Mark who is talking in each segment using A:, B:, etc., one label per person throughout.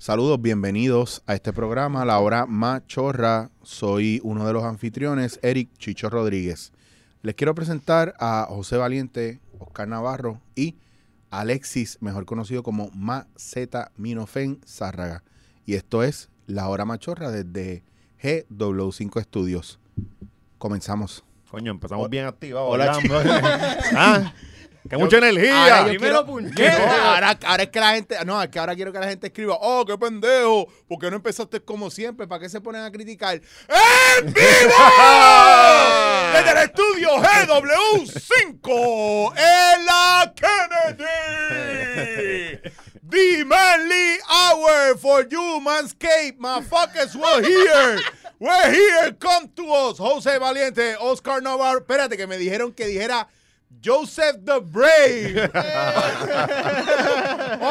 A: Saludos, bienvenidos a este programa, La Hora Machorra. Soy uno de los anfitriones, Eric Chicho Rodríguez. Les quiero presentar a José Valiente, Oscar Navarro y Alexis, mejor conocido como Maceta Minofen Zárraga. Y esto es La Hora Machorra desde GW5 Estudios. Comenzamos.
B: Coño, empezamos bien activados.
A: Hola,
B: Hola, ah, ¡Qué mucha energía!
A: Ahora, yo
B: Primero,
A: quiero-
B: puñeta.
A: ahora, ahora es que la gente, no, es que ahora quiero que la gente escriba, oh, qué pendejo, ¿por qué no empezaste como siempre? ¿Para qué se ponen a criticar? ¡En vivo! Desde el estudio GW5 en la Kennedy. The manly hour for you, manscape. My fuckers were here. We're here, come to us. José Valiente, Oscar Navarro. Espérate, que me dijeron que dijera Joseph the Brave.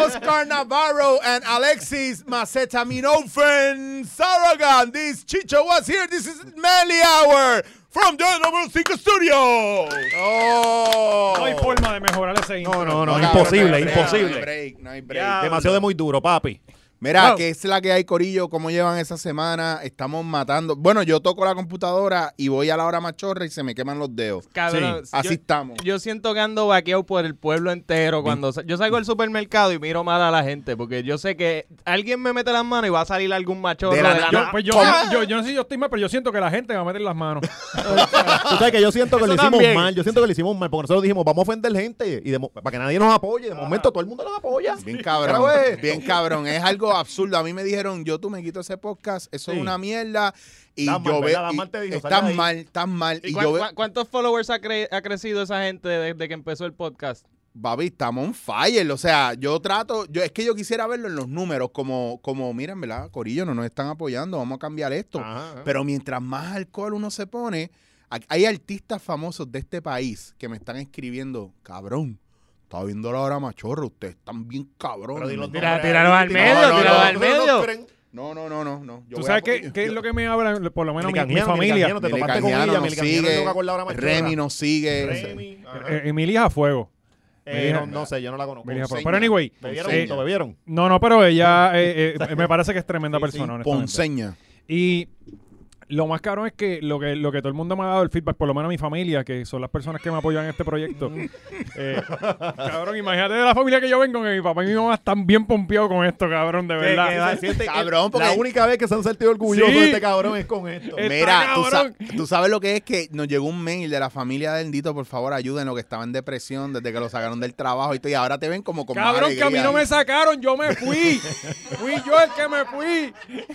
A: Oscar Navarro and Alexis Maceta Minofen Saragan. This Chicho was here. This is Manly Hour from the Number 5 Studio. Oh.
C: No hay forma de mejorar ese intro.
B: No, no, no,
A: cabrón,
B: imposible,
A: no hay break,
B: imposible.
A: No hay break, no hay break.
C: Ya.
B: Demasiado de muy duro, papi.
A: Mira,
C: Wow.
A: que es la que hay, Corillo? ¿Cómo llevan esa semana? Estamos matando. Bueno, yo toco la computadora y voy a la hora machorra y se me queman los dedos.
D: Cabrón,
A: Así
D: yo,
A: estamos.
D: yo siento que ando vaqueado por el pueblo entero cuando sa- yo salgo del supermercado y miro mal a la gente porque yo sé que alguien me mete las manos y va a salir algún machorro.
A: De la
D: de-
A: nada.
C: Yo,
A: no.
C: pues yo,
A: ¿Cómo?
C: yo, yo no sé si yo estoy mal, pero yo siento que la gente me va a meter las manos.
B: Tú sabes que yo siento que
D: Eso
B: lo hicimos
D: también.
B: mal. Yo siento que lo hicimos mal. Porque nosotros dijimos, vamos a ofender gente y de mo- para que nadie nos apoye. De momento todo el mundo nos apoya.
A: Bien cabrón,
B: Pero, eh,
A: bien cabrón, es algo absurdo. A mí me dijeron, yo tú me quito ese podcast, eso
B: Sí.
A: es una mierda. Y
B: Estás mal,
A: yo
B: ¿verdad? La
A: veo,
B: Mar te dijo, sal de
A: estás
B: ahí.
A: mal, estás mal.
D: ¿Y
A: Y
D: cuá-
A: yo veo,
D: cuá- ¿Cuántos followers ha, cre- ha crecido esa gente desde que empezó el podcast?
A: Babi, estamos on fire. O sea, yo trato, yo es que yo quisiera verlo en los números, como, como, miren, ¿verdad? Corillo, no nos están apoyando, vamos a cambiar esto.
B: Ajá.
A: Pero mientras más alcohol uno se pone, hay- hay artistas famosos de este país que me están escribiendo, cabrón, estaba viendo la hora machorro, ustedes están bien cabrones.
B: di los
A: men".
C: Tira-
B: nombres
C: tíralo
B: ahí,
C: al
B: tío.
A: medio, tíralo al
B: nosotros no
D: medio.
B: creen.
A: No, no, no, no, no. Yo
C: ¿Tú
A: voy
C: sabes
A: a-
C: qué,
A: yo-
C: qué es
A: yo-
C: lo que me hablan? Por lo menos mi, mi
B: Milicangiano,
C: familia.
B: Milicangiano, te
A: Mili
B: topaste con
A: Cañano
B: ella.
A: nos
B: Milicangiano
A: sigue,
B: no toca con Laura Machorra.
A: Remi nos sigue.
B: Remy, ajá.
C: Eh, Emilia es a fuego.
B: Eh, no, no sé, yo no la conozco.
C: Emilia es a fuego.
A: Ponceña.
C: Pero anyway.
B: ¿Bebieron?
C: eh,
B: ¿Lo bebieron?
C: no, no, pero ella eh, eh, me parece que es tremenda persona. honestamente.
A: Ponceña.
C: Y lo más caro es que lo, que lo que todo el mundo me ha dado el feedback, por lo menos a mi familia, que son las personas que me apoyan en este proyecto. Eh, cabrón, imagínate de la familia que yo vengo, que mi papá y mi mamá están bien pompeados con esto, cabrón, de verdad.
A: Cabrón, porque
B: La única vez que se han sentido orgullosos
C: Sí.
B: de este cabrón es con esto.
C: Eh,
A: Mira,
C: Está
A: tú, sa-
C: cabrón.
A: tú sabes lo que es que nos llegó un mail de la familia del Dito, por favor, ayúdenlo, que estaba en depresión desde que lo sacaron del trabajo y todo, y ahora te ven como con más
C: Cabrón, que a mí
A: alegría.
C: no me sacaron, yo me fui. fui yo el que me fui.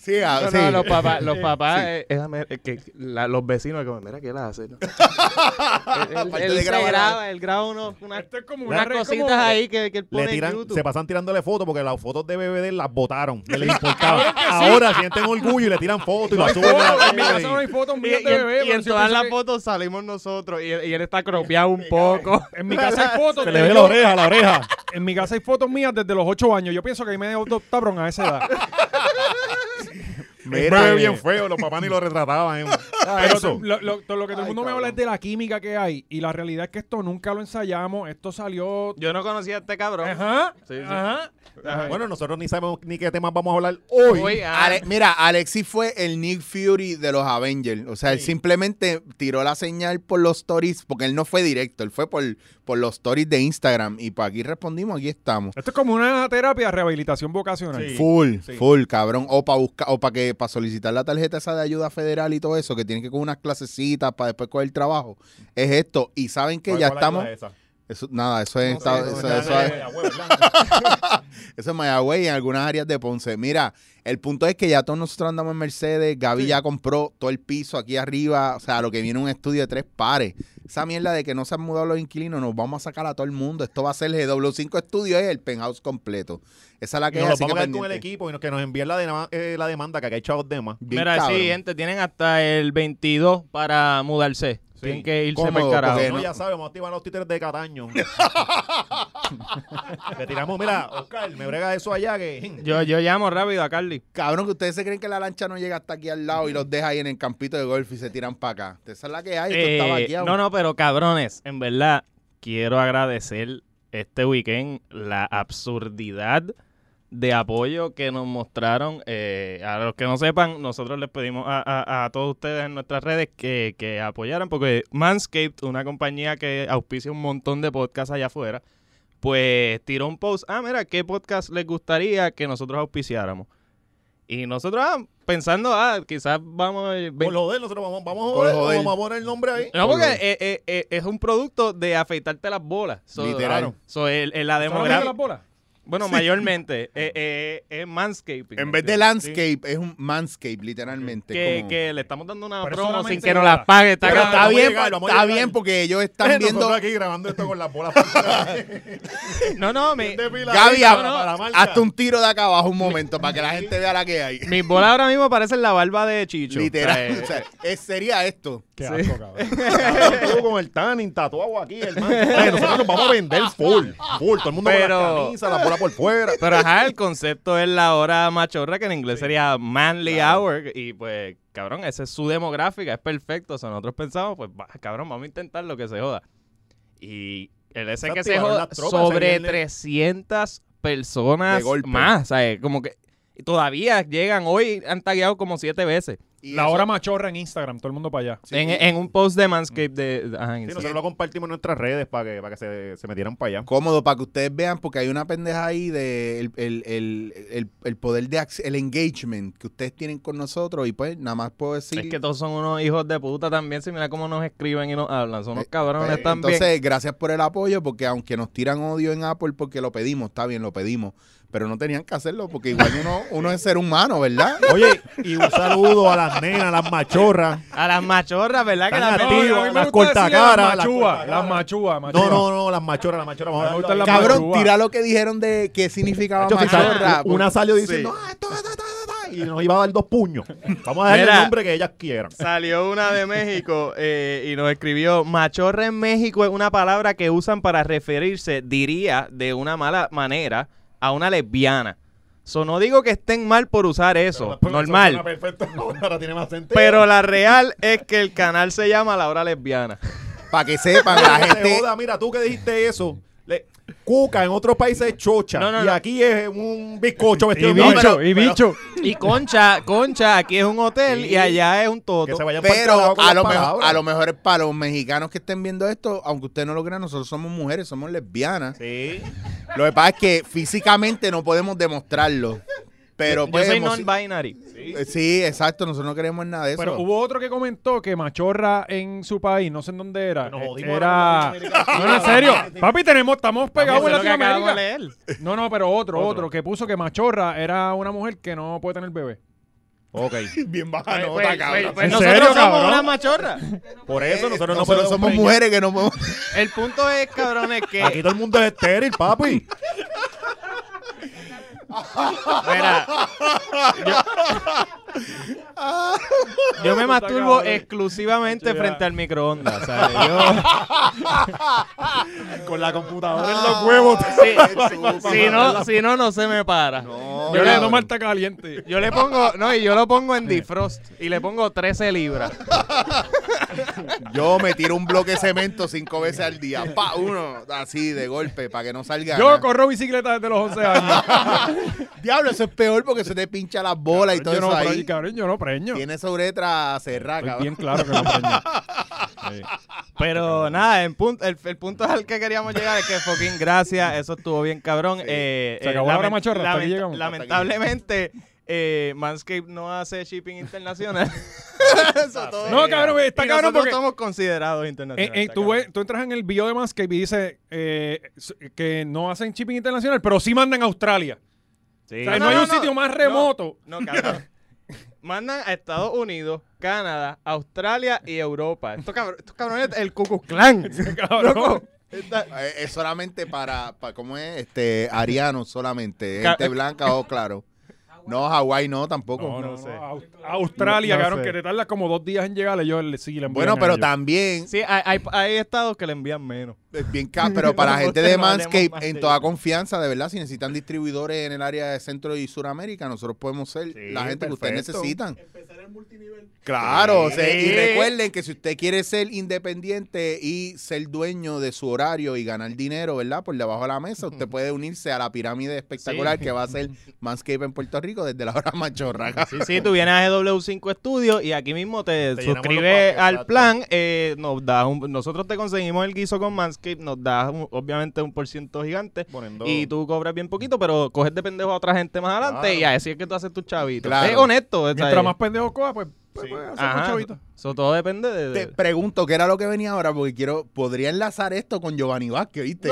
A: Sí, ah,
D: No,
A: sí.
D: no, los papás, los papás, eh, es amer- eh, que la- los vecinos que mira qué la hacen. él
A: Aparte
D: él
A: de
D: se
A: grabar.
D: graba, él graba unos- unas,
C: Esto Este es como una
D: unas
C: red,
D: cositas
C: como-
D: ahí que, que él pone
B: Le tiran,
D: en YouTube.
B: se pasan tirándole fotos porque las fotos de BBD las botaron. No les importaba. Ahora sienten orgullo y le tiran fotos y las suben. a
C: Fotos,
B: la
C: En mi
B: red.
C: casa no hay fotos
D: Y,
C: mías
D: y
C: de
D: en-
C: bebé.
D: y
C: pero
D: en
C: si yo
D: todas
C: pienso
D: las
C: que-
D: fotos salimos nosotros y, él- y él está cropeado un poco.
C: En mi casa hay fotos.
B: Se
C: de
B: le ve la
C: yo-
B: oreja, la oreja.
C: En mi casa hay fotos mías desde los 8 años. Yo pienso que ahí me adoptaron a esa edad.
A: Mira,
B: Bebé
A: eh,
B: bien feo, los papás ni lo retrataban. ¿eh?
C: Pero
B: Eso.
C: Lo, lo- to- lo que todo el
A: Ay,
C: mundo me
A: cabrón.
C: habla es de la química que hay. Y la realidad es que esto nunca lo ensayamos. Esto salió.
D: Yo no conocía a este cabrón.
C: Ajá.
D: Sí, sí.
C: Ajá. Ajá.
B: Bueno, nosotros ni sabemos ni qué temas vamos a hablar hoy.
D: Hoy, ah,
A: Ale- mira, Alexis fue el Nick Fury de los Avengers. O sea, él simplemente tiró la señal por los stories, porque él no fue directo, él fue por, por los stories de Instagram. Y para aquí respondimos, aquí estamos.
C: Esto es como una terapia de rehabilitación vocacional.
B: Sí.
A: Full,
B: sí.
A: full, cabrón. O para buscar, o para que, para solicitar la tarjeta esa de ayuda federal y todo eso, que tienen que con unas clasecitas para después coger el trabajo. Es esto. Y saben que
B: ¿Cuál-
A: ya
B: cuál
A: estamos.
B: ayuda es esa?
A: Eso, nada, eso es,
D: No
A: estado-
D: sé,
A: eso,
D: no sé,
A: eso
D: no
A: es-
D: sé.
A: eso es Mayagüez y en algunas áreas de Ponce. Mira, el punto es que ya todos nosotros andamos en Mercedes, Gaby ya compró todo el piso aquí arriba, o sea, lo que viene un estudio de tres pares. Esa mierda de que no se han mudado los inquilinos, nos vamos a sacar a todo el mundo. Esto va a ser el GW5 estudio, es el penthouse completo. Esa es la
B: Y
A: que
B: nos
A: es,
B: los
A: así este. que
B: vamos a quedar con el
A: pendiente.
B: equipo y nos- que nos envíen la, dema- eh, la demanda, que acá hay chavos de más.
A: Bien
D: Mira,
A: cabrón.
D: sí, gente, tienen hasta el 22 para mudarse.
B: Sí.
D: Tienen que irse
A: Cómodo,
D: para el carajo.
A: porque-
B: No,
A: no.
B: ya sabes, vamos a activar los títeres de Cataño. Le tiramos, mira, Oscar, me brega eso allá que...
D: Yo, yo llamo rápido a Carly.
A: Cabrón, que ustedes se creen que la lancha no llega hasta aquí al lado y los deja ahí en el campito de golf y se tiran para acá. Esa es la que hay, esto
D: Eh,
A: estaba aquí.
D: no, no, pero cabrones, en verdad, quiero agradecer este weekend la absurdidad de apoyo que nos mostraron. eh, a los que no sepan, nosotros les pedimos a, a- a todos ustedes en nuestras redes que, que apoyaran, porque Manscaped, una compañía que auspicia un montón de podcasts allá afuera, pues tiró un post, ah, mira, ¿qué podcast les gustaría que nosotros auspiciáramos? Y nosotros ah, pensando, ah, quizás vamos... eh,
B: Por lo de él, nosotros vamos, vamos a
A: Por
B: joder,
A: joder.
B: vamos a poner el nombre ahí.
D: no, porque
A: Por lo-
D: eh, eh, eh, es un producto de afeitarte las bolas. So,
A: Literal.
D: claro. So, el- el- la
C: ¿Sabes de
D: demografía.
C: las bolas?
D: Bueno, mayormente eh, eh, es manscaping.
A: En vez de landscape, es un manscape, literalmente.
D: Que,
A: como-
D: que le estamos dando una
C: Pero
D: promo
C: solamente
D: sin que nos
C: bola.
D: las pague. Está
A: Pero
B: Pero
A: está
B: vamos a
A: bien,
B: llegar, vamos a
A: está
B: llegar.
A: bien porque ellos están
B: Nosotros
A: viendo.
B: aquí grabando esto con las bolas.
D: No, no, mi-
A: Gaby,
B: hasta
A: haz- hazte un tiro de acá abajo un momento para que la gente vea la que hay.
D: mis bolas ahora mismo parecen la barba de Chicho.
A: Literal.
D: O
A: o
D: sea,
A: sea, es- sería esto.
C: Qué
D: Sí.
C: asco, cabrón.
B: Tú con el tanning tatuado aquí, hermano. Oye, nosotros nos vamos a vender full. Full. Todo el mundo con
D: Pero-
B: la camisa, la bola por fuera.
D: pero ajá, el concepto es la hora machorra, que en inglés sería manly hour. Y pues, cabrón, esa es su demográfica, es perfecto. O sea, nosotros pensamos, pues, va, cabrón, vamos a intentar lo que se joda. Y el ese
B: Se
D: que se
B: activaron
D: joda
B: las tropas
D: sobre
B: ese viernes.
D: 300
A: De
D: personas
A: golpe.
D: más. O sea, es como que todavía llegan hoy, han tagueado como siete veces.
A: Y
C: La
A: eso-
C: hora machorra en Instagram, todo el mundo para allá.
A: Sí.
D: en, en un post de Manscape
B: Sí,
D: de. ajá, en Instagram.
B: nosotros lo compartimos en nuestras redes para que, para que se, se metieran para allá.
A: cómodo para que ustedes vean porque hay una pendeja ahí de el, el- el- el- el poder de acc- el engagement que ustedes tienen con nosotros y pues nada más puedo decir
D: Es que todos son unos hijos de puta también. Si mira cómo nos escriben y nos hablan. Son unos
A: Eh,
D: cabrones
A: Pues,
D: también.
A: Entonces, gracias por el apoyo, porque aunque nos tiran odio en Apple porque lo pedimos, está bien, lo pedimos, pero no tenían que hacerlo porque igual uno, uno es ser humano, ¿verdad?
B: Oye, y un saludo a las nenas, a las machorras.
D: a las machorras, ¿verdad? Que
B: Están
D: las
B: activas.
D: mejores-
C: a mí me
B: las
C: gusta
B: cortacaras,
C: decirle Las
B: las
C: machúas,
B: cortacaras.
C: las
B: No,
C: machúas, machúas.
B: no, no, las machorras, las machorras. Vamos a
C: Me
B: darle
C: gustan
B: ahí.
C: las
A: Cabrón,
C: machúa.
A: tira lo que dijeron de qué significaba
B: Cacho, quizás
A: machorra.
B: una salió
A: Sí.
B: diciendo, "Ah, esto, esto, esto, esto", y nos iba a dar dos puños. Vamos a darle
D: Mira.
B: el nombre que ellas quieran.
D: Salió una de México eh, y nos escribió: Machorra en México es una palabra que usan para referirse, diría, de una mala manera, a una lesbiana. So, no digo que estén mal por usar eso, normal.
B: Perfecto. Ahora tiene más sentido.
D: Pero la real es que el canal se llama La Hora Lesbiana.
A: Para que sepan, la
B: Se
A: gente...
B: joda, mira, tú que dijiste eso. le- cuca en otros países es chocha.
D: No, no,
B: y
D: no.
B: aquí es un bizcocho
C: Y
B: vestido de
C: bicho,
B: mujer.
C: y bicho.
D: Y Concha, Concha, aquí es un hotel y allá es un
B: Que
D: toto.
B: se vayan pa'l
A: Pero
B: carajo con
A: a
B: las
A: lo, mejor,
B: palabras.
A: a lo mejor es para los mexicanos que estén viendo esto, aunque ustedes no lo crean, nosotros somos mujeres, somos lesbianas.
B: Sí.
A: Lo que pasa es que físicamente no podemos demostrarlo. Pero
D: Yo
A: pues,
D: soy
A: emoci-
D: non-binary.
A: Eh, Sí, exacto, nosotros no queremos nada de eso.
C: Pero hubo otro que comentó que machorra en su país, no sé en dónde era.
B: Nos
C: eh,
B: jodimos
C: era.
B: ahora con Latinoamérica.
C: No, no, en serio. Papi, tenemos, estamos pegados en
D: Eso es lo que acabo de
C: Latinoamérica.
D: leer.
C: No, no, pero otro, otro,
B: Otro.
C: que puso que machorra era una mujer que no puede tener bebé.
B: Ok.
A: Bien baja nota,
D: Pues- pues-
A: cabrón.
D: pues
C: ¿En
D: nosotros
C: serio,
D: somos
C: cabrón?
D: una machorra.
B: Por eso nosotros no
A: Nosotros
B: podemos
A: somos
B: preñar.
A: mujeres que no podemos...
D: El punto es, cabrón, es que.
B: Aquí todo el mundo es estéril, papi.
D: Mira, yo, yo me masturbo exclusivamente frente al microondas. ¿sabes? Yo-
B: Con la computadora en los huevos.
D: si, no, si no, no se me para.
C: Yo le
D: Mira.
C: tomo está caliente.
D: Yo le pongo, no, y yo lo pongo en defrost y le pongo 13 libras.
A: Yo me tiro un bloque de cemento cinco veces al día. Pa, uno, así de golpe, para que no salga.
C: Yo
A: nada.
C: corro bicicleta desde los 11 años.
A: Diablo, eso es peor porque se te pincha las bolas y todo
C: yo no
A: eso
C: preño,
A: ahí.
C: cabrón, yo no preño.
A: Tiene esa uretra cerrada,
C: Estoy
A: cabrón.
C: bien claro que no preño.
D: Pero nada, en punto, el, el punto al que queríamos llegar es que fucking gracias, eso estuvo bien cabrón. Eh,
C: Se
D: eh,
C: acabó la hora
D: lamen-
C: machorra, hasta aquí
D: lamenta-
C: llegamos.
D: Lamentablemente, eh, Manscaped no hace shipping internacional. Eso todo
C: Ah, No,
D: bien.
C: cabrón, este, está
D: Y
C: cabrón
D: nosotros
C: porque-
D: somos considerados
C: Eh,
D: internacionales.
C: eh,
D: está
C: tú,
D: cabrón.
C: ves- tú entras en el video de Manscaped y dice eh, s- que no hacen shipping internacional, pero sí mandan a Australia.
D: Sí.
C: O sea, no, hay un sitio más remoto.
D: No, cabrón. Mandan a Estados Unidos, Canadá, Australia y Europa. Estos cabrones, estos cabrones el Cucu Clan.
C: Cabrón.
A: Eh, Es solamente para, para- ¿cómo es? Este, ariano solamente.
D: Ca-
A: Gente blanca, o claro. No, Hawái no, tampoco.
C: No, no,
D: no
C: no,
D: sé.
C: Au- Australia,
B: No, no
C: cabrón,
B: sé.
C: que te tardas como dos días en llegar. Yo le, sí, le envían
A: Bueno,
C: a
A: pero
C: ellos.
A: también,
D: Sí, hay, hay- hay estados que le envían menos.
A: es bien ca- pero para la gente
D: Ustedes
A: de
D: no hablemos
A: Manscape,
D: más de
A: en
D: ello.
A: toda confianza, de verdad, si necesitan distribuidores en el área de Centro y Suramérica, nosotros podemos ser
B: Sí,
A: la gente que ustedes
B: perfecto.
A: necesitan.
E: es multinivel.
A: Claro,
B: Sí.
A: se-
D: Eh.
A: y recuerden que si usted quiere ser independiente y ser dueño de su horario y ganar dinero, ¿verdad? Por debajo de la mesa, usted puede unirse a la pirámide espectacular
D: Sí.
A: que va a ser Manscape en Puerto Rico desde la hora machorra.
D: Sí, sí, tú vienes a GW5 Studios y aquí mismo te,
B: Te llenamos los
D: suscribes
B: papeles,
D: al
B: exacto.
D: plan. eh, nos das un- nosotros te conseguimos el guiso con Manscaped, nos das un- obviamente un por ciento gigante
B: Poniendo-
D: y tú cobras bien poquito, pero coges de pendejo a otra gente más adelante
B: Claro.
D: y así es que tú haces tus chavitos.
A: Claro.
D: Es honesto. o sea,
C: Mientras más pendejo coja, pues, pues,
B: Sí.
C: pues, hacer
D: ajá,
C: más chavito.
D: Eso todo depende de...
A: Te
D: de-
A: pregunto qué era lo que venía ahora porque quiero podría enlazar esto con Giovanni Vázquez, ¿viste?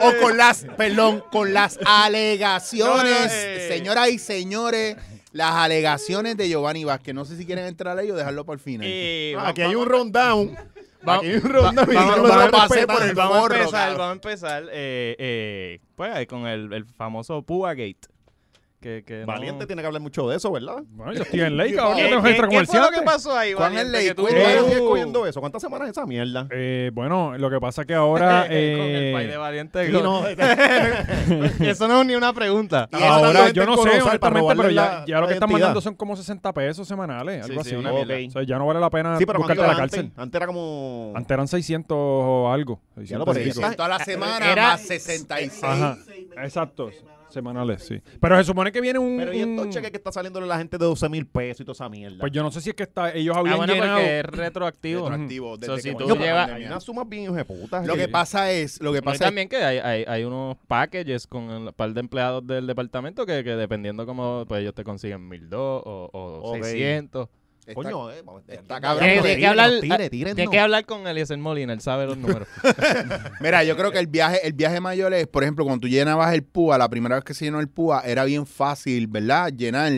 A: o con las, perdón, con las alegaciones,
D: No, no, eh.
A: señoras y señores, las alegaciones de Giovanni Vázquez. No sé si quieren entrar ahí o dejarlo para el final.
D: Eh,
B: Ah,
D: va-
B: Aquí hay
D: va-
B: un rundown.
D: va-
B: Aquí hay un
D: va-
B: rundown. y yo
D: vamos-
B: lo
A: vamos a pasar
B: estoy
A: por
B: respetando.
A: el
D: Vamos
A: forro,
D: a empezar,
A: cabrón.
D: vamos a empezar eh, eh, pues, ahí con el, el famoso Púa Gate. Que, que no-
B: Valiente tiene que hablar mucho de eso, ¿verdad?
C: Bueno, yo estoy en ley, cabrón.
D: ¿Qué,
C: Yo tengo
D: qué-
C: extra
D: qué fue lo que
C: comerciante.
D: pasó ahí,
A: ¿Cuál es
D: Valiente,
A: ley?
D: que tú-
A: ¿Cuál
B: ¿Cuántas
C: es
B: semanas
C: Uh.
B: sigues cogiendo eso? ¿Cuántas semanas esa mierda?
C: Eh, bueno, lo que pasa que
D: Ah,
C: ahora... eh,
D: Con el país de Valiente.
B: Sí,
D: con-
B: no,
D: Eso no es ni una pregunta.
B: Y esa tanta
C: Ahora,
B: gente
C: yo no
B: en
C: sé,
B: Colosal para
C: honestamente,
B: robarle
C: pero
B: la-
C: ya, ya lo
B: la
C: que están
B: identidad.
C: mandando son como 60 pesos semanales, algo
D: Sí,
C: así.
D: sí, una
B: Ok.
D: mierda.
C: O sea, ya no vale la pena
B: Sí, pero
C: buscarte
B: cuando
C: la
B: era
C: cárcel.
B: antes, antes era como...
C: Antes eran 600 o algo.
B: Ya lo perdí.
C: 600 y pico.
B: Está-
A: Toda la semana
D: eh, era-
A: más 66.
C: Ajá, exacto. Semanales, sí. Pero se supone que viene un...
B: Pero y estos
C: un-
B: cheques que está saliendo la gente de 12 mil pesos y toda esa mierda.
C: Pues yo no sé si es que está, ellos habían
D: Ah, bueno,
C: llenado...
D: porque es retroactivo.
A: Retroactivo, desde
D: So,
A: que
D: si tú
A: coño,
B: pero
D: llevas-
B: Hay unas sumas bien hijo de puta.
A: Lo que pasa es, lo que
D: No, y
A: pasa es
D: también que hay, hay, hay unos packages con un par de empleados del departamento que, que dependiendo como pues ellos te consiguen mil dos o, o
B: Ok.
D: 600.
A: está-
B: Coño, eh, vamos,
A: Está
B: eh,
A: cabrón,
B: eh,
A: porque-
B: de
D: Tienes
B: qué
D: que hablar,
B: hablar. Tire,
D: ah,
B: tire,
D: tienes que hablar con Eliezer Molina, él sabe los números.
A: Mira, yo creo que el viaje, el viaje mayor es, por ejemplo, cuando tú llenabas el PUA, la primera vez que se llenó el PUA era bien fácil, ¿verdad? Llenar,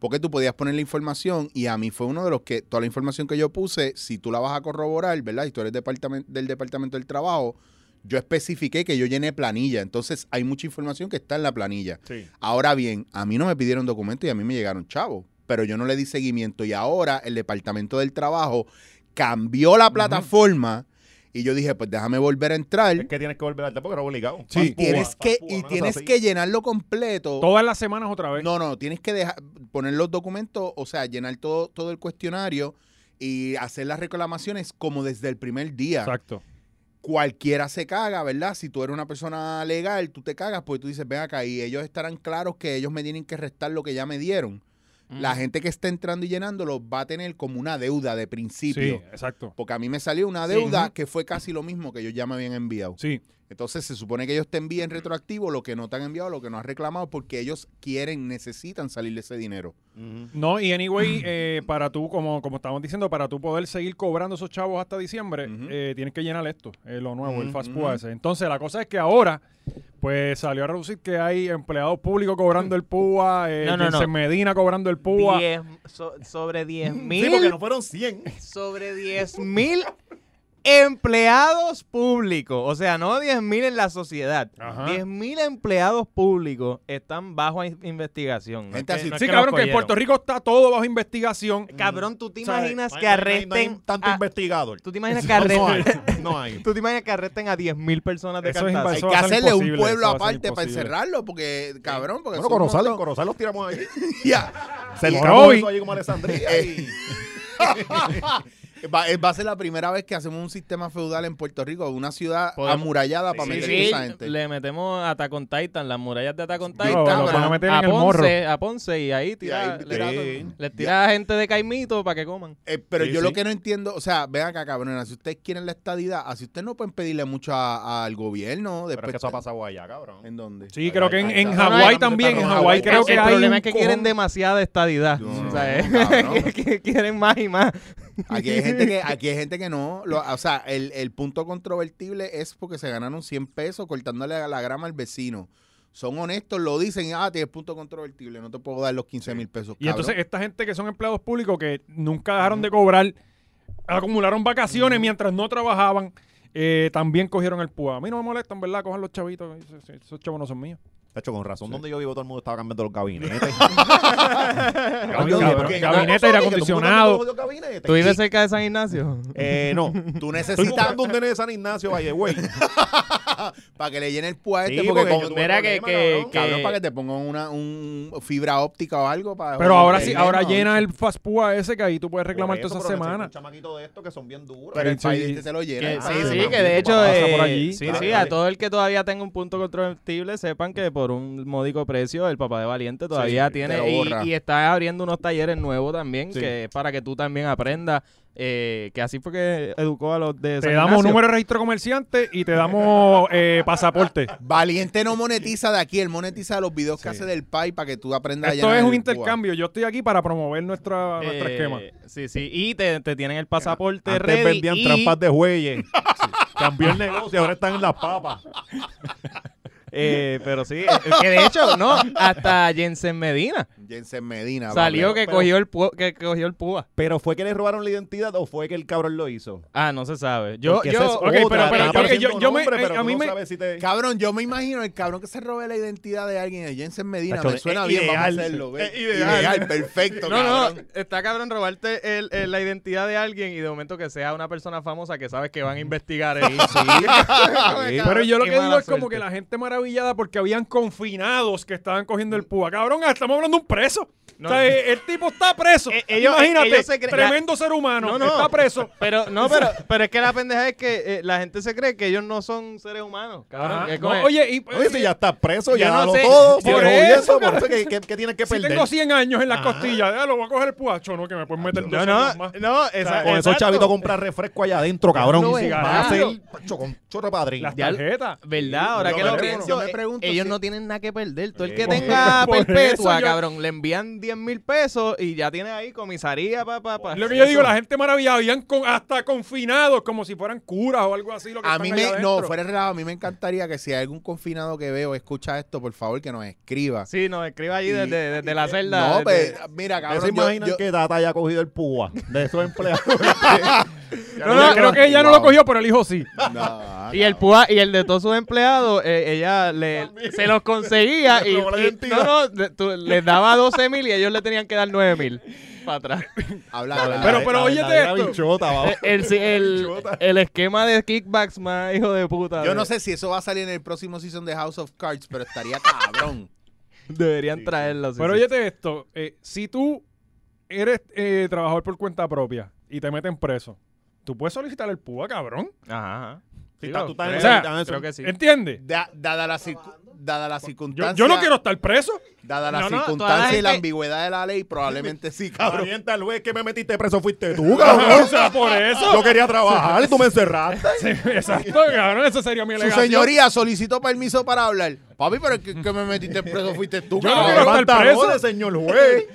A: porque tú podías poner la información y a mí fue uno de los que, toda la información que yo puse, si tú la vas a corroborar, ¿verdad? Y tú eres departamen- del Departamento del Trabajo, yo especifiqué que yo llené planilla, entonces hay mucha información que está en la planilla.
B: Sí.
A: Ahora bien, a mí no me pidieron documentos y a mí me llegaron chavos, pero yo no le di seguimiento y ahora el Departamento del Trabajo cambió la plataforma y yo dije, pues déjame volver a entrar.
B: Es que tienes que volver al porque era obligado.
C: Sí.
B: Más púa,
A: tienes
B: más
A: que
B: púa,
A: y
B: una cosa
A: tienes
B: así.
A: que llenarlo completo.
C: Todas las semanas otra vez.
A: No, no, tienes que dejar, poner los documentos, o sea, llenar todo, todo el cuestionario y hacer las reclamaciones como desde el primer día.
C: Exacto.
A: Cualquiera se caga, ¿verdad? Si tú eres una persona legal, tú te cagas, pues tú dices, ven acá y ellos estarán claros que ellos me tienen que restar lo que ya me dieron. La gente que está entrando y llenándolo va a tener como una deuda de principio.
C: Sí, exacto.
A: Porque a mí me salió una
C: Sí.
A: deuda
C: Ujú.
A: que fue casi lo mismo que ellos ya me habían enviado.
C: Sí.
A: Entonces se supone que ellos te envíen retroactivo lo que no te han enviado, lo que no has reclamado, porque ellos quieren, necesitan salir de ese dinero.
B: Ujú.
C: No, y anyway, eh, para tú, como, como estábamos diciendo, para tú poder seguir cobrando esos chavos hasta diciembre,
A: Ujú.
C: eh, tienes que llenar esto, eh, lo nuevo, el Fast
A: Ujú.
C: Pua ese. Entonces, la cosa es que ahora, pues salió a reducir que hay empleados públicos cobrando el PUA, eh,
D: No, no,
C: Jensen
D: no.
C: Medina cobrando el PUA.
D: Diez- so- sobre 10
B: Sí, porque no fueron 100.
D: sobre 10 mil empleados públicos, o sea, no 10 mil en la sociedad,
C: Ajá.
D: 10 mil empleados públicos están bajo in- investigación. No es
A: Gente
D: que-
A: así-
D: no es
C: Sí,
D: que
C: cabrón,
D: los
C: que en Puerto
D: cogieron. Mm.
C: Rico está todo bajo investigación.
D: Cabrón, tú te
B: O sea,
D: imaginas
B: no hay-
D: que
B: no hay-
D: arresten
B: no hay tanto
D: a-
B: investigador.
D: tú te imaginas que
B: No, no hay.
D: arresten
B: No hay.
D: tú te imaginas que arresten a 10 mil personas de
C: Eso es
D: cantazo.
A: Hay
C: Eso
A: que
C: va a ser
A: hacerle un
C: imposible,
A: pueblo
C: eso va a ser
A: aparte para
C: imposible.
A: encerrarlo, porque, cabrón, porque
B: Bueno,
A: son un
B: Corozal,
A: montón.
B: Corozal los tiramos ahí.
A: Ya. eh.
B: Cercamos
C: hoy.
B: eso allí como Alessandría y...
A: Va, eh, va a ser la primera vez que hacemos un sistema feudal en Puerto Rico, una ciudad
D: Podemos-
A: amurallada para
D: Sí,
A: meter
D: sí,
A: esa gente.
D: le metemos a Attack on Titan, las murallas de Attack on
A: No,
D: Titan.
A: lo van a
C: meter
D: a
C: en el
D: Ponce, a Ponce y ahí
A: Y
D: tira,
A: ahí-
D: le,
A: Sí.
D: le tira a gente de caimito para que coman.
A: Eh, pero
B: Sí,
A: yo
B: sí.
A: lo que no entiendo, o sea, vean acá, cabrona, si ustedes quieren la estadidad, así ustedes no pueden pedirle mucho a- al gobierno.
B: Pero
A: Después
B: es que eso ha pasado allá, cabrón.
A: ¿En dónde?
C: Sí, creo que en, en
A: No, no,
C: Hawái
B: no,
C: también.
B: no,
C: En
B: no, no,
C: Hawái
B: no,
C: creo
D: el
C: que hay.
D: problema
C: un
D: es que quieren
C: cojón-
D: demasiada estadidad.
A: No, no,
D: o sea, es-
A: cabrón.
D: que- que quieren más y más.
A: Aquí hay gente que, aquí hay gente que no. lo- o sea, el, el punto controvertible es porque se ganaron 100 pesos cortándole la grama al vecino. Son honestos, lo dicen, ah, tienes punto controvertible, no te puedo dar los 15 mil pesos.
C: Y entonces
A: cabrón.
C: esta gente que son empleados públicos que nunca dejaron de cobrar, acumularon vacaciones mientras no trabajaban, eh, también cogieron el PUA. A mí no me molestan, ¿verdad? Cojan los chavitos, esos- esos chavos no son míos.
B: De hecho, con razón, donde yo vivo todo el mundo estaba cambiando los gabinetes.
C: Cabrón,
B: porque-
C: Gabinete, aire acondicionado.
D: ¿Tú vives cerca de San Ignacio?
B: Eh, no.
A: tú
B: Estoy
A: necesitas,
B: buscando un nene de San Ignacio, by the way.
A: para que le llene el púa a este.
B: Sí,
A: porque,
B: porque
A: con-
B: yo tuve
D: Mira que,
B: problema,
D: que,
B: cabrón.
D: que-
A: cabrón, para que te pongan una un fibra óptica o algo. Para
C: Pero ahora sí,
A: Porque-
C: ahora
A: no,
C: llena el fast púa ese que ahí tú puedes reclamar
B: Por eso,
C: toda esa
B: pero necesito
C: semana.
B: Un chamaquito de estos que son bien duros.
A: Pero el
C: Sí,
A: país
C: sí.
A: este se lo llena.
D: que-
A: Ah,
D: sí,
B: ah,
D: sí,
B: sí,
D: que de hecho,
C: pasa por
D: eh,
C: allí.
D: sí,
B: Claro,
D: sí,
B: dale.
D: a todo el que todavía tenga un punto controvertible, sepan que por un módico precio el papá de Valiente todavía
A: te lo
D: tiene y,
A: borra.
D: y está abriendo unos talleres nuevos también,
B: Sí.
D: que es para que tú también aprendas, eh, que así fue que educó a los de
C: Te
D: San
C: damos
D: Ignacio.
C: número de registro comerciante y te damos eh, pasaporte.
A: Valiente no monetiza de aquí, él monetiza de los videos que hace del país para que tú aprendas a
C: Esto
A: llenar
C: es un
A: el púa.
C: intercambio. Yo estoy aquí para promover nuestra, nuestro
D: Eh,
C: esquema.
D: Sí, sí, y te, te tienen el pasaporte
B: Antes
D: ready
B: vendían
D: y-
B: trampas de jueyes. Sí. Cambió el negocio, ahora están en las papas.
D: eh, pero sí, eh, que de hecho, no, hasta Jensen Medina
A: Ah, Jensen Medina.
D: salió
A: papi.
D: que
B: pero-
D: cogió el pu- que cogió el púa.
B: Pero fue que le robaron la identidad o fue que el cabrón lo hizo.
D: Ah, no se sabe. Yo,
B: Porque
D: yo,
B: esa es
C: ok, pero-
B: otra,
C: pero-
B: están
C: ok, yo-
B: apareciendo
C: yo me-
B: nombres,
C: eh,
B: pero
C: a
B: tú
C: mí
B: no
C: me-
B: sabes si te-
A: Cabrón, yo me imagino el cabrón que se robe la identidad de alguien, el Jensen Medina.
B: Macho,
A: me suena
B: es
A: bien, vamos
B: ideal.
A: a hacerlo. ve.
B: Es ideal.
A: perfecto,
D: No,
A: cabrón.
D: no, está cabrón robarte el- el- la identidad de alguien y de momento que sea una persona famosa que sabes que van a investigar. Sí,
C: Pero yo lo que digo es como que la gente maravillada porque habían confinados que estaban cogiendo el púa. Cabrón, ah, estamos hablando de un preso.
D: No,
C: o sea,
D: no.
C: eh, el tipo está preso.
D: Eh, ellos-
C: Imagínate,
D: ellos se creen-
C: tremendo ser humano.
D: No, no.
C: Está preso.
D: Pero, no, pero, pero es que la pendeja es que eh, la gente se cree que ellos no son seres humanos, cabrón.
C: Ajá.
D: que
C: No,
D: coge-
C: oye, y, eh,
B: Oye, si ya estás preso,
D: Yo
B: ya
D: no
B: dalo
D: sé.
B: todo.
D: Por
B: si te jodí
C: eso,
B: eso, por eso que, que- que tienes que
C: si
B: perder.
C: tengo 100 años en las costillas, ya lo voy a coger el puacho, ¿no? Que me pueden meter dos
D: no,
C: años
D: no,
C: más.
D: no, esa-
B: Con esos
D: exacto.
B: chavitos comprar refresco allá adentro, cabrón.
D: No,
B: Vas
C: carajo.
B: a ser pacho, con chorro padrín.
C: Las tarjetas.
D: ¿Verdad? Ahora
A: Yo
D: que
A: me
D: lo
A: pre-
D: pienso,
A: yo me
D: eh,
A: pregunto
D: ellos
A: si-
D: no tienen nada que perder. Todo el que
B: Por-
D: tenga
C: por eso
D: perpetua,
C: yo-
D: cabrón, le envían 10 mil pesos y ya tiene ahí comisaría, papá, papá.
C: Lo que yo digo, la gente maravillada, habían con- hasta confinados como si fueran curas o algo así. Lo que
A: A
C: están
A: mí
C: allá
A: me, no,
C: adentro.
A: fuera de relajo, a mí me encantaría que si hay algún confinado que veo escucha esto, por favor que nos escriba.
D: Sí, nos escriba allí
A: Y-
D: desde, desde la celda.
A: No, pues,
D: desde-
A: pero mira,
B: ¿Ustedes
A: cabrón,
B: se
A: yo-
B: imaginan
A: yo-
B: que Tata haya cogido el púa de esos empleados?
C: No, no, creo que ella no lo
A: Wow.
C: cogió, pero el hijo sí.
A: No,
D: Y el PUA y el de todos sus empleados, eh, ella le, se los conseguía
B: Le
D: y,
B: robó la
D: y-
B: identidad.
D: no, no, le- tú- les daba 12 mil y ellos le tenían que dar 9 mil para atrás.
A: habla claro.
C: Pero- pero óyete
B: verdadera
C: esto.
B: bichota, va.
D: Eh, El, sí, el, el esquema de kickbacks más hijo de puta.
A: yo
D: de-
A: no sé si eso va a salir en el próximo season de House of Cards, pero estaría cabrón.
D: Deberían traerlo. sí,
C: Pero
D: sí.
C: óyete esto, eh, si tú eres eh, trabajador por cuenta propia y te meten preso, tú puedes solicitar el PUA, cabrón.
D: Ajá. ajá.
B: Si estás- tú estás en-
C: o sea,
B: en- en-
D: creo que sí.
C: ¿Entiendes?
A: Da- dada la circu- dada la
C: Yo,
A: circunstancia,
C: yo no quiero estar preso.
A: dada la
D: No, no, toda la
A: circunstancia y la
D: gente-
A: ambigüedad de la ley, probablemente sí, cabrón.
B: Orienta al juez que me metiste preso fuiste tú,
C: o
B: cabrón.
C: sea, por
B: Yo
C: eso.
B: quería trabajar y tú me encerraste.
C: Sí, Exacto, cabrón, esa sería mi
A: Su
C: alegación.
A: señoría solicitó permiso para hablar. Papi, pero que, que me metiste preso fuiste tú,
C: Yo no
A: cabrón.
C: quiero estar
B: Pantalones,
C: preso.
B: señor juez.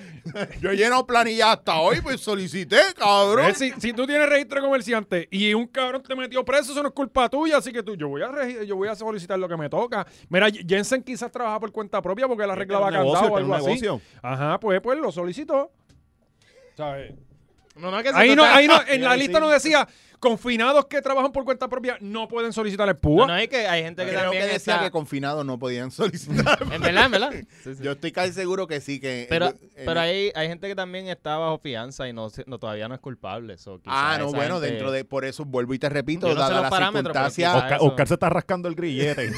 A: Yo he llenado planilla hasta hoy, pues solicité, cabrón.
C: Eh, si, si tú tienes registro de comerciante y un cabrón te metió preso, eso no es culpa tuya, así que tú, yo voy a regi- yo voy a solicitar lo que me toca. Mira, Jensen quizás trabaja por cuenta propia porque la regla
B: Este
C: va
B: es un negocio,
C: candado o
B: este es
C: algo
B: un
C: así.
B: negocio.
C: Ajá, pues, pues lo solicitó. ¿Sabes?
D: No, no, que si
C: Ahí
D: tú
C: no,
D: estás-
C: ahí no, en la
B: Sí,
C: lista
B: sí.
C: no decía confinados que trabajan por cuenta propia no pueden solicitar el
D: No,
C: PUA.
D: no, hay que hay gente que
A: Creo
D: también
A: que decía
D: está-
A: que confinados no podían solicitar.
D: En verdad, en verdad. Sí, sí.
A: Yo estoy casi seguro que sí, que... eh,
D: Pero,
A: en- en-
D: pero hay, hay gente que también está bajo fianza y no, se- no todavía no es culpable. so, quizás
A: Ah, no,
D: esa
A: bueno,
D: gente-
A: dentro de... Por eso vuelvo y te repito,
D: Yo no sé
A: dada
D: los
A: la
D: parámetros, pero
A: circunstancia...
D: quizás-
B: Oscar,
D: eso.
B: Oscar se está rascando el grillete.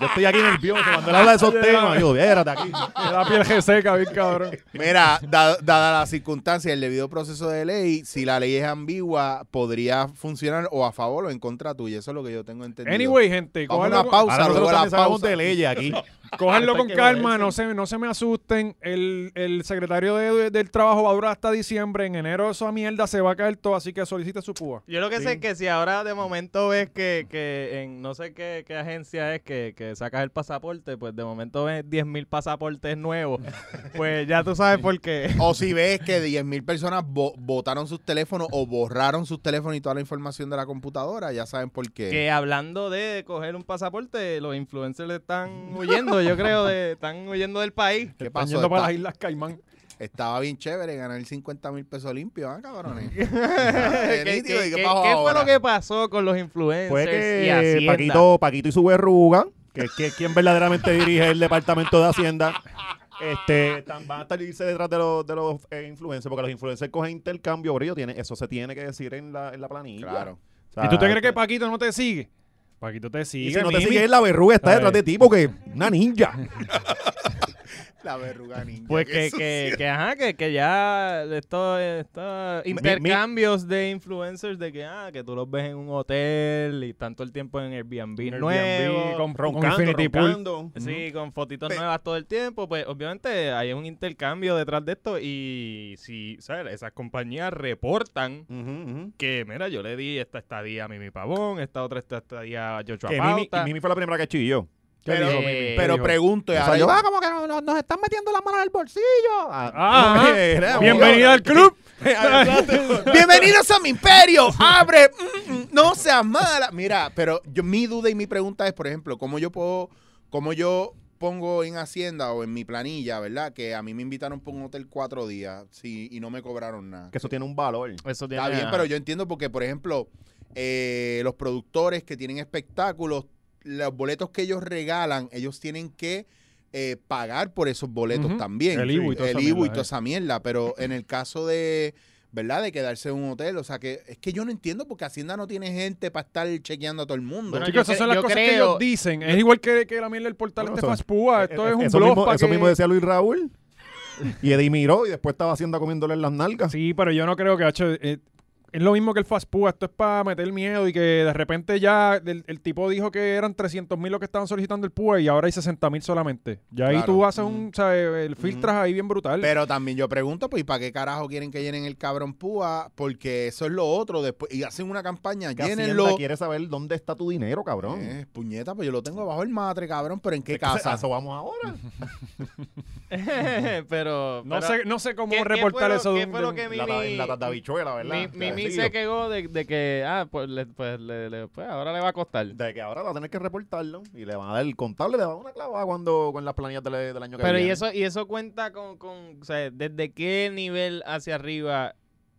B: yo, estoy aquí nervioso cuando él habla de esos temas. Yo, viérate aquí.
C: La piel reseca, bien cabrón.
A: Mira, da- dada la circunstancia y el debido proceso de ley, si la ley es ambigua, podría funcionar o a favor o en contra tuya. Eso es lo que yo tengo entendido.
C: Anyway, gente,
A: Vamos a
C: cójanlo
A: una
C: con,
A: pausa,
B: Ahora
A: luego
B: nosotros
A: la
B: también sabemos
A: pausa.
B: de leyes aquí. Esto
C: cójanlo
B: hay
C: con
B: que
C: calma,
B: joderse.
C: no se, no se me asusten. El, el secretario de- del trabajo va a durar hasta diciembre. En enero esa mierda se va a caer todo, así que solicite su PUA.
D: Yo lo que sé es que si ahora de momento ves que, que en no sé qué, qué agencia es que, que sacas el pasaporte, pues de momento ves 10.000 pasaportes nuevos, pues ya tú sabes por qué.
A: O si ves que 10.000 personas bo- botaron sus teléfonos o borraron sus teléfonos y toda la información de la computadora, ya saben por qué.
D: Que hablando de coger un pasaporte, los influencers están huyendo, yo creo, de, están huyendo del país.
A: ¿Qué
C: Están
A: pasó?
C: yendo para
A: Está-
C: las Islas Caimán.
A: Estaba bien chévere ganar 50 mil pesos limpios, ¿ah, cabrones?
D: ¿Qué,
A: ¿Qué,
D: qué-
A: nítido, ¿y
D: qué-
A: pasó
D: qué fue
A: ahora?
D: lo que pasó con los influencers
B: Fue
D: y
B: que
D: Hacienda?
B: Paquito, Paquito y su verruga, que es que quien verdaderamente dirige el departamento de Hacienda, este, tan- van a estar irse detrás de los, de los eh, influencers, porque los influencers cogen intercambio, pero ellos tienen- eso se tiene que decir en la, en la planilla.
A: Claro.
B: O sea,
C: ¿Y tú te crees que Paquito no te sigue? Paquito te sigue.
B: Y si no te
C: Mimi.
B: sigues, la verruga está
C: Ay.
B: detrás de ti porque una ninja.
A: La verruga ninja.
D: Pues
A: qué
D: que,
A: sucio.
D: que, que, ajá, que, que ya estos esto, intercambios de influencers de que, ah, que tú los ves en un hotel y tanto el tiempo en Airbnb,
C: Airbnb,
D: nuevo.
C: con- con
B: Roncando,
C: Infinity Pool.
B: roncando.
D: Sí, con fotitos
A: Pe-
D: nuevas todo el tiempo, pues obviamente hay un intercambio detrás de esto y si, ¿sabes? Esas compañías reportan
B: Ujú, ujú.
D: que, mira, yo le di esta estadía a Mimi Pavón, esta otra esta estadía a Joshua
B: Que Mimi,
D: Pauta.
B: y Mimi fue la primera que chilló.
A: Pero,
D: dijo Mimi?
A: pero
C: ¿Qué dijo?
A: pregunto, y
B: O sea,
A: ahora-
B: yo, ah, como que no- no- nos están metiendo las manos en el bolsillo. Ah,
C: Ah,
B: no,
C: ajá.
B: era,
C: Bienvenida al club.
A: Bienvenidos a mi imperio. Abre. mm, mm, no seas mala. Mira, pero yo, mi duda y mi pregunta es, por ejemplo, cómo yo puedo, cómo yo pongo en Hacienda o en mi planilla, ¿verdad? Que a mí me invitaron por un hotel cuatro días sí, y no me cobraron nada.
B: Que eso tiene un valor.
D: Eso tiene,
A: Está bien, pero yo entiendo porque, por ejemplo, eh, los productores que tienen espectáculos, los boletos que ellos regalan, ellos tienen que eh, pagar por esos boletos
C: Ujú.
A: también.
C: El IVU y
A: Sí.
C: toda esa
A: El IVU y
C: mierda,
A: toda
C: eh.
A: esa mierda. Pero en el caso de, ¿verdad? De quedarse en un hotel, o sea, que es que yo no entiendo porque Hacienda no tiene gente para estar chequeando a todo el mundo.
D: Bueno,
C: Chicos,
D: yo
C: esas
D: cre-
C: son las
D: yo
C: cosas que
D: creo-
C: ellos dicen. Es igual que, que la mierda del portal
B: Bueno,
C: este
B: eso- eh,
C: Fast Púa. Esto es un
B: E-, eso
C: blog
B: mismo,
C: pa'
B: eso
C: que-
B: mismo decía Luis Raúl. Y Eddie miró y después estaba haciendo comiéndole en las nalgas.
C: Sí, pero yo no creo que hacho, eh, es lo mismo que el Fast Púa. Esto es para meter miedo y que de repente ya el, el tipo dijo que eran 300 mil los que estaban solicitando el Púa y ahora hay 60 mil solamente. Ya ahí
A: Claro.
C: tú haces un, ¿sabes? El filtras ahí bien brutal.
A: Pero también yo pregunto, pues, ¿y para qué carajo quieren que llenen el cabrón púa? Porque eso es lo otro. Después, y hacen una campaña,
B: Que
A: llénenlo.
B: Hacienda quiere saber dónde está tu dinero, cabrón.
A: Eh, puñeta, pues yo lo tengo bajo el matre, cabrón, pero ¿en qué
B: O sea,
A: casa?
B: eso vamos ahora.
D: pero,
C: no,
D: pero-
C: sé, no sé cómo
D: ¿qué- qué fue
C: reportar
D: lo-
C: eso. de
D: qué
C: un-
D: fue
C: de
D: lo
C: un-
D: que
B: La, la,
D: Mimi-
B: la tardabichuela, ¿verdad?
D: Mi,
B: Ya,
D: Mimi
B: sí,
D: se
B: lo-
D: quejó de, de que, ah, pues, le- pues, le- le- pues, ahora le va a costar.
B: De que ahora va a tener que reportarlo y le van a dar el contable, le va a dar una clavada cuando con las planillas del, del año que
D: Pero
B: viene.
D: y eso y eso cuenta con, con o sea, desde qué nivel hacia arriba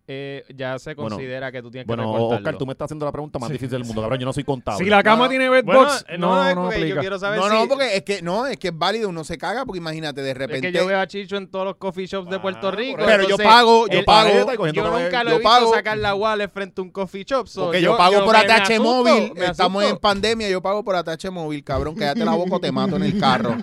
D: eh, ya se
B: Bueno,
D: considera que tú tienes que
B: Bueno,
D: reportarlo.
B: Oscar, tú me estás haciendo la pregunta más
C: Sí.
B: difícil del mundo, cabrón. Yo no soy contable.
C: Si la cama
A: No,
C: tiene
D: Bueno,
C: bedbox,
D: eh,
C: no, no,
D: es porque
C: aplica.
D: Yo quiero saber
A: No,
D: si-
A: no, porque es que no, es que es válido, uno se caga, porque imagínate, de
D: es
A: repente.
D: que yo veo a Chicho en todos los coffee shops de
B: Ah,
D: Puerto Rico.
A: pero yo
D: entonces,
A: pago, yo
D: el-
A: pago.
B: y cogiendo
D: Yo
B: la-
D: nunca lo
A: yo
D: he visto
A: pago.
D: sacar la wallet frente a un coffee shop. so
A: Porque yo, pago por
D: me-
A: ATH
D: me asusto,
A: móvil,
D: me
A: estamos en
D: asusto.
A: pandemia, yo pago por ATH móvil, cabrón, quédate la boca o te mato en el carro.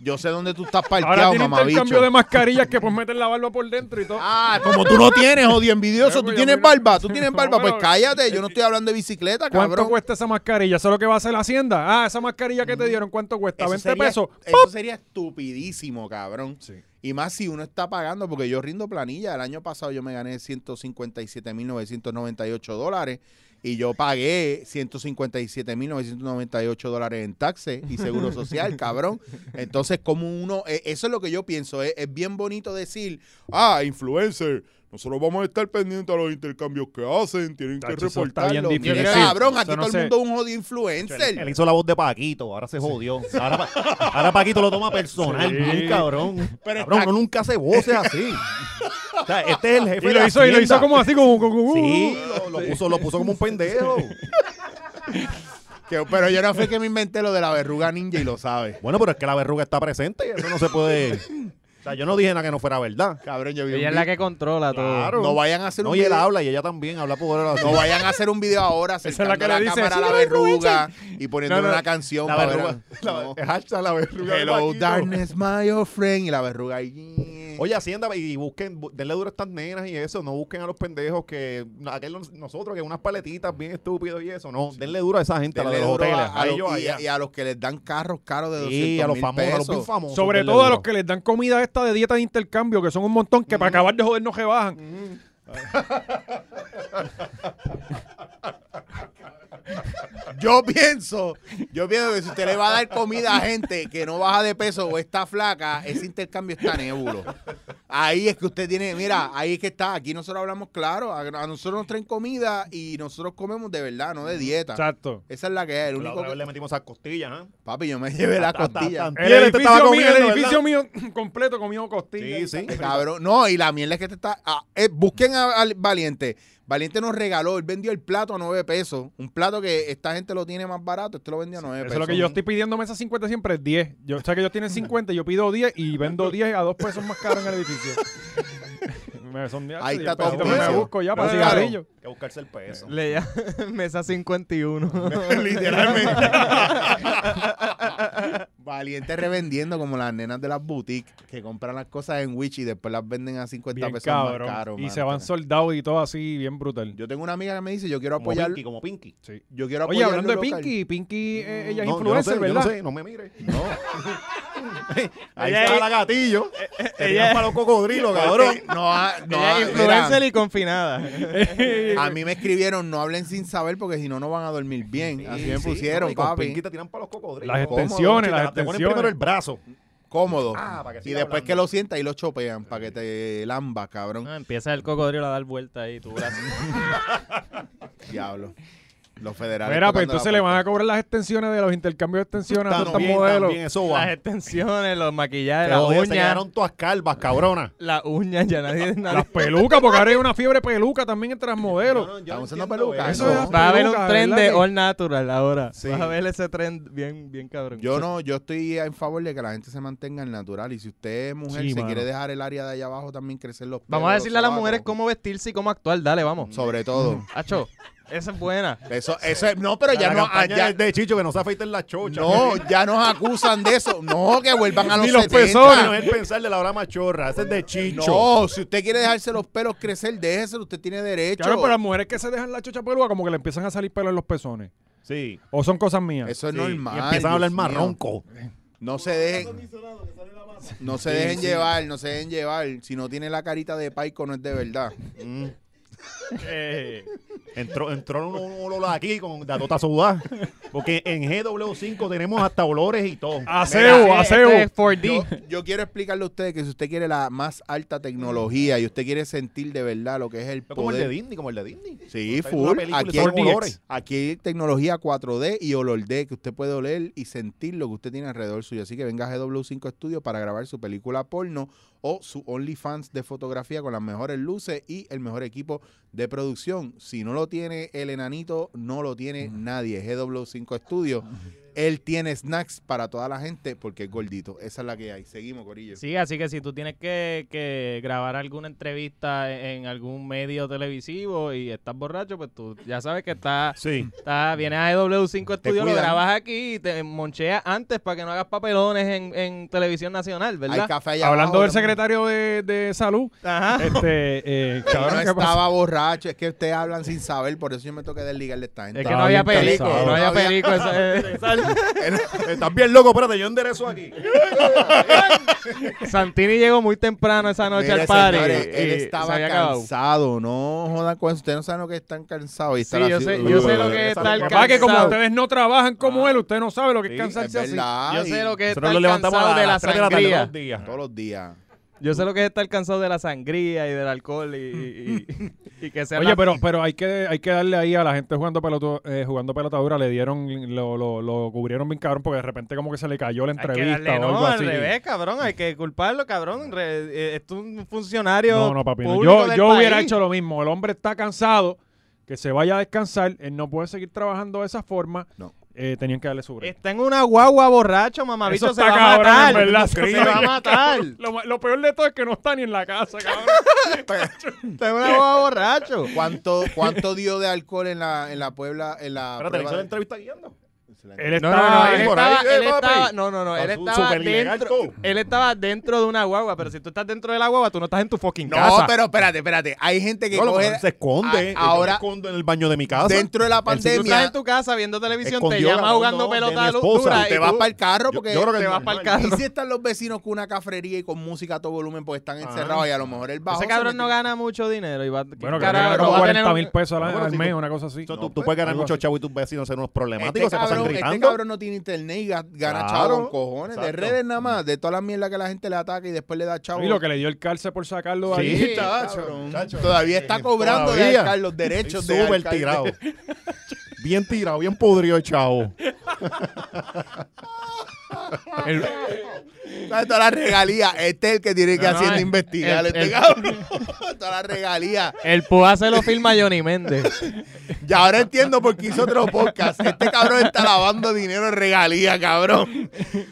A: Yo sé dónde tú estás
C: Ahora
A: parqueado,
C: tiene intercambio
A: mamabicho.
C: de mascarillas que pues meten la barba por dentro y todo.
A: Ah, como tú no tienes, odio envidioso,
C: Pero,
A: tú
C: pues,
A: tienes
C: yo mira-
A: barba, tú tienes barba,
C: No,
A: pues
C: pero-
A: cállate, yo no estoy hablando de bicicleta,
C: ¿Cuánto
A: cabrón.
C: cuesta esa mascarilla? ¿Eso es lo que va a hacer la Hacienda? Ah, esa mascarilla que te dieron, ¿cuánto cuesta? ¿20
A: sería,
C: pesos?
A: Eso sería estupidísimo, cabrón. Y más si uno está pagando, porque yo rindo planilla. El año pasado yo me gané 157.998 dólares y yo pagué 157.998 dólares en taxes y seguro social, cabrón. Entonces, como uno, eh, eso es lo que yo pienso. Es, es bien bonito decir, ah, influencer. Nosotros vamos a estar pendientes a los intercambios que hacen, tienen que
C: Tacho, eso está bien
A: reportarlo.
C: difícil.
A: Mira,
D: Sí,
A: Cabrón,
C: eso
A: aquí
C: no
A: todo el
C: sé.
A: mundo es un jodido influencer.
B: Él hizo la voz de Paquito, ahora se jodió. Ahora, Pa- ahora Paquito lo toma personal,
C: Sí.
B: bien cabrón.
A: Pero
B: cabrón,
A: está-
B: uno nunca se voces así. O sea, este es el jefe
C: Y
B: de
C: lo hizo, y lo
B: Hacienda.
C: hizo como así, como... como- como- uh,
B: Sí, lo, lo puso, lo puso como un pendejo.
A: Que- pero yo no fui que me inventé lo de la verruga ninja y lo sabe.
B: Bueno, pero es que la verruga está presente y eso no se puede... O sea, yo no dije nada que no fuera verdad.
A: Cabrón, yo vi un
D: Ella es la
A: vi-
D: que controla todo.
B: Claro.
A: No vayan a hacer
B: No,
A: un
B: y él
A: video.
B: habla y ella también habla por ahora.
A: No vayan a hacer un video ahora
C: es la
A: acercando la,
C: que le dice,
A: cámara a la
C: "Sí,
A: verruga y poniendo
B: No, no,
A: una canción
B: La
A: para
B: verruga.
A: ver a-
B: la-
A: No.
B: el hashtag la verruga. de
A: Hello
B: Paquito.
A: darkness my old friend y la verruga ahí.
B: Oye, Hacienda, y busquen, bu- denle duro a estas nenas y eso, no busquen a los pendejos que, aquel, nosotros, que unas paletitas bien estúpidos y eso, no, denle duro a esa gente, a la
A: Denle
B: de los
A: duro a-
B: hoteles,
A: a,
B: a
A: los-
B: ellos
A: y,
B: allá.
A: y a los que les dan carros caros de 200
B: Sí, a los
A: mil
B: famosos, a los bien
A: pesos.
B: famosos.
C: Sobre
B: denle
C: todo a
B: duro.
C: los que les dan comida esta de dieta de intercambio, que son un montón, que para acabar de joder no se bajan.
A: Yo pienso, yo pienso que si usted le va a dar comida a gente que no baja de peso o está flaca, ese intercambio está nebulo. Ahí es que usted tiene, mira, ahí es que está, aquí nosotros hablamos claro, a, a nosotros nos traen comida y nosotros comemos de verdad, no de dieta.
C: Exacto.
A: Esa es la que es, el
B: La
A: único
B: otra vez
A: que-
B: le metimos esas costillas, ¿eh?
A: Papi, yo me llevé la
B: Hasta- hasta-
A: costilla.
B: hasta-
C: El
B: Él te estaba
C: edificio mío, el
B: comiendo,
C: edificio mío completo comió costillas.
B: Sí, sí.
A: Eh, Cabrón, no, y la mierda es que te está. ah, eh, busquen a, al Valiente. Valiente nos regaló, él vendió el plato a 9 pesos. Un plato que esta gente lo tiene más barato, este lo vendió a 9
C: Eso
A: pesos.
C: es lo que yo estoy pidiéndome esas 50 siempre es 10. Yo, o sea que ellos tienen 50, yo pido 10 y vendo 10 a 2 pesos más caro en el edificio. me son
E: Ahí está tu
C: todo. Me
E: auspicio.
C: busco ya para
D: Búscalo.
C: cigarrillo.
B: Hay que buscarse el peso.
D: Le llaman Mesa 51.
A: Valiente revendiendo como las nenas de las boutiques que compran las cosas en Witch y después las venden a 50
C: Bien
A: pesos
C: cabrón.
A: más caro.
C: y
A: mano.
C: se van soldados y todo así, bien brutal.
A: Yo tengo una amiga que me dice, yo quiero
B: Como
A: apoyar.
B: Pinky, como Pinky.
C: Sí.
A: Yo quiero
C: Oye,
A: apoyar.
C: hablando de
A: lo local.
C: Pinky, Pinky, eh, ella es
B: No, yo
C: influencer,
B: no sé, yo
C: ¿verdad?
B: No, sé, no me mire. No. Ahí
D: Ella
B: está
D: es-
B: la gatillo.
C: eh,
B: Te tiran para los cocodrilos, cabrón.
A: Eh, No, ha- no,
D: Ella
A: ha-
C: Ah,
D: es
A: mira,
D: influencer y confinada.
A: a mí me escribieron, no hablen sin saber porque si no, no van a dormir bien. Así me
B: Sí,
A: pusieron,
B: no, y con
A: papi.
B: Pinky te tiran para los cocodrilos.
C: Las
B: Cómodo,
C: extensiones,
B: chica,
C: las
B: Te ponen
C: extensiones.
B: primero el brazo.
A: Cómodo.
B: Ah, para que
A: y
B: siga
A: después
B: hablando.
A: que lo sientas y lo chopean para que te lamba, cabrón.
D: No, Ah, empieza el cocodrilo a dar vuelta ahí, tu brazo.
A: Diablo. Los federales.
C: Mira, pues
A: tocando la
C: entonces le van a
A: puerta.
C: cobrar las extensiones de los intercambios de extensiones a todos estos
B: También,
C: modelos.
B: también, eso
D: Las
B: va.
D: extensiones, los maquillajes,
B: Te
D: las
B: odio,
D: uñas.
B: se quedaron todas calvas, cabrona.
D: Las uñas, ya nadie. nadie
C: Las pelucas, porque ahora hay una fiebre peluca también entre las modelos.
A: Estamos usando peluca.
C: eso.
A: No.
C: Eso es-
D: Va a haber un
C: pelucas,
D: tren
C: ¿verdad
D: de
C: que-
D: All Natural ahora.
A: Sí.
D: Vas a ver ese tren bien, bien cabrón.
A: Yo no, yo estoy en favor de que la gente se mantenga en natural. Y si usted es mujer,
C: Sí,
A: se
C: mano.
A: quiere dejar el área de allá abajo también crecer los
D: Vamos
A: pelos,
D: a
A: los
D: decirle a las
A: sobacos.
D: mujeres cómo vestirse y cómo actuar. Dale, vamos.
A: Sobre todo.
D: Hacho, esa es buena.
A: Eso, eso es. No, pero ya
B: Mm. la
A: no. ah,
B: campaña
A: ya-
B: es de Chicho que no se afeiten las chochas.
A: No, ya nos acusan de eso. No, que vuelvan a los,
C: Ni los
A: 70.
C: pezones,
B: No es el pensar de la hora machorra, ese es de Chicho.
A: No, si usted quiere dejarse los pelos crecer, déjeselo. Usted tiene derecho.
C: Claro, pero las mujeres que se dejan la chocha peluca, como que le empiezan a salir pelo en los pezones.
B: Sí.
C: O son cosas mías.
A: Eso es
B: sí.
A: normal.
B: Y empiezan a hablar
A: Dios
B: más
A: mío.
B: ronco.
A: No se dejen. No se dejen llevar, no se dejen llevar. Si no tiene la carita de paico, no es de verdad.
C: Eh.
B: Entró, entró un, un olor aquí con la tota sudada. Porque en GW5 tenemos hasta olores y todo.
C: Ah, Acebo, acebo.
D: Este es 4D.
A: Yo, yo quiero explicarle a ustedes que si usted quiere la más alta tecnología y usted quiere sentir de verdad lo que es el
B: Pero como el de
A: poder.
B: Disney, como el de Disney.
A: Sí,
B: Está en una
A: full.
B: película y
A: Aquí
B: son
A: hay,
B: olores.
A: aquí hay tecnología 4D y olor D que usted puede oler y sentir lo que usted tiene alrededor suyo. Así que venga a GW5 Studio para grabar su película porno o su OnlyFans de fotografía con las mejores luces y el mejor equipo de producción. Si no lo tiene el enanito, no lo tiene nadie. GW5 Studio. Él tiene snacks para toda la gente porque es gordito. Esa es la que hay. Seguimos, Corillo.
D: Sí, así que si tú tienes que, que grabar alguna entrevista en algún medio televisivo y estás borracho, pues tú ya sabes que está,
B: Sí.
D: está vienes a EW5 Studio, lo
A: cuidan.
D: grabas aquí y te moncheas antes para que no hagas papelones en, en televisión nacional,
A: Hay
D: ¿verdad?
A: café allá
C: Hablando
A: abajo
C: del
A: también.
C: secretario de, de salud,
D: Ajá.
C: este, eh, cabrón,
A: Yo
C: ¿qué
A: no
C: pasa?
A: estaba borracho, es que ustedes hablan sin saber, por eso yo me toqué desligar de esta gente.
D: Es que
C: Estaba
D: no había
C: bien
D: perico,
C: cansado.
D: no había
A: No había-
D: perico. esa- eh,
B: Estás bien loco, espérate, yo enderezo aquí.
D: Santini llegó muy temprano esa noche
A: Mire,
D: al party.
A: señores,
D: y
A: él
D: se
A: estaba
D: había acabado.
A: cansado, no jodan con eso. Ustedes no saben lo que están cansados. Y
D: Sí,
A: estar
D: yo
A: así,
D: sé, yo sé lo
A: uh,
D: que es estar
B: Papá,
C: Papá, Ah, que como
D: cansado.
C: ustedes no trabajan como él, usted no sabe lo que es
A: Ah. Es
C: cansarse así.
A: verdad.
D: Yo sé
A: y
D: lo que es
B: Nosotros
D: estar
B: lo levantamos
D: cansado
B: a
D: de la
B: las 3 de la tarde todos
D: sangría.
B: los días.
A: Todos los días.
D: Yo sé lo que es estar cansado de la sangría y del alcohol y, y- y- y que sea
C: Oye,
D: la-
C: pero, pero hay, que, hay que darle ahí a la gente jugando pelota, eh, jugando pelota dura, le dieron, lo, lo, lo cubrieron bien cabrón porque de repente como que se le cayó la
D: Hay que darle,
C: entrevista o algo
D: no, al
C: así.
D: revés, cabrón. Hay que culparlo, cabrón. Re- eh, es un funcionario
C: No, no, papi. no.
D: público
C: Yo,
D: del
C: yo hubiera
D: país.
C: hecho lo mismo. El hombre está cansado, que se vaya a descansar. Él no puede seguir trabajando de esa forma.
A: No.
C: Eh, tenían que darle su break.
D: Está en una guagua borracho, mamabicho.
C: Eso
D: Se
C: está
D: va
C: cabrón,
D: a matar.
C: en verdad,
D: se
C: sí.
D: va a matar.
C: Este, Lo, ma- lo peor de todo es que no está ni en la casa, cabrón.
D: Está en una guagua borracho.
A: ¿Cuánto, cuánto dio de alcohol en la, en la Puebla? En la
B: Espérate,
A: prueba
B: le hizo la
A: de-
B: entrevista guiando.
A: se la-
C: Él
D: No,
C: estaba
D: no, no, él
C: ahí.
B: por
D: estaba,
B: ahí,
D: él
B: eh, papi.
D: estaba- no, no, no, él
B: Está su-
D: estaba
B: superlegal
D: dentro,
B: todo.
D: él estaba dentro de una guagua, pero si tú estás dentro de la guagua, tú no estás en tu fucking
A: No,
D: casa.
A: pero espérate, espérate. Hay gente que
B: No, lo
A: coge-
B: mejor se
D: Ah,
B: esconde.
A: A-
B: Yo
A: ahora-
B: me escondo en el baño de mi casa.
A: dentro de la
D: Si tú estás en
A: pandemia.
D: tu casa viendo televisión, te
B: Escondió,
D: llama
B: cabrón,
D: jugando
B: no, de
D: pelota
B: mi
D: lu-
B: esposa.
D: dura
A: Te
D: y
A: vas
D: tú-
A: para el carro
B: Yo-
A: porque
B: yo creo que
D: te
B: es
D: vas para
B: normal.
D: el carro.
A: y si están los vecinos con una cafrería y con música a todo volumen porque están encerrados y a lo mejor el bajo.
D: Ese
A: se
D: cabrón
A: metió-
D: no gana mucho dinero y va, ¿qué
C: Bueno, que
D: carajo
C: era como
D: va a tener
C: 40
D: un-
C: mil pesos al,
B: No, pero
C: al
B: si
C: mes,
B: tú-
C: una cosa así.
B: Eso,
A: No,
B: tú, tú
A: pues,
B: puedes ganar
A: algo
B: mucho
A: así.
B: chavo y tus vecinos son unos
A: Este
B: problemáticos, se pasan
A: cabrón, este
B: gritando.
A: cabrón no tiene internet y ga- gana
B: Claro.
A: chavo con cojones de
B: Exacto.
A: redes nada más, de todas las mierdas que la gente le ataca y después le da chavo.
C: Y lo que le dio el cárcel por sacarlo de ahí.
A: Sí,
D: Sí,
A: chacho.
B: cabrón.
A: Todavía está cobrando de
B: Todavía.
A: alcalde los derechos de
B: Súper
A: alcalde.
B: tirado. Bien tirado, bien podrido, el chavo.
A: Todas las regalías. Este es el que tiene que
D: No, no,
A: hacer
D: el-
A: investigar.
D: el-
A: este
D: el-
A: cabrón. todas las regalías.
D: El Púa se lo firma Johnny Méndez.
E: Y ahora entiendo por qué hizo otro podcast. Este cabrón está lavando dinero en regalía, cabrón.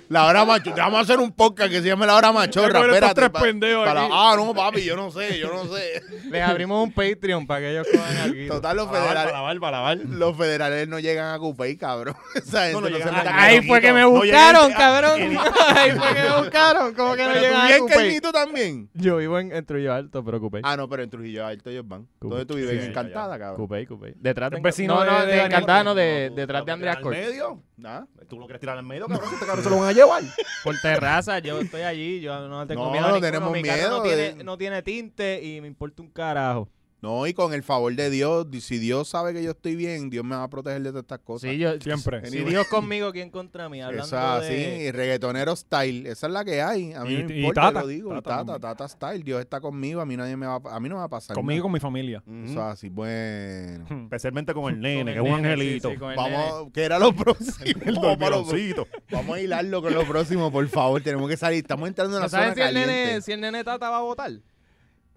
E: La hora machorra. Vamos a hacer un podcast que se llame La Hora Machorra.
C: Ya con estos
E: Espérate.
C: tres
E: pa-
C: pendejos
E: para-
C: aquí.
E: Ah, no, papi, yo no sé, yo no sé.
D: Les abrimos un Patreon para que ellos cojan aquí.
E: Total, los
B: Ah, Para
E: federales,
B: lavar, para lavar.
E: los federales no llegan a Cupay, cabrón. Esa gente
B: no
E: no, se
B: llegan
E: meta-
B: a-
D: Ahí fue que me
B: No
D: buscaron,
B: llegué-
D: cabrón. Ahí fue que me buscaron. ¿Cómo que no
E: Pero tú
D: llegan a
E: vives en
D: Coupey?
E: Caimito también.
D: Yo vivo en, en Trujillo Alto, pero Coupé.
E: Ah, no, pero en Trujillo Alto ellos van.
D: Cupey.
E: Entonces tú vives
B: Sí,
E: en encantada, cabrón.
D: Coupé, Coupé. Detrás de
C: Es vecino
D: No, no,
C: de-
D: de,
C: de Daniel.
D: Encantada, no, de-
B: No, tú
D: detrás
B: lo
D: de
B: quieres
D: Andreas
B: tirar
D: Cortés.
B: al medio?
E: Nada.
B: Tú lo quieres tirar al medio, cabrón. Este cabrón se lo van a llevar.
D: Por terraza, yo estoy allí, yo no tengo
E: No,
D: miedo. a
E: no
D: ninguno,
E: tenemos
D: mi carro
E: miedo
D: No
E: de-
D: tiene, no tiene tinte y me importa un carajo.
A: No, y con el favor de Dios, di- si Dios sabe que yo estoy bien, Dios me va a proteger de todas estas cosas.
D: Sí, yo,
C: Siempre.
D: Si Dios conmigo, ¿quién contra mí? Hablando
A: Esa,
D: de...
A: sí, reggaetonero style, esa es la que hay. A mí
C: Y-
A: no me
C: y
A: importa,
C: Tata.
A: lo digo,
C: Tata
A: tata, tata,
C: también.
A: style, Dios está conmigo, a mí nadie me va a, a mí no me va a pasar.
C: Conmigo Hmm. y con mi familia.
A: nada. Eso así, bueno.
B: Especialmente con el
D: Con
B: nene,
D: el
B: que es un
D: nene, sí,
B: angelito.
D: sí, con el nene.
E: Vamos, que era lo próximo.
B: El
E: Vamos, para lo próximo.
B: dormiloncito.
E: Vamos a hilarlo con lo próximo, por favor. Tenemos que salir. Estamos entrando en
D: ¿No
E: una
D: sabes
E: zona
D: si el, nene,
E: caliente.
D: si el nene Tata va a votar?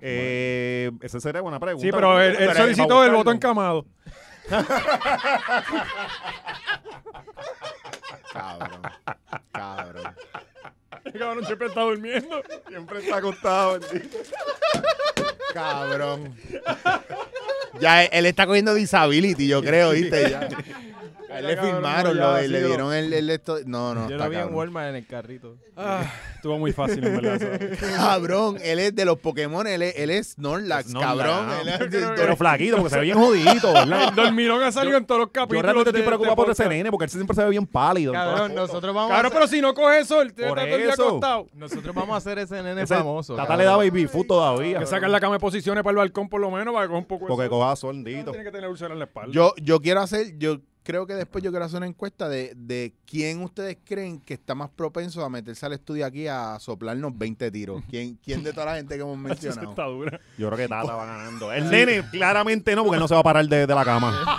B: Eh, esa sería buena pregunta.
C: Sí, pero él, él
B: Pero
C: solicitó
B: para
C: el
B: buscarlo.
C: voto encamado.
A: Cabrón. Cabrón.
C: Cabrón, siempre está durmiendo.
B: Siempre está acostado. bendito.
E: Cabrón. Ya, él- él está cogiendo disability, yo creo, ¿viste? Ya. A él le
C: Cabrón,
E: firmaron,
C: ya,
E: lo-
C: sí,
E: le
C: no.
E: dieron el, el esto. No, no.
D: Yo
A: está
D: lo vi en
A: cabrón.
D: Walmart en el carrito.
C: Estuvo muy fácil, en verdad. ¿sabes?
E: Cabrón, él es de los Pokémon, él es, él es Snorlax,
B: No,
E: cabrón.
B: no.
E: Él es-
B: Pero flaquito, porque se ve bien jodidito, ¿verdad?
C: El dormilón ha salido en todos los
B: Yo
C: capítulos.
B: realmente estoy
C: de-
B: preocupado
C: de
B: por
C: podcast.
B: ese nene, porque él siempre se ve bien pálido. en todas
D: Cabrón,
B: las fotos.
D: nosotros vamos
C: Cabrón,
D: a hacer,
C: pero si no coge sol, te
B: Por
C: está todo el día
B: eso.
C: acostado.
D: nosotros vamos a hacer ese nene
B: Ese-
D: famoso.
B: Tata
D: cabrón.
B: le da baby food todavía.
C: Que sacar la cama de posiciones para el balcón por lo menos para que coja un poco de
B: Porque
C: sol.
B: coja soldito.
C: Tiene que tener úlcera en la espalda.
A: Yo, yo quiero hacer, yo creo que después yo quiero hacer una encuesta de, de quién ustedes creen que está más propenso a meterse al estudio aquí a soplarnos 20 tiros. ¿Quién, quién de toda la gente que hemos
C: Esa
A: mencionado?
C: está dura.
B: Yo creo que Tata va ganando. El nene, claramente no, porque no se va a parar de, de la cama.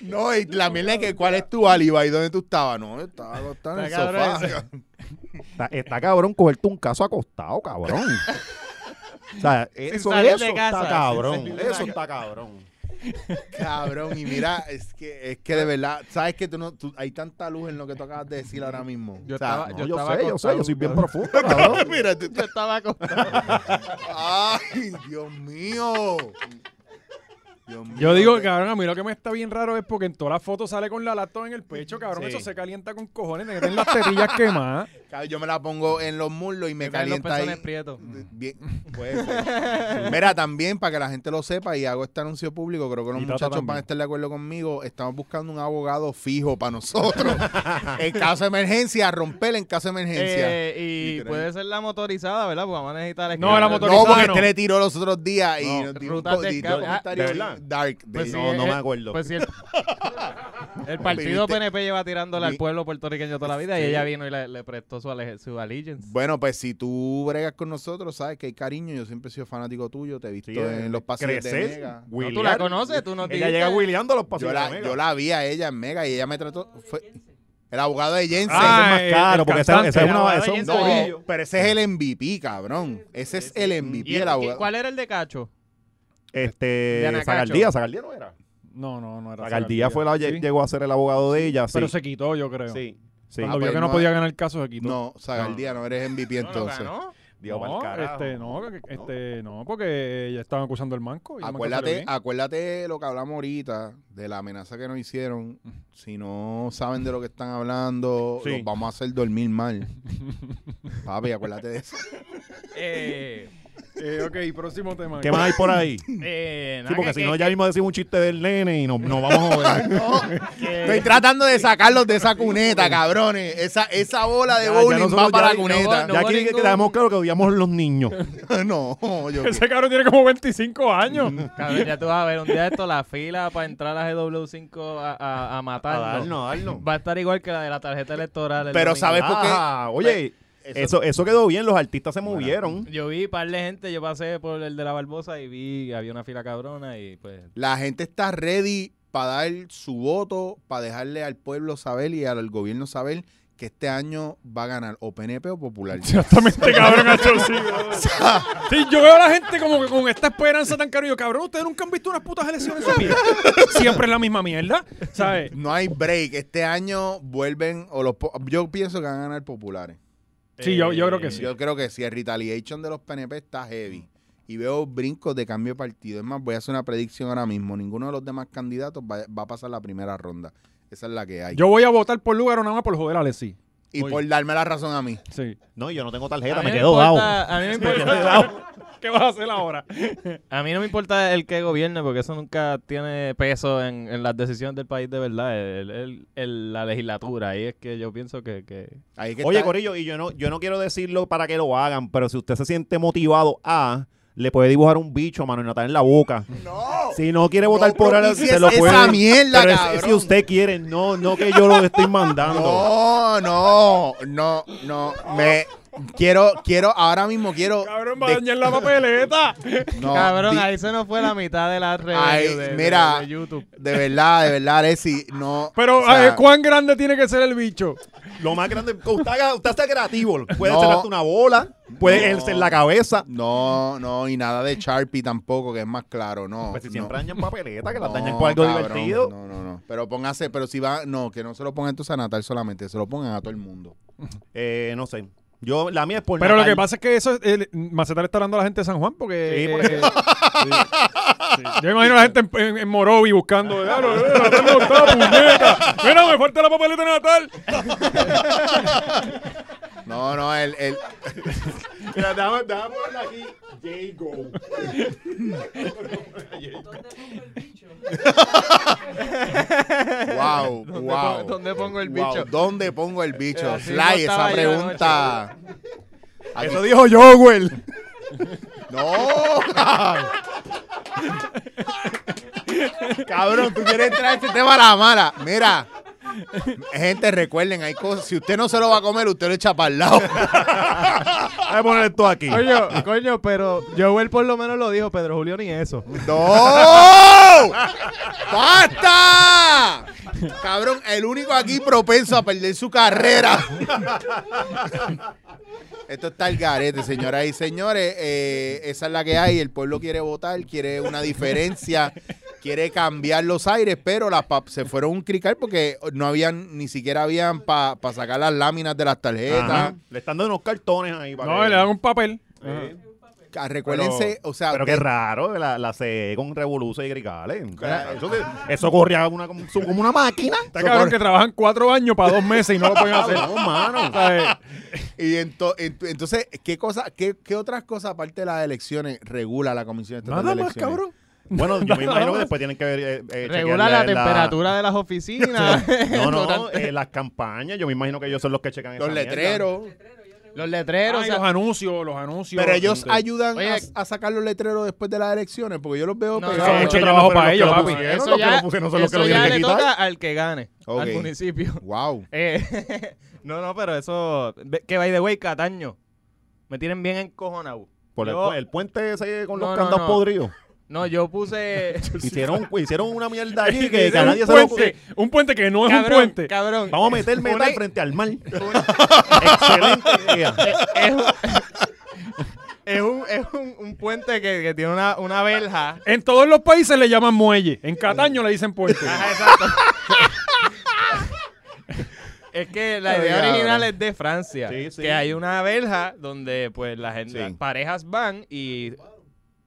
A: No, y la mierda es que cuál es tu alibi, dónde tú estabas. No, yo estaba acostado en el
D: Está cabrón
A: sofá.
B: Está, está cabrón cogerte un caso acostado, cabrón. O sea, eso,
D: salir
B: eso
D: de casa,
B: está
D: sin
B: cabrón.
D: salir de
B: Eso
D: casa.
B: está cabrón.
A: Cabrón, y mira, es que, es que de verdad, sabes que tú no, tú- hay tanta luz en lo que tú acabas de decir ahora mismo.
D: Yo
A: O sea,
D: estaba-
B: No,
A: no.
B: yo, sé,
D: estaba
B: yo sé, yo soy
D: acostado,
B: bien
D: cabrón.
B: profundo, cabrón.
A: Mira, tú-
D: Yo estaba acostado.
A: ay, Dios mío. Dios mío.
C: Yo digo, cabrón, a mí lo que me está bien raro es porque en todas las fotos sale con la laptop en el pecho, cabrón.
D: Sí.
C: Eso se calienta con cojones, te tienen las tetillas quemadas.
A: Cabrón, Yo me la pongo en los muslos y me
D: Caen los
A: calienta
D: pezones
A: ahí.
D: prietos.
A: Bien, puede ser. Mira, también para que la gente lo sepa y hago este anuncio público, creo que los
C: Y Tata
A: muchachos van
C: también.
A: a estar de acuerdo conmigo, estamos buscando un abogado fijo para nosotros. en caso de emergencia, romperle en caso de emergencia.
D: Eh, y
A: Literal.
D: puede ser la motorizada, ¿verdad? Pues vamos a necesitar
C: No, la
D: escalera.
A: no,
C: motorizada
A: porque
C: no.
A: este le tiró los otros días y
D: No,
A: nos dio un,
D: rutas
A: po-
D: de
A: dio
D: escape.
A: un
D: Ah,
A: comentario
B: ¿de verdad?
A: dark. de-
D: Pues sí,
B: No, no
D: eh,
B: me acuerdo.
D: Pues sí, el, el partido
A: Viniste-
D: PNP lleva tirándole al
A: Vi-
D: pueblo puertorriqueño toda la vida y
A: Sí.
D: ella vino y le, le prestó su, ale- su allegiance.
A: Bueno, pues si tú bregas con nosotros, sabes que hay cariño, yo siempre he sido fanático tuyo, te he visto
B: Sí, eh,
A: en los pasillos de
B: crecer,
A: Mega.
D: No,
B: William.
D: tú la conoces, tú no
B: Ella llega William a los pasillos
A: Yo
B: de
A: la,
B: Mega.
A: yo la vi a ella en Mega y ella me trató... fue- el abogado de Jensen.
C: Ah,
B: Ese
C: el-
B: es más caro,
C: el
B: porque ese-
C: cantante,
B: ese es
D: la
B: una-
D: abogada
B: ese es
D: de
B: un
D: Jensen.
B: corillo.
D: Corillo.
A: No, pero ese es el MVP, cabrón. Ese es el
D: ¿Y
A: MVP,
D: el-
A: el abogado.
D: ¿Cuál era el de Cacho? De
B: Este,
D: Ana
B: Zagaldía,
D: Cacho.
B: Zagaldía no era.
C: No, no, no era
B: Zagaldía
C: Zagardía.
B: fue la,
C: Sí.
B: llegó a ser el abogado de ella, sí.
C: Pero se quitó, yo creo.
B: sí. sí.
C: Cuando
A: Ah,
C: vio
A: pues
C: que no
A: no
C: podía
A: es-
C: ganar el caso, se quitó.
A: No, Zagaldía, no eres MVP
D: No, no
A: entonces.
D: ganó.
B: Dios, pa'l
C: no,
B: carajo.
C: este, no, que- que- este, no, porque ya estaban acusando al manco. y el manco salió
A: Acuérdate,
C: bien.
A: acuérdate lo que hablamos ahorita de la amenaza que nos hicieron. Si no saben de lo que están hablando,
B: Sí.
A: los vamos a hacer dormir mal. Papi, acuérdate de eso.
D: Eh,
C: Eh, ok, próximo tema.
B: ¿Qué más hay por ahí?
D: eh,
B: Sí,
D: nada,
B: porque
D: que-
B: si no,
D: que-
B: ya mismo decimos un chiste del nene y nos, nos vamos a joder.
D: que-
A: Estoy tratando de sacarlos de esa cuneta, cabrones. Esa, esa bola de
B: Ya- ya
A: bowling
B: nosotros
A: va para
B: ya-
A: la cuneta.
D: no
B: ya
D: hubo
B: aquí
D: ningún-
B: quedamos claro que odiamos los niños.
A: No, yo
C: Ese cabrón tiene como 25 años.
A: Mm.
D: Cabrón, ya tú vas a ver un día de esto la fila para entrar a GW5 a, a, a matarlo.
B: A darnos, a darnos.
D: Va a estar igual que la de la tarjeta electoral. el
A: Pero
D: domingo.
A: ¿sabes por qué?
B: Ah, oye, eso, eso quedó bien, los artistas se movieron.
D: Yo vi par de gente, yo pasé por el de la Barbosa y vi, había una fila cabrona y pues...
A: La gente está ready para dar su voto, para dejarle al pueblo saber y al gobierno saber que este año va a ganar o PNP o Popular.
C: Exactamente, cabrón, Nacho, sí, cabrón. Sí, yo veo a la gente como que con esta esperanza tan caro. Y yo, cabrón, ustedes nunca han visto unas putas elecciones en su vida. Siempre es la misma mierda, ¿sabes?
A: No hay break. Este año vuelven o los po- yo pienso que van a ganar populares.
C: Sí, yo, yo creo que sí.
A: Yo creo que sí, el retaliation de los PNP está heavy. Y veo brincos de cambio de partido. Es más, voy a hacer una predicción ahora mismo. Ninguno de los demás candidatos va, va a pasar la primera ronda. Esa es la que hay.
C: Yo voy a votar por lugar o nada más por joder a Alexi.
A: y por darme la razón a mí.
C: Sí.
B: No, yo no tengo tarjeta,
D: A
B: me
D: mí no
B: quedo dado.
D: importa- A mí, me importa-
C: ¿Qué vas a hacer ahora?
D: a mí no me importa el que gobierne, porque eso nunca tiene peso en, en las decisiones del país de verdad. el- el- el- la legislatura, ahí es que yo pienso que... que-
A: Ahí es que
B: Oye,
A: está-
B: Corillo, y yo no, yo no quiero decirlo para que lo hagan, pero si usted se siente motivado a, le puede dibujar un bicho a Manuel Natal en la boca.
E: No.
B: Si no quiere votar
E: No
B: por él,
E: propicies
B: se lo
E: esa
B: puede.
A: mierda,
B: pero es-
A: cabrón.
B: si usted quiere, no, no que yo lo estoy mandando.
A: No, no, no, no. Me quiero, quiero, ahora mismo quiero.
C: Cabrón, va a
A: de-
C: dañar la papeleta.
A: no,
D: Cabrón,
A: di-
D: ahí se nos fue la mitad de la red
A: Ay,
D: de, de-
A: mira.
D: de YouTube.
A: De verdad, de verdad, Alexi, no.
C: Pero,
A: o sea,
C: eh, ¿cuán grande tiene que ser el bicho?
B: Lo más grande, usted, haga- usted está creativo. Puede
A: No.
B: cerrarte una bola, puede
A: No.
B: ser la cabeza.
A: No, no, y nada de Sharpie tampoco, que es más claro, no.
B: Pues si
A: no.
B: siempre dañan papeleta, que las
A: No,
B: dañan por algo
A: cabrón,
B: divertido.
A: No, no, no. Pero póngase, pero si va, no, que no se lo pongan entonces a Natal solamente, se lo pongan a todo el mundo.
B: Eh, no sé. Yo, la mía es por
C: Pero lo
B: Natal.
C: que pasa es que eso es- el, Maceta le está hablando a la gente de San Juan porque.
B: Sí,
C: eh,
B: porque-
C: eh, sí. Yo imagino a la gente en, en, en Morovi buscando. "Ah, lo- eh, Natal no está, puñeta. Mira, me falta la papeleta de Natal.
A: No, no, el, el
B: Mira, déjame, déjame ponerla aquí. Diego.
A: wow,
D: ¿Dónde,
A: wow.
D: pongo, dónde pongo el
A: Wow,
D: bicho?
A: ¿Dónde pongo el bicho?
D: Así no
A: Sly,
D: estaba
A: esa
D: yo de
A: pregunta. Aquí-
B: Eso dijo yo, güey.
A: No, cabrón. Cabrón, tú quieres entrar a este tema a la mala. Mira, gente, recuerden, hay cosas. Si usted no se lo va a comer, usted lo echa para el lado.
B: Voy a poner esto aquí.
D: Coño, coño, pero Joel por lo menos lo dijo, Pedro Julio ni eso.
A: ¡No! ¡Basta! Cabrón, el único aquí propenso a perder su carrera. Esto está el garete, señoras y señores. Eh, esa es la que hay. El pueblo quiere votar, quiere una diferencia, quiere cambiar los aires, pero las pap- se fueron un crical porque no habían, ni siquiera habían para sacar las láminas de las tarjetas.
B: Ajá. Le están dando unos cartones ahí. para
C: No,
B: que-
C: le dan un papel.
A: Ca- Ah, Recuérdense, o sea,
B: Pero
A: de-
B: qué raro, la, la CE con Revoluce y Grigales. Eso, que- eso corría una, como su- como una máquina.
C: Está cabrón que trabajan cuatro años para dos meses y no lo pueden hacer. No, mano.
A: Y ento- ent- entonces, ¿qué, cosa, qué, qué otras cosas, aparte de las elecciones, regula la Comisión Estatal
C: Nada
A: de
C: más,
A: Elecciones?
C: cabrón.
B: Bueno, yo me imagino que
C: más.
B: después tienen que ver. eh, eh,
D: Regula
B: chequearle
D: la, temperatura de las oficinas.
B: No, no,
D: durante-
B: eh, las campañas. Yo me imagino que ellos son los que checan
A: Los
B: esa mierda.
A: letreros.
D: los letreros.
C: Ay,
D: o sea,
C: los anuncios, los anuncios. Este,
A: Pero ellos
C: Gente.
A: ayudan
D: Oye,
A: a, a sacar los letreros después de las elecciones, porque yo los veo
D: No,
B: Eso
C: Ah,
B: es
A: pegados.
C: mucho
B: que
C: trabajo
B: no fueron
C: para
B: los que
C: ellos,
B: lo
C: papi.
B: pusieron,
D: eso
B: los que
D: ya,
B: lo pusieron son los que
D: eso
B: lo
D: ya
B: tienen
D: le
B: que quitar.
D: toca al que gane,
A: Ok.
D: al municipio.
A: Wow.
D: Eh, no, no, pero eso. ve- Que by the way, Cataño. Me tienen bien encojonado.
B: Por el,
D: Yo-
B: pu- el puente ese con los
D: No, no,
B: candados
D: no.
B: podridos.
D: No, yo puse.
B: Hicieron, hicieron una mierda allí que, que
C: Ese
B: a
C: es
B: nadie
C: un
B: se lo
C: puente, un puente que no es un
D: cabrón,
C: puente.
D: Cabrón.
B: Vamos a meter metal
D: Una-
B: frente al mar. Excelente idea.
D: Es un, es un, es un- un puente que, que tiene una, una verja.
C: En todos los países le llaman muelle. En Cataño le dicen puente.
D: Ajá, exacto. es que la
A: Ay,
D: idea
A: cabrón.
D: original es de Francia.
B: Sí, sí.
D: Que hay una verja donde pues la gente,
A: Sí.
D: las parejas van y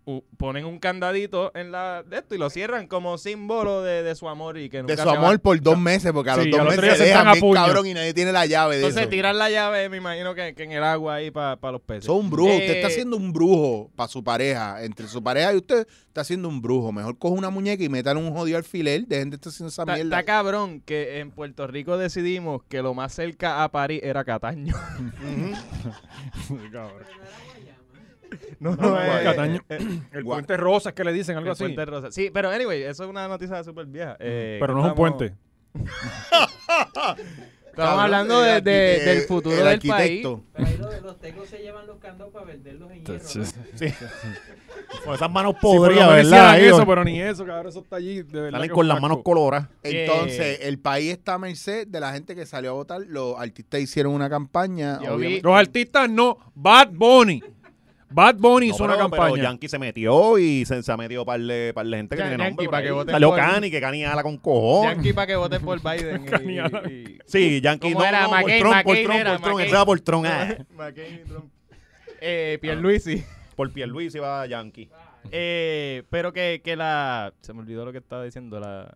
D: u- ponen un candadito en la de esto y lo cierran como símbolo de, de su amor y que nunca
A: De su
D: se van.
A: amor pues, por dos meses, porque a los
C: Sí,
A: dos
C: al otro día
A: meses se
C: se están
A: dejan
C: a
A: bien
C: puño.
A: cabrón y nadie tiene la llave de
D: Entonces
A: eso.
D: tiran la llave, me imagino que, que en el agua ahí para los peces.
A: Son un brujo. Usted
D: Eh,
A: está haciendo un brujo para su pareja. Entre su pareja y usted está haciendo un brujo. Mejor coge una muñeca y métale un jodido alfiler. Dejen de estar haciendo esa
D: Está
A: mierda.
D: está cabrón que en Puerto Rico decidimos que lo más cerca a París era Cataño. no, no, eh,
C: Cataño. El
A: Gua-
C: puente rosa es que le dicen algo
D: el
C: así.
D: Puente Rosa. Sí, pero anyway, eso es una noticia súper vieja. eh,
C: Pero no
D: que
C: es un
D: estamos-
C: puente.
D: Estamos hablando de-
A: el
D: de-
A: arquite-
D: del futuro
A: el
D: del
A: arquitecto.
F: Pero ahí los, los tecos se llevan los candados para venderlos en hierro.
D: Entonces,
F: ¿no?
B: Con esas manos
C: por lo
B: podridas,
C: menos
B: ¿verdad?
C: hicieran
B: Ahí,
C: eso,
B: o-
C: pero ni eso, cabrón, eso está allí. De verdad
B: Salen
C: que
B: con
C: es
B: las
C: un
B: manos
C: asco.
B: coloradas.
A: Entonces, el país está a merced de la gente que salió a votar. Los artistas hicieron una campaña.
D: Yo
A: obviamente.
D: vi-
C: Los artistas no, Bad Bunny. Bad Bunny
B: No,
C: hizo
B: pero-
C: una campaña.
B: Pero Yankee se metió y se, se ha metido par de, par de gente que
D: Ya-
B: tiene nombre.
D: Yankee,
B: por
D: para que
B: ahí.
D: voten
B: Salió
D: por-
B: Cani, que Cani ala con cojón.
D: Yankee para que voten por Biden. y- y- y-
B: Sí, Yankee
D: ¿Cómo
B: no,
D: era?
B: no, por
D: McCain,
B: Trump, por
D: McCain
B: Trump,
D: era,
B: por Trump,
D: McCain.
B: ese era por Trump, ah.
D: McCain y Trump. Eh, Pierluisi.
B: Por Pierluis iba Yankee.
D: Eh, pero que, que la... Se me olvidó lo que estaba diciendo la...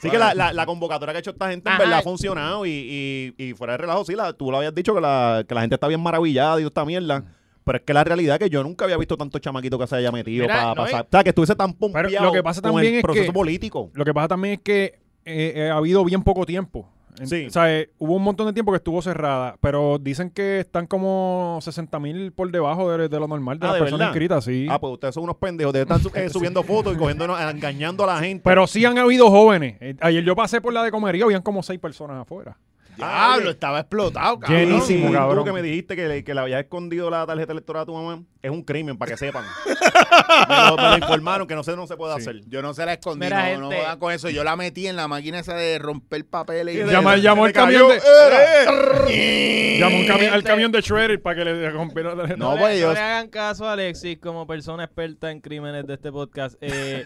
B: Sí que la, la, la convocatoria que ha hecho esta gente en
D: Ajá.
B: verdad ha funcionado y, y, y fuera de relajo, sí, la, tú lo habías dicho que la, que la gente está bien maravillada y toda esta mierda. Pero es que la realidad es que yo nunca había visto tanto chamaquito que se haya metido
D: Mira,
B: para
D: no,
B: pasar. O sea, que estuviese tan pompeado
C: lo que pasa
B: con
C: también
B: el
C: es
B: proceso
C: que-
B: político.
C: Lo que pasa también es que eh, eh, ha habido bien poco tiempo. En-
B: Sí.
C: O sea, eh, hubo un montón de tiempo que estuvo cerrada, pero dicen que están como 60 mil por debajo de, de lo normal de
B: Ah,
C: las
B: ¿de
C: personas
B: verdad?
C: inscritas, sí.
B: Ah, pues ustedes son unos pendejos. Ustedes están su- eh, subiendo fotos y cogiendo, engañando a la gente.
C: pero sí han habido jóvenes. Eh, Ayer yo pasé por la de comería, habían como seis personas afuera.
A: Diablo, estaba explotado, cabrón.
C: Llenísimo,
B: Y
C: cabrón.
B: Tú que me dijiste que le, que le habías escondido la tarjeta electoral a tu mamá, es un crimen, para que sepan. me, lo, me lo informaron que no se, no se puede hacer.
A: Yo no se la escondí,
D: Mira,
A: no, no
D: gente.
A: jodan con eso. Yo la metí en la máquina esa de romper papeles.
B: Y
A: Y
B: de-
C: Llama,
B: se
C: llamó
B: le
C: el camión
B: cayó. eh.
C: de, llamó un cami- al
D: Gente.
C: camión de Shredder para que le rompiera la
A: No,
D: No,
A: pues,
D: le,
A: yo-
D: no le hagan caso a Alexis como persona experta en crímenes de este podcast. Eh,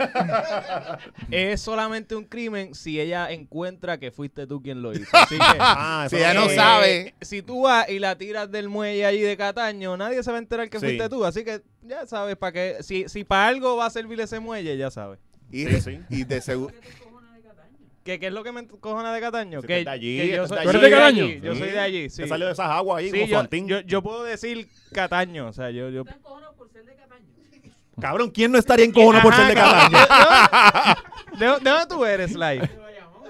D: es solamente un crimen si ella encuentra que fuiste tú quien lo hizo. Así que, eh,
B: Ah,
A: Si
B: eso
A: ella
B: no
A: no
B: es-
A: sabe.
D: Si tú vas y la tiras del muelle allí de Cataño, nadie se va a enterar que
B: Sí.
D: fuiste tú. Así que ya sabes, para que si, si para algo va a servir ese muelle, ya sabes.
A: Y,
B: Sí, sí.
A: y de seguro.
D: ¿Qué, qué es lo que me cojona de Cataño?
B: Si tú
D: que,
B: eres de allí,
D: que yo
B: tú
D: soy
B: eres
C: de
D: yo soy
C: Cataño.
D: allí, Yo
B: Sí.
D: soy de allí. Sí,
B: Te salió de esas aguas ahí,
D: Sí,
B: como
D: yo,
B: Fantín.
D: yo- yo puedo decir Cataño. O sea, yo, yo
F: Están cojonados por ser de Cataño.
B: Cabrón, ¿quién no estaría en cojona por ser de
D: Ajá,
B: Cataño?
D: Ah, ¿De, dó- de dónde tú eres, Sly? De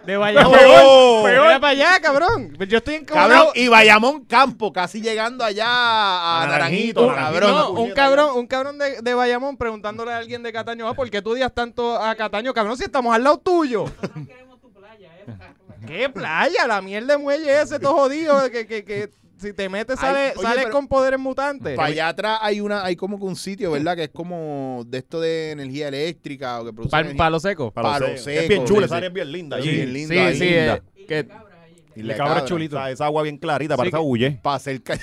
B: Peor,
D: Bayamón.
B: peor.
D: Mira para allá, cabrón. Yo estoy en
A: Cabrón, y Bayamón Campo, casi llegando allá a,
B: A
A: Naranjito,
B: Naranjito, Naranjito.
A: cabrón.
D: No, un cabrón, un cabrón de, de Bayamón preguntándole a alguien de Cataño, ah, ¿por qué tú odias tanto a Cataño, cabrón, si estamos al lado tuyo?
F: Nosotros no queremos Ah, tu playa, eh.
D: ¿Qué playa? La mierda de muelle ese, todo jodido, que, que, que si te metes
A: Ay,
D: sales,
A: oye,
D: sales
A: pero-
D: con poderes mutantes.
A: Para allá atrás hay una, hay como que un sitio, ¿verdad? Que es como de esto de energía eléctrica o que produce.
D: Pal-
A: energía.
D: palo seco.
A: Palo
B: Palo seco. Es
A: seco,
B: bien chula,
A: sí,
B: esa
A: sí.
B: área es bien linda.
A: Sí,
B: allí.
A: bien linda,
D: Sí,
A: ahí,
D: sí,
A: linda.
D: eh,
F: Y
D: que-
F: cabras ahí.
A: Y
B: Le
A: la
B: cabra
A: cabra.
B: chulito. O sea, esa agua bien clarita, parece huye.
A: Para hacer ca-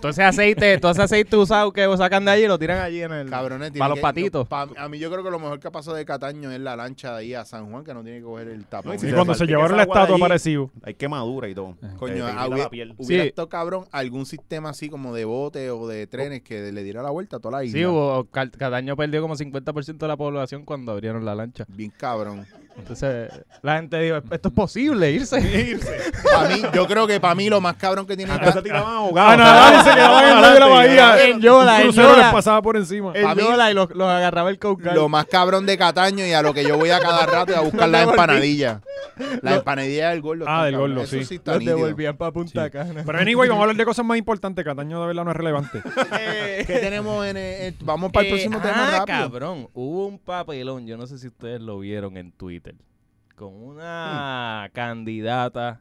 D: todo ese aceite, todo ese aceite usado que sacan de allí lo tiran allí en el...
A: cabrones. tiene
D: Para los
A: que-
D: patitos.
A: pa- a mí yo creo que lo mejor que ha pasado de Cataño es la lancha de ahí a San Juan, que no tiene que coger el tapón.
B: No, y si
C: Y
B: Sí,
C: cuando se
B: salpica esa
C: llevaron la
B: agua de
C: estatua
B: allí.
C: parecido.
B: Hay quemadura y todo.
A: Coño,
B: Eh, te quita
A: hubiera,
B: la piel.
A: hubiera
D: Sí.
A: estado cabrón algún sistema así como de bote o de trenes que le diera la vuelta a toda la isla.
D: Sí, hubo, Cal- Cataño perdió como 50% de la población cuando abrieron la lancha.
A: Bien cabrón.
D: Entonces la gente dijo, esto es posible, irse.
B: Irse.
A: Pa' mí, yo creo que para mí lo más cabrón que tiene
B: Antes se tiraban ahogados.
C: A nadar y ah, se quedaban en medio de la bahía.
D: En Yola,
C: Un
D: en
C: crucero
D: Yola.
C: les pasaba por encima.
E: Eh,
D: El
A: Pa' mí-
D: Yola y los, los agarraba el Caucal.
A: lo más cabrón de Cataño y a lo que yo voy a cada rato es a buscar la empanadilla. La empanadilla del gordo.
C: Ah,
A: está
C: del
A: cabrón.
C: gordo,
A: Eso
C: sí.
A: está
D: los
A: nítido.
D: devolvían para Punta Cana.
C: Pero anyway, vamos a hablar de cosas más importantes. Cataño de verdad no es relevante.
D: Eh,
A: ¿Qué tenemos en el, el- Vamos para el
D: eh,
A: próximo
D: ah,
A: tema rápido.
D: cabrón, hubo un papelón, yo no sé si ustedes lo vieron en Twitter, con una candidata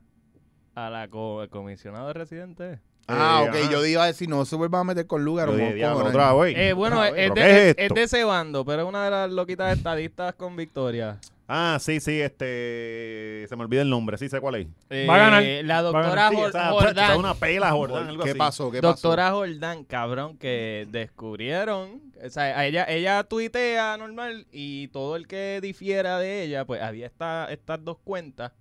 D: a la co- comisionada de residentes.
A: Ah,
B: Eh,
A: ok.
B: ajá.
A: Yo iba a decir, no se vuelvan a meter con lugar.
B: Pero,
A: vamos
B: eh,
A: con
B: diablo,
A: Orange.
B: otra vez.
D: Eh, bueno,
B: ¿Pero
D: es,
B: qué
D: de,
B: es
D: es
B: esto?
D: de ese bando, pero es una de las loquitas estadistas con victoria.
B: Ah, sí, sí, este. Se me olvida el nombre, sí sé cuál es.
D: Eh,
C: Va a ganar,
D: La
C: va a
D: doctora
C: ganar.
B: Sí, pues, esa-
D: Ah, Jor-
B: esa es
D: Jordán.
B: una pela, Jordán, algo
A: ¿Qué
B: así.
A: pasó? ¿Qué
D: Doctora Jordán, cabrón, que descubrieron, o sea, a ella, ella tuitea normal y todo el que difiera de ella, pues había esta- estas dos cuentas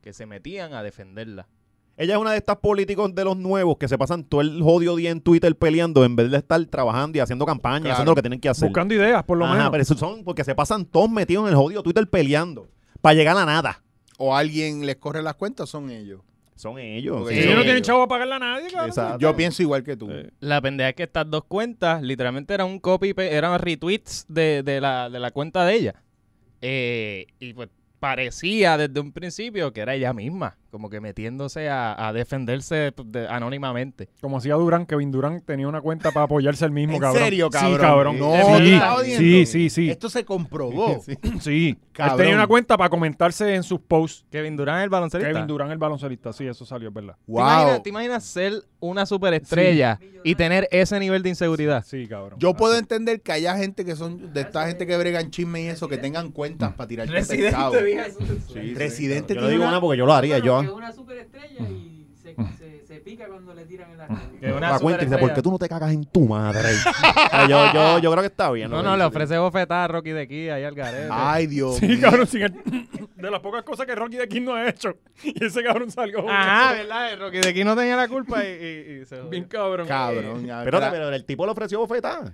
D: que se metían a defenderla.
B: Ella es una de estas políticos de los nuevos que se pasan todo el jodido día en Twitter peleando en vez de estar trabajando y haciendo campaña,
A: Claro.
B: haciendo lo que tienen que hacer.
C: Buscando ideas, por lo
B: Ajá,
C: menos.
B: pero esos son porque se pasan todos metidos en el jodido Twitter peleando para llegar a
A: pasó?
B: nada.
A: ¿O alguien les corre las cuentas? Son ellos.
B: Son ellos.
A: Porque
B: sí,
C: Si
B: son
C: ellos no tienen
B: ellos.
C: chavo a pagarle a nadie, cabrón.
B: Exacto.
A: Yo pienso igual que tú.
C: Eh.
D: La pendeja es que estas dos cuentas literalmente eran un copy, pe- eran retweets de, de la, de la cuenta de ella. Eh, y pues parecía desde un principio que era ella misma, como que metiéndose a, a defenderse pues, de- anónimamente.
C: Como hacía Durán, que Vin Durán tenía una cuenta para apoyarse el mismo,
E: ¿En
C: cabrón.
E: serio, cabrón?
C: Sí, cabrón.
E: No,
C: sí,
E: me está jodiendo.
C: sí, sí, sí.
E: Esto se comprobó.
C: Sí. Él
E: Cabrón.
C: tenía una cuenta para comentarse en sus posts.
D: Kevin Durán el baloncelista.
C: Kevin Durán, el baloncelista. Sí, eso salió, es verdad.
A: Wow.
D: ¿Te, imaginas, te imaginas ser una superestrella y tener ese nivel de inseguridad?
C: Sí, cabrón.
A: Yo puedo entender que haya gente que son de esta gente que bregan chisme y eso, que tengan cuentas para tirar pescado. Residente
B: Yo
A: tiene
B: le digo una porque yo lo haría,
F: Bueno,
B: yo.
F: que es una superestrella y se, se, se pica cuando le tiran en la radio.
D: Que una
B: La cuenta y dice,
D: superestrella-
B: ¿por qué tú no te cagas en tu madre? O sea, yo, yo, yo creo que está bien.
D: No,
B: lo
D: no,
B: que
D: le
B: dice.
D: ofrece bofetada a Rocky de aquí, ahí al garete.
A: Ay, Dios.
C: Sí,
A: mío.
C: cabrón. sin el- de las pocas cosas que Rocky de King no ha hecho. Y ese cabrón salió.
E: Ah.
D: Ajá, ¿verdad? El Rocky de aquí no tenía la culpa y, y- y se jodió.
C: Bien cabrón.
A: Cabrón. ya,
B: Pero,
A: espera.
B: pero el tipo le ofreció bofetada.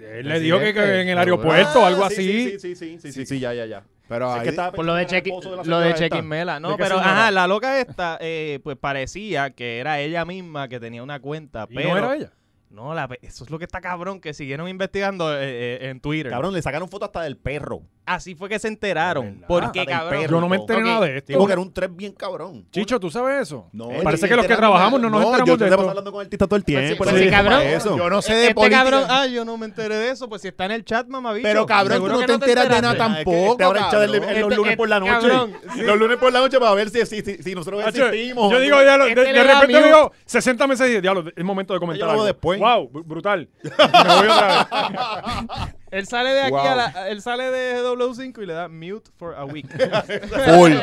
C: Él le dijo que, que en el
D: Ah,
C: aeropuerto o algo
B: Ah, sí, Sí,
C: así.
B: sí, sí, sí, sí, sí, sí, ya, ya, ya.
A: Pero
B: Es
A: ahí-
B: que estaba
D: Por lo de
B: pensando en el
D: Chequi-
B: esposo la
D: lo de
B: señora esta.
D: Chequismela.
C: ¿De
D: No,
C: qué
D: pero
C: señora?
D: ajá, la loca esta, eh, pues parecía que era ella misma que tenía una cuenta,
C: Y
D: pero
C: no era ella.
D: No, la pe- eso es lo que está cabrón, que siguieron investigando eh, eh, en Twitter.
B: Cabrón, le sacaron foto hasta del perro.
D: Así fue que se enteraron.
B: ¿Verdad? Hasta
D: Porque,
B: del
D: cabrón.
B: perro.
C: Yo no me enteré
D: Ok,
C: nada de
B: Digo que
C: esto.
B: era un tres bien cabrón.
C: Chicho, ¿tú sabes eso?
A: No,
B: Eh,
C: Parece
B: estoy
C: que los que
B: enterándome
C: trabajamos no
B: de-
C: nos
B: yo
C: enteramos de
B: te paso
C: esto.
B: hablando con artistas todo el tiempo.
D: Pues sí,
B: la gente
D: cabrón.
B: para eso.
A: yo no sé de
D: Este
A: política.
D: cabrón, ah, yo no me enteré de eso. Pues si está en el chat, mamá
A: Pero, cabrón, tú no te enteras de nada
B: Ah, es que
A: tampoco,
B: Te habrá echado el- el-
A: cabrón.
B: los
D: Este-
B: lunes por la
D: este
B: noche.
D: cabrón, sí.
B: Los lunes por la noche para ver si, si, si, si nosotros
C: Hacho,
B: existimos.
C: Yo digo, ya lo- de,
D: Este
C: de
D: le da
C: repente
D: mute.
C: digo, 60 meses de diablo, es momento de comentar
B: lo hago
C: algo.
B: después.
C: Wow, br- brutal. Me voy otra vez.
D: Él sale de aquí
A: Wow.
D: a la, él sale de W5 y le da mute for a week.
A: Full.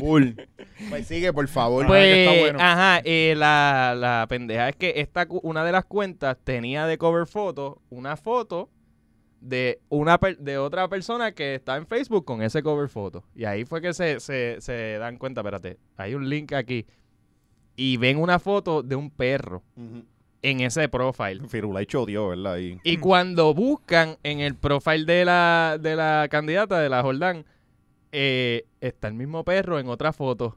A: Full. Pues sigue, por favor.
D: Pues,
C: está bueno.
D: ajá, eh, la, la pendeja es que esta, cu- una de las cuentas tenía de cover foto una foto de una per- de otra persona que está en Facebook con ese cover foto. Y ahí fue que se, se, se dan cuenta, espérate, hay un link aquí. Y ven una foto de un perro en ese profile.
B: Firula y chodió, ¿verdad? Ahí.
D: Y cuando buscan en el profile de la, de la candidata, de la Jordán, eh, está el mismo perro en otra foto.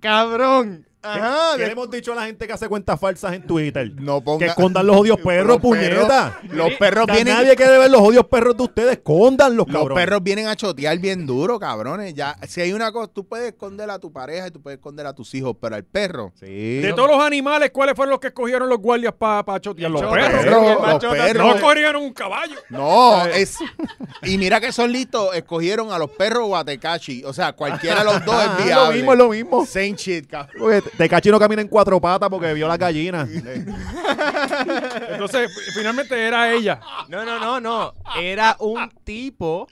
D: ¡Cabrón! Ajá,
B: ¿Qué le hemos dicho a la gente que hace cuentas falsas en Twitter?
A: No
B: Que
A: ponga.
B: escondan los odios perros,
A: Los perros-
B: puñeta.
A: Los perros
B: Ya
A: vienen.
B: Nadie quiere ver los odios perros de ustedes. Escóndanlos,
A: Los
B: cabrón.
A: perros vienen a chotear bien duro, cabrones. Ya, si hay una cosa, tú puedes esconder a tu pareja y tú puedes esconder a tus hijos, pero al perro.
B: Sí.
C: De todos los animales, ¿cuáles fueron los que escogieron los guardias para chotear? Los
D: Chotear.
C: perros.
D: Perro,
A: Los
D: macho,
A: perros.
C: No cogieron un caballo.
A: No, es. Y mira que son listos, escogieron a los perros o a Tekashi. O sea, cualquiera de los dos es
B: Es Ah, lo mismo, es
A: viable.
B: lo mismo.
A: Same shit, cabrón.
B: Porque Tecachi no camina en cuatro patas porque vio la gallina.
C: Entonces, f- finalmente era ella.
D: No, no, no, no. Era un tipo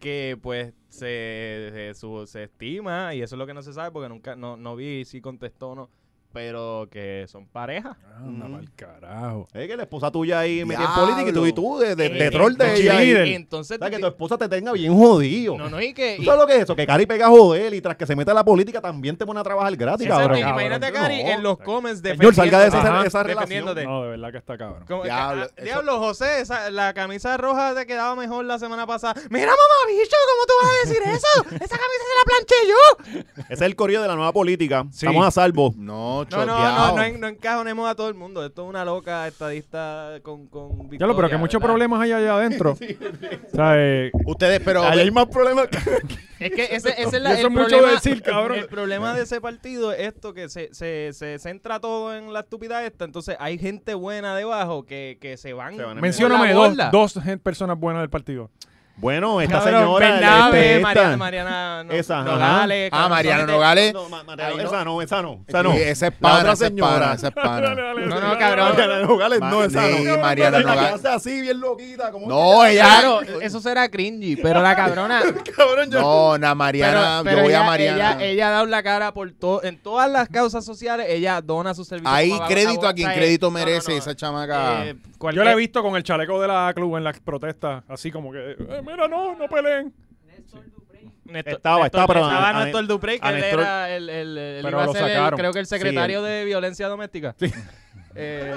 D: que pues se, se, su- se estima y eso es lo que no se sabe porque nunca no, no vi si contestó o no. Pero que son pareja.
C: Anda pa'l carajo.
B: Es que la esposa tuya ahí metida en política y tú,
A: Diablo.
B: y tú de, de, de
D: Eh,
B: troll de
C: de
B: ella. ahí.
C: cheerleader.
D: Entonces,
B: O sea, que
D: tú-
B: tu esposa te tenga bien jodido.
D: no, no, y que...
B: ¿Tú
D: y-
B: sabes lo que es eso? Que Cari pega a joder y tras que se mete a la política también te pone a trabajar gratis,
D: Exacto,
B: cabrón.
D: y imagínate a Cari
B: No.
D: en los comments de
B: Señor, salga de esa- esa
D: defendiéndote.
C: No, de verdad que está cabrón.
D: Como que, ah,
A: Diablo,
D: diablo,
A: eso-
D: José, esa- la camisa roja te quedaba mejor la semana pasada. Mira, mamá, bicho, ¿cómo tú vas a decir eso? Esa camisa se la planché yo.
B: Ese es el corrido de la nueva política. Estamos a salvo.
A: No,
D: No,
A: choteado.
D: no, no, no, en- no encajonemos a todo el mundo. Esto es una loca estadista con. con
C: Ya lo, pero que
D: victoria,
C: muchos
D: ¿verdad?
C: problemas hay allá adentro. O sea, eh,
A: Ustedes, pero.
B: Ahí hay más problemas.
D: Es que ese, ese es
C: Y
D: la,
C: eso
D: el,
C: es mucho
D: problema,
C: decir, cabrón.
D: el problema de ese partido es esto: que se, se, se centra todo en la estupidez esta. Entonces hay gente buena debajo que, que se van.
B: Se van a
C: mencióname
D: por la
C: dos,
D: borda.
C: dos gen- personas buenas del partido.
B: Bueno, esta
D: Cabrón,
B: señora.
A: este,
B: la-
D: Bernabe,
B: esta-
D: Mariana, Mariana no-
B: Esa, ajá.
D: Nogales,
A: Ah,
D: cabrón,
A: Mariano
D: gente-
A: Nogales.
B: No, ma- ma-
A: Ahí no.
B: esa no, esa no. Esa no.
A: Sí, esa es
B: La
A: pana,
B: otra
A: esa es pana,
B: señora.
A: esa es pana.
D: No, no, cabrón.
B: Mariana Nogales,
A: Ma-
B: no, esa
A: sí,
B: no.
A: Mariana
B: Pero la que
A: Nogales.
B: hace así, bien loquita. como-
A: No, ella.
D: Claro, eso será cringy, pero la cabrona.
B: Cabrón, yo.
A: No, na
D: pero,
A: Mariana,
D: pero
A: yo voy
D: ella,
A: a Mariana.
D: Ella, ella ha dado la cara por todo. En todas las causas sociales, ella dona su servicio.
A: Ahí
D: como abog-
A: crédito a
D: abogada,
A: quien
D: eh,
A: crédito
D: no, no,
A: merece
D: no,
A: esa chamaca. Pues
D: eh,
C: Yo
D: cualquier-
C: la he visto con el chaleco de la club en las protestas, así como que, eh, mira, no, no peleen.
F: Néstor Duprey.
D: Néstor-
B: Estaba, estaba,
D: Néstor-
B: pero
D: Estaba
B: a- a-
D: Néstor Duprey, que
B: a
D: él
B: Néstor-
D: era el. el, el- él
C: Pero
D: iba a
C: lo
D: ser el-
C: sacaron.
D: creo que el secretario de violencia doméstica. Eh,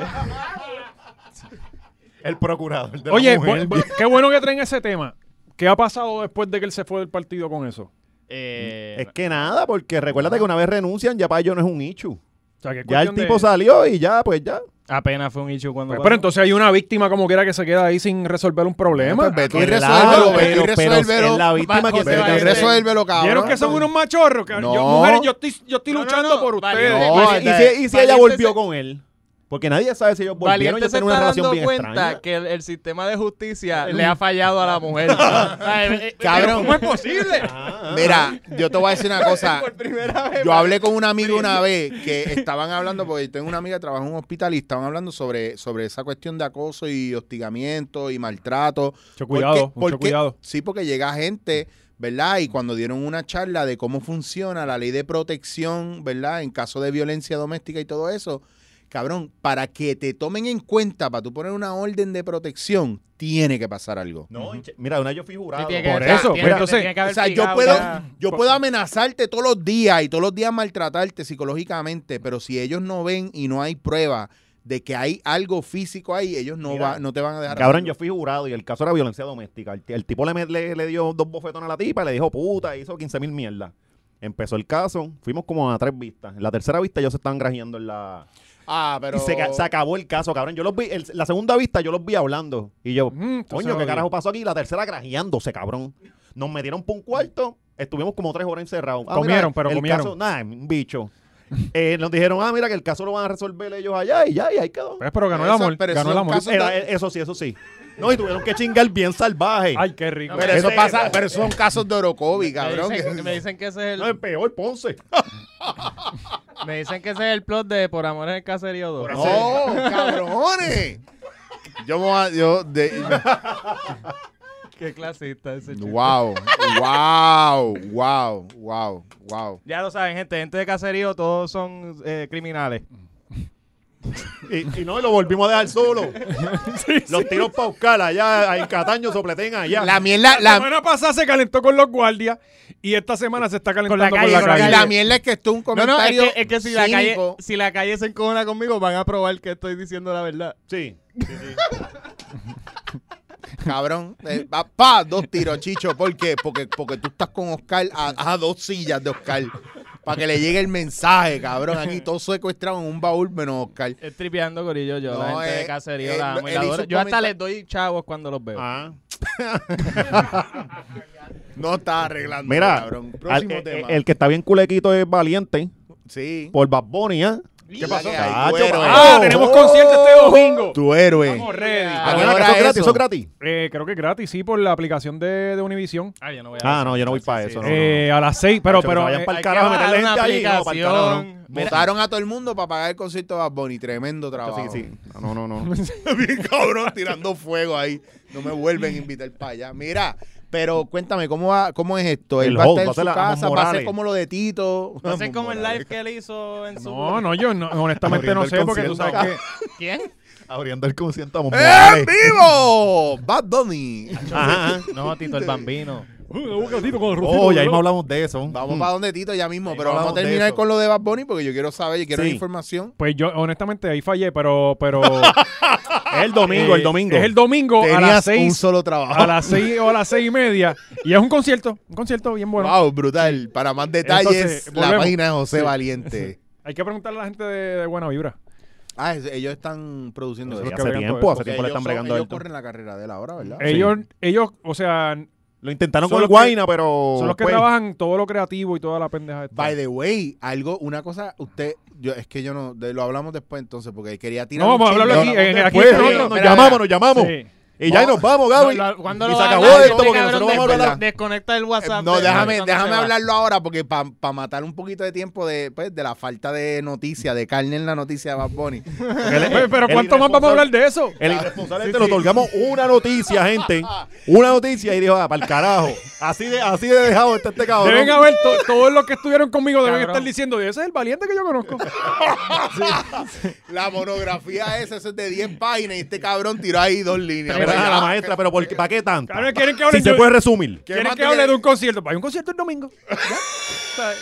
B: El procurador. de la
C: Oye,
B: mujer.
C: bu- bu- qué bueno que traen ese tema. ¿Qué ha pasado después de que él se fue del partido con eso?
D: eh,
B: Es que nada, porque recuérdate que una vez renuncian, ya para ellos no es un nicho.
D: o
C: sea, que es
B: Ya el
C: cuestión de-
B: tipo salió y ya, pues ya.
D: Apenas fue un issue cuando.
C: Pues,
D: pasó.
C: pero entonces hay una víctima como quiera que se queda ahí sin resolver un problema.
A: Pues vete y
B: Claro,
A: resuélvelo, vete y
B: pero- pero
A: resuélvelo.
B: es la víctima
A: Va,
B: que
A: vete
B: se va a
A: y
B: hacer.
A: resuélvelo, cabrón.
C: Vieron que son unos machorros, cabrón. Yo,
A: No.
C: mujeres, yo estoy, yo estoy
D: No, no,
C: luchando
D: no.
C: por
D: Vale,
C: ustedes.
A: no.
B: Pues, y si, y si ella
D: Valiente
B: volvió
D: se-
B: con él. Porque nadie sabe si ellos volvieron.
D: Valiente
B: Ellos
D: se
B: tienen
D: está
B: una relación
D: dando
B: bien
D: cuenta
B: extraña.
D: que el, el sistema de justicia le ha fallado a la mujer. eh,
A: Cabrón.
D: ¿Cómo es posible?
B: Ah.
A: Mira, yo te voy a decir una cosa.
D: Por primera vez.
A: Yo hablé con una amiga una vez que estaban hablando, porque tengo una amiga que trabaja en un hospital y estaban hablando sobre, sobre esa cuestión de acoso y hostigamiento y maltrato.
C: Mucho cuidado,
A: Porque-
C: mucho
A: porque-
C: cuidado.
A: Sí, porque llega gente, ¿verdad? Y cuando dieron una charla de cómo funciona la ley de protección, ¿verdad? En caso de violencia doméstica y todo eso, cabrón, para que te tomen en cuenta, para tú poner una orden de protección, tiene que pasar algo.
B: No, y che- mira, una yo fui
A: Ah,
B: jurado.
D: Tiene que-
C: Por
D: o sea,
C: eso,
D: tiene
C: pero
D: que-
C: entonces-
D: tiene que
A: O
D: haber
A: sea, yo
D: picado
A: puedo,
D: ya.
A: yo puedo amenazarte todos los días y todos los días maltratarte psicológicamente, pero si ellos no ven y no hay prueba de que hay algo físico ahí, ellos no,
B: Mira,
A: va, no te van a dejar.
B: Cabrón,
A: hacerlo.
B: yo fui jurado y el caso era violencia doméstica. El, el tipo le, me- le, le dio dos bofetones a la tipa, le dijo puta, hizo 15 mil mierdas. Empezó el caso, fuimos como a tres vistas. En la tercera vista ellos se estaban grajeando en la...
A: Ah, pero...
B: Y se, ca- se acabó el caso, cabrón. Yo los vi, el- la segunda vista yo los vi hablando. Y yo,
C: Mm, entonces
B: coño,
C: lo
B: ¿qué
C: vi.
B: carajo pasó aquí? Y la tercera grajeándose, cabrón. Nos metieron por un cuarto, estuvimos como tres horas encerrados. Ah,
C: Comieron,
B: mira,
C: pero
B: el
C: comieron.
B: caso- nah, un bicho. Eh, nos dijeron, ah, mira, que el caso lo van a resolver ellos allá y ya, y ahí quedó.
C: Pues, pero ganó
A: Eso,
C: el amor.
A: pero eso
C: ganó el
A: es
C: amor.
A: un caso-
B: Era- eh, eso sí, eso sí. No, y tuvieron que chingar bien salvaje.
C: Ay, qué rico.
A: Pero eso
B: Ese-
A: pasa, pero son casos de Orocovi,
D: Me
A: cabrón.
D: dicen, me dicen que ese es
B: No, es
D: el,
B: peor, Ponce.
D: me dicen que ese es el plot de Por Amor en el Caserío 2.
A: No, cabrones. Yo me voy a- yo de-
D: Qué clasista ese chico.
A: wow, wow, wow, wow, wow.
D: Ya lo saben, gente. Gente de Caserío, todos son eh, criminales.
B: Y, y no, y lo volvimos a dejar solo. los tiros pa' Oscar allá, en Cataño, sopleten allá.
A: La mierda,
C: La
A: la,
C: semana pasada se calentó con los guardias y esta semana se está calentando con la calle.
D: calle, con la
A: y
D: calle.
A: la mierda es que esto es un
D: No, no, es
A: comentario
D: que, es que si, la calle,
A: cínico.
D: si la calle se encojona conmigo, van a probar que estoy diciendo la verdad.
B: Sí.
A: Cabrón, eh, pa, pa, dos tiros, Chicho. ¿Por qué? Porque, porque tú estás con Oscar a, a dos sillas de Oscar. Para que le llegue el mensaje, cabrón. Aquí todo secuestrado en un baúl menos Oscar.
D: Es tripeando, Corillo. Yo, la
A: No,
D: gente
A: eh,
D: de Caserío,
A: eh,
D: la amo y
A: él
D: la
A: hizo
D: adoro.
A: un
D: Yo hasta
A: comentario-
D: les doy chavos cuando los veo.
B: Ah.
A: No está arreglando,
B: Mira,
A: cabrón.
B: al-
A: Próximo
B: eh, eh,
A: tema.
B: el, que está bien culequito es Valiente
A: sí.
B: por Bad Bunny, ¿eh?
A: ¿Qué pasó?
B: Cacho,
A: tu héroe.
B: mano.
C: Ah,
A: oh.
C: tenemos concierto este
B: oh.
C: domingo.
A: Tu héroe.
C: Estamos ready.
A: ¿A qué
B: Mira,
A: hora
B: que eso es
A: es
B: gratis,
A: eso?
B: eso es gratis.
C: Eh, creo que gratis, sí, por la aplicación de, de Univision.
D: Ah, yo no voy
B: Ah, no, yo no voy para eso. no, no, no.
C: Eh, A las seis, pero,
B: Cacho, que se
C: pero
B: vayan
C: eh,
B: pa'l
D: hay que
B: carajo,
D: bajar
B: meterle
D: una
B: gente ahí. No, pa'l carajo, no.
D: aplicación. Mira.
A: Votaron a todo el mundo para pagar el concierto de Bad Bunny. Tremendo trabajo.
B: Sí, sí. No, no, no.
A: Bien cabrón, tirando fuego ahí. No me vuelven a invitar para allá. Mira, pero cuéntame, ¿cómo, va, cómo es esto?
B: El
A: ¿Él va a
B: host,
A: estar en su
B: va a ser la-
A: casa?
B: Amos
A: ¿Va a ser
B: Morales.
A: como lo de Tito?
D: No sé cómo el
A: Amos
D: live que él hizo en su.
C: No, no, yo no- honestamente no
B: Abriendo
C: sé
B: el
C: porque tú
B: concierto.
C: sabes que...
D: ¿Quién?
B: Abriendo el concierto a Mon
A: ¡En
B: Morales.
A: vivo! Bad Bunny.
B: Ajá, ajá.
D: No, Tito el Bambino.
B: Oh, ya mismo hablamos de eso.
A: Vamos para donde Tito ya mismo, pero
B: hablamos
A: vamos a
B: de
A: terminar
B: eso.
A: con lo de Bad Bunny porque yo quiero saber, yo quiero
B: Sí.
A: la información.
C: Pues yo, honestamente, ahí fallé, pero... pero
B: Es Mm. el domingo, el domingo.
C: Eh, Es el domingo a las
A: Tenías un
C: seis.
A: solo trabajo.
C: A las seis o a las seis y media. Y es un concierto, un concierto bien bueno.
A: Wow, brutal. Para más detalles,
C: Entonces,
A: la
C: volvemos.
A: página de José Valiente.
C: Hay que preguntarle a la gente de, de Buena Vibra.
A: Ah, es- ellos están produciendo
C: Nosotros
A: eso.
C: que
B: Hace
C: bregan
B: tiempo,
C: todo
B: hace
A: Porque
B: tiempo le están
A: ellos son-
B: bregando
A: ellos
B: alto.
A: corren la carrera de él ahora, ¿verdad?
C: Ellos, ellos, o sea,
B: Lo intentaron
C: son
B: con el
C: los que-
B: Guaina, pero.
C: son los que
B: pues,
C: trabajan todo lo creativo y toda la pendeja. esta.
A: By the way, algo, una cosa, usted, yo, es que yo no, de- lo hablamos después entonces, porque quería tirar.
C: No,
A: un
C: vamos a hablarlo
A: chisme.
C: aquí,
A: No, no,
C: en- aquí
B: Pues,
C: entre
B: sí,
C: nosotros.
B: nos
A: Espera,
B: llamamos, nos llamamos.
C: Sí.
B: Y ya nos vamos, Gaby.
D: No, lo- ¿Cuándo
B: y
D: Ah, lo
B: se
D: vas a
B: acabó
D: hablar?
B: esto
D: Este
B: porque
D: cabrón
B: nosotros vamos a
D: des-
B: hablar.
D: Desconecta el WhatsApp.
A: No,
D: de-
A: déjame,
D: ¿cuándo se
A: déjame
D: va?
A: hablarlo ahora porque para matar un poquito de tiempo de, pues, de la falta de noticia, de carne en la noticia de Bad Bunny.
C: Pero, pero ¿cuánto más vamos a hablar de eso?
B: El irresponsable este le otorgamos una noticia, gente. Una noticia y dijo, ah, para el carajo. Así de, así de dejado está este cabrón.
C: Deben haber, to- todos los que estuvieron conmigo deben
D: Cabrón.
C: estar diciendo, ese es el valiente que yo conozco.
A: La monografía esa, eso es de 10 páginas y este cabrón tiró ahí dos líneas.
B: Pero,
A: Mira,
B: ah, la maestra, pero ¿por qué, ¿para qué tanto?
C: Cabrón, quieren que
B: Si
C: hable
B: se puede resumir.
A: ¿Qué
C: ¿Quieren
A: más
C: que
A: tú
C: hable
A: quieres?
C: de un concierto? Hay un concierto el domingo. ¿Ya? O sea,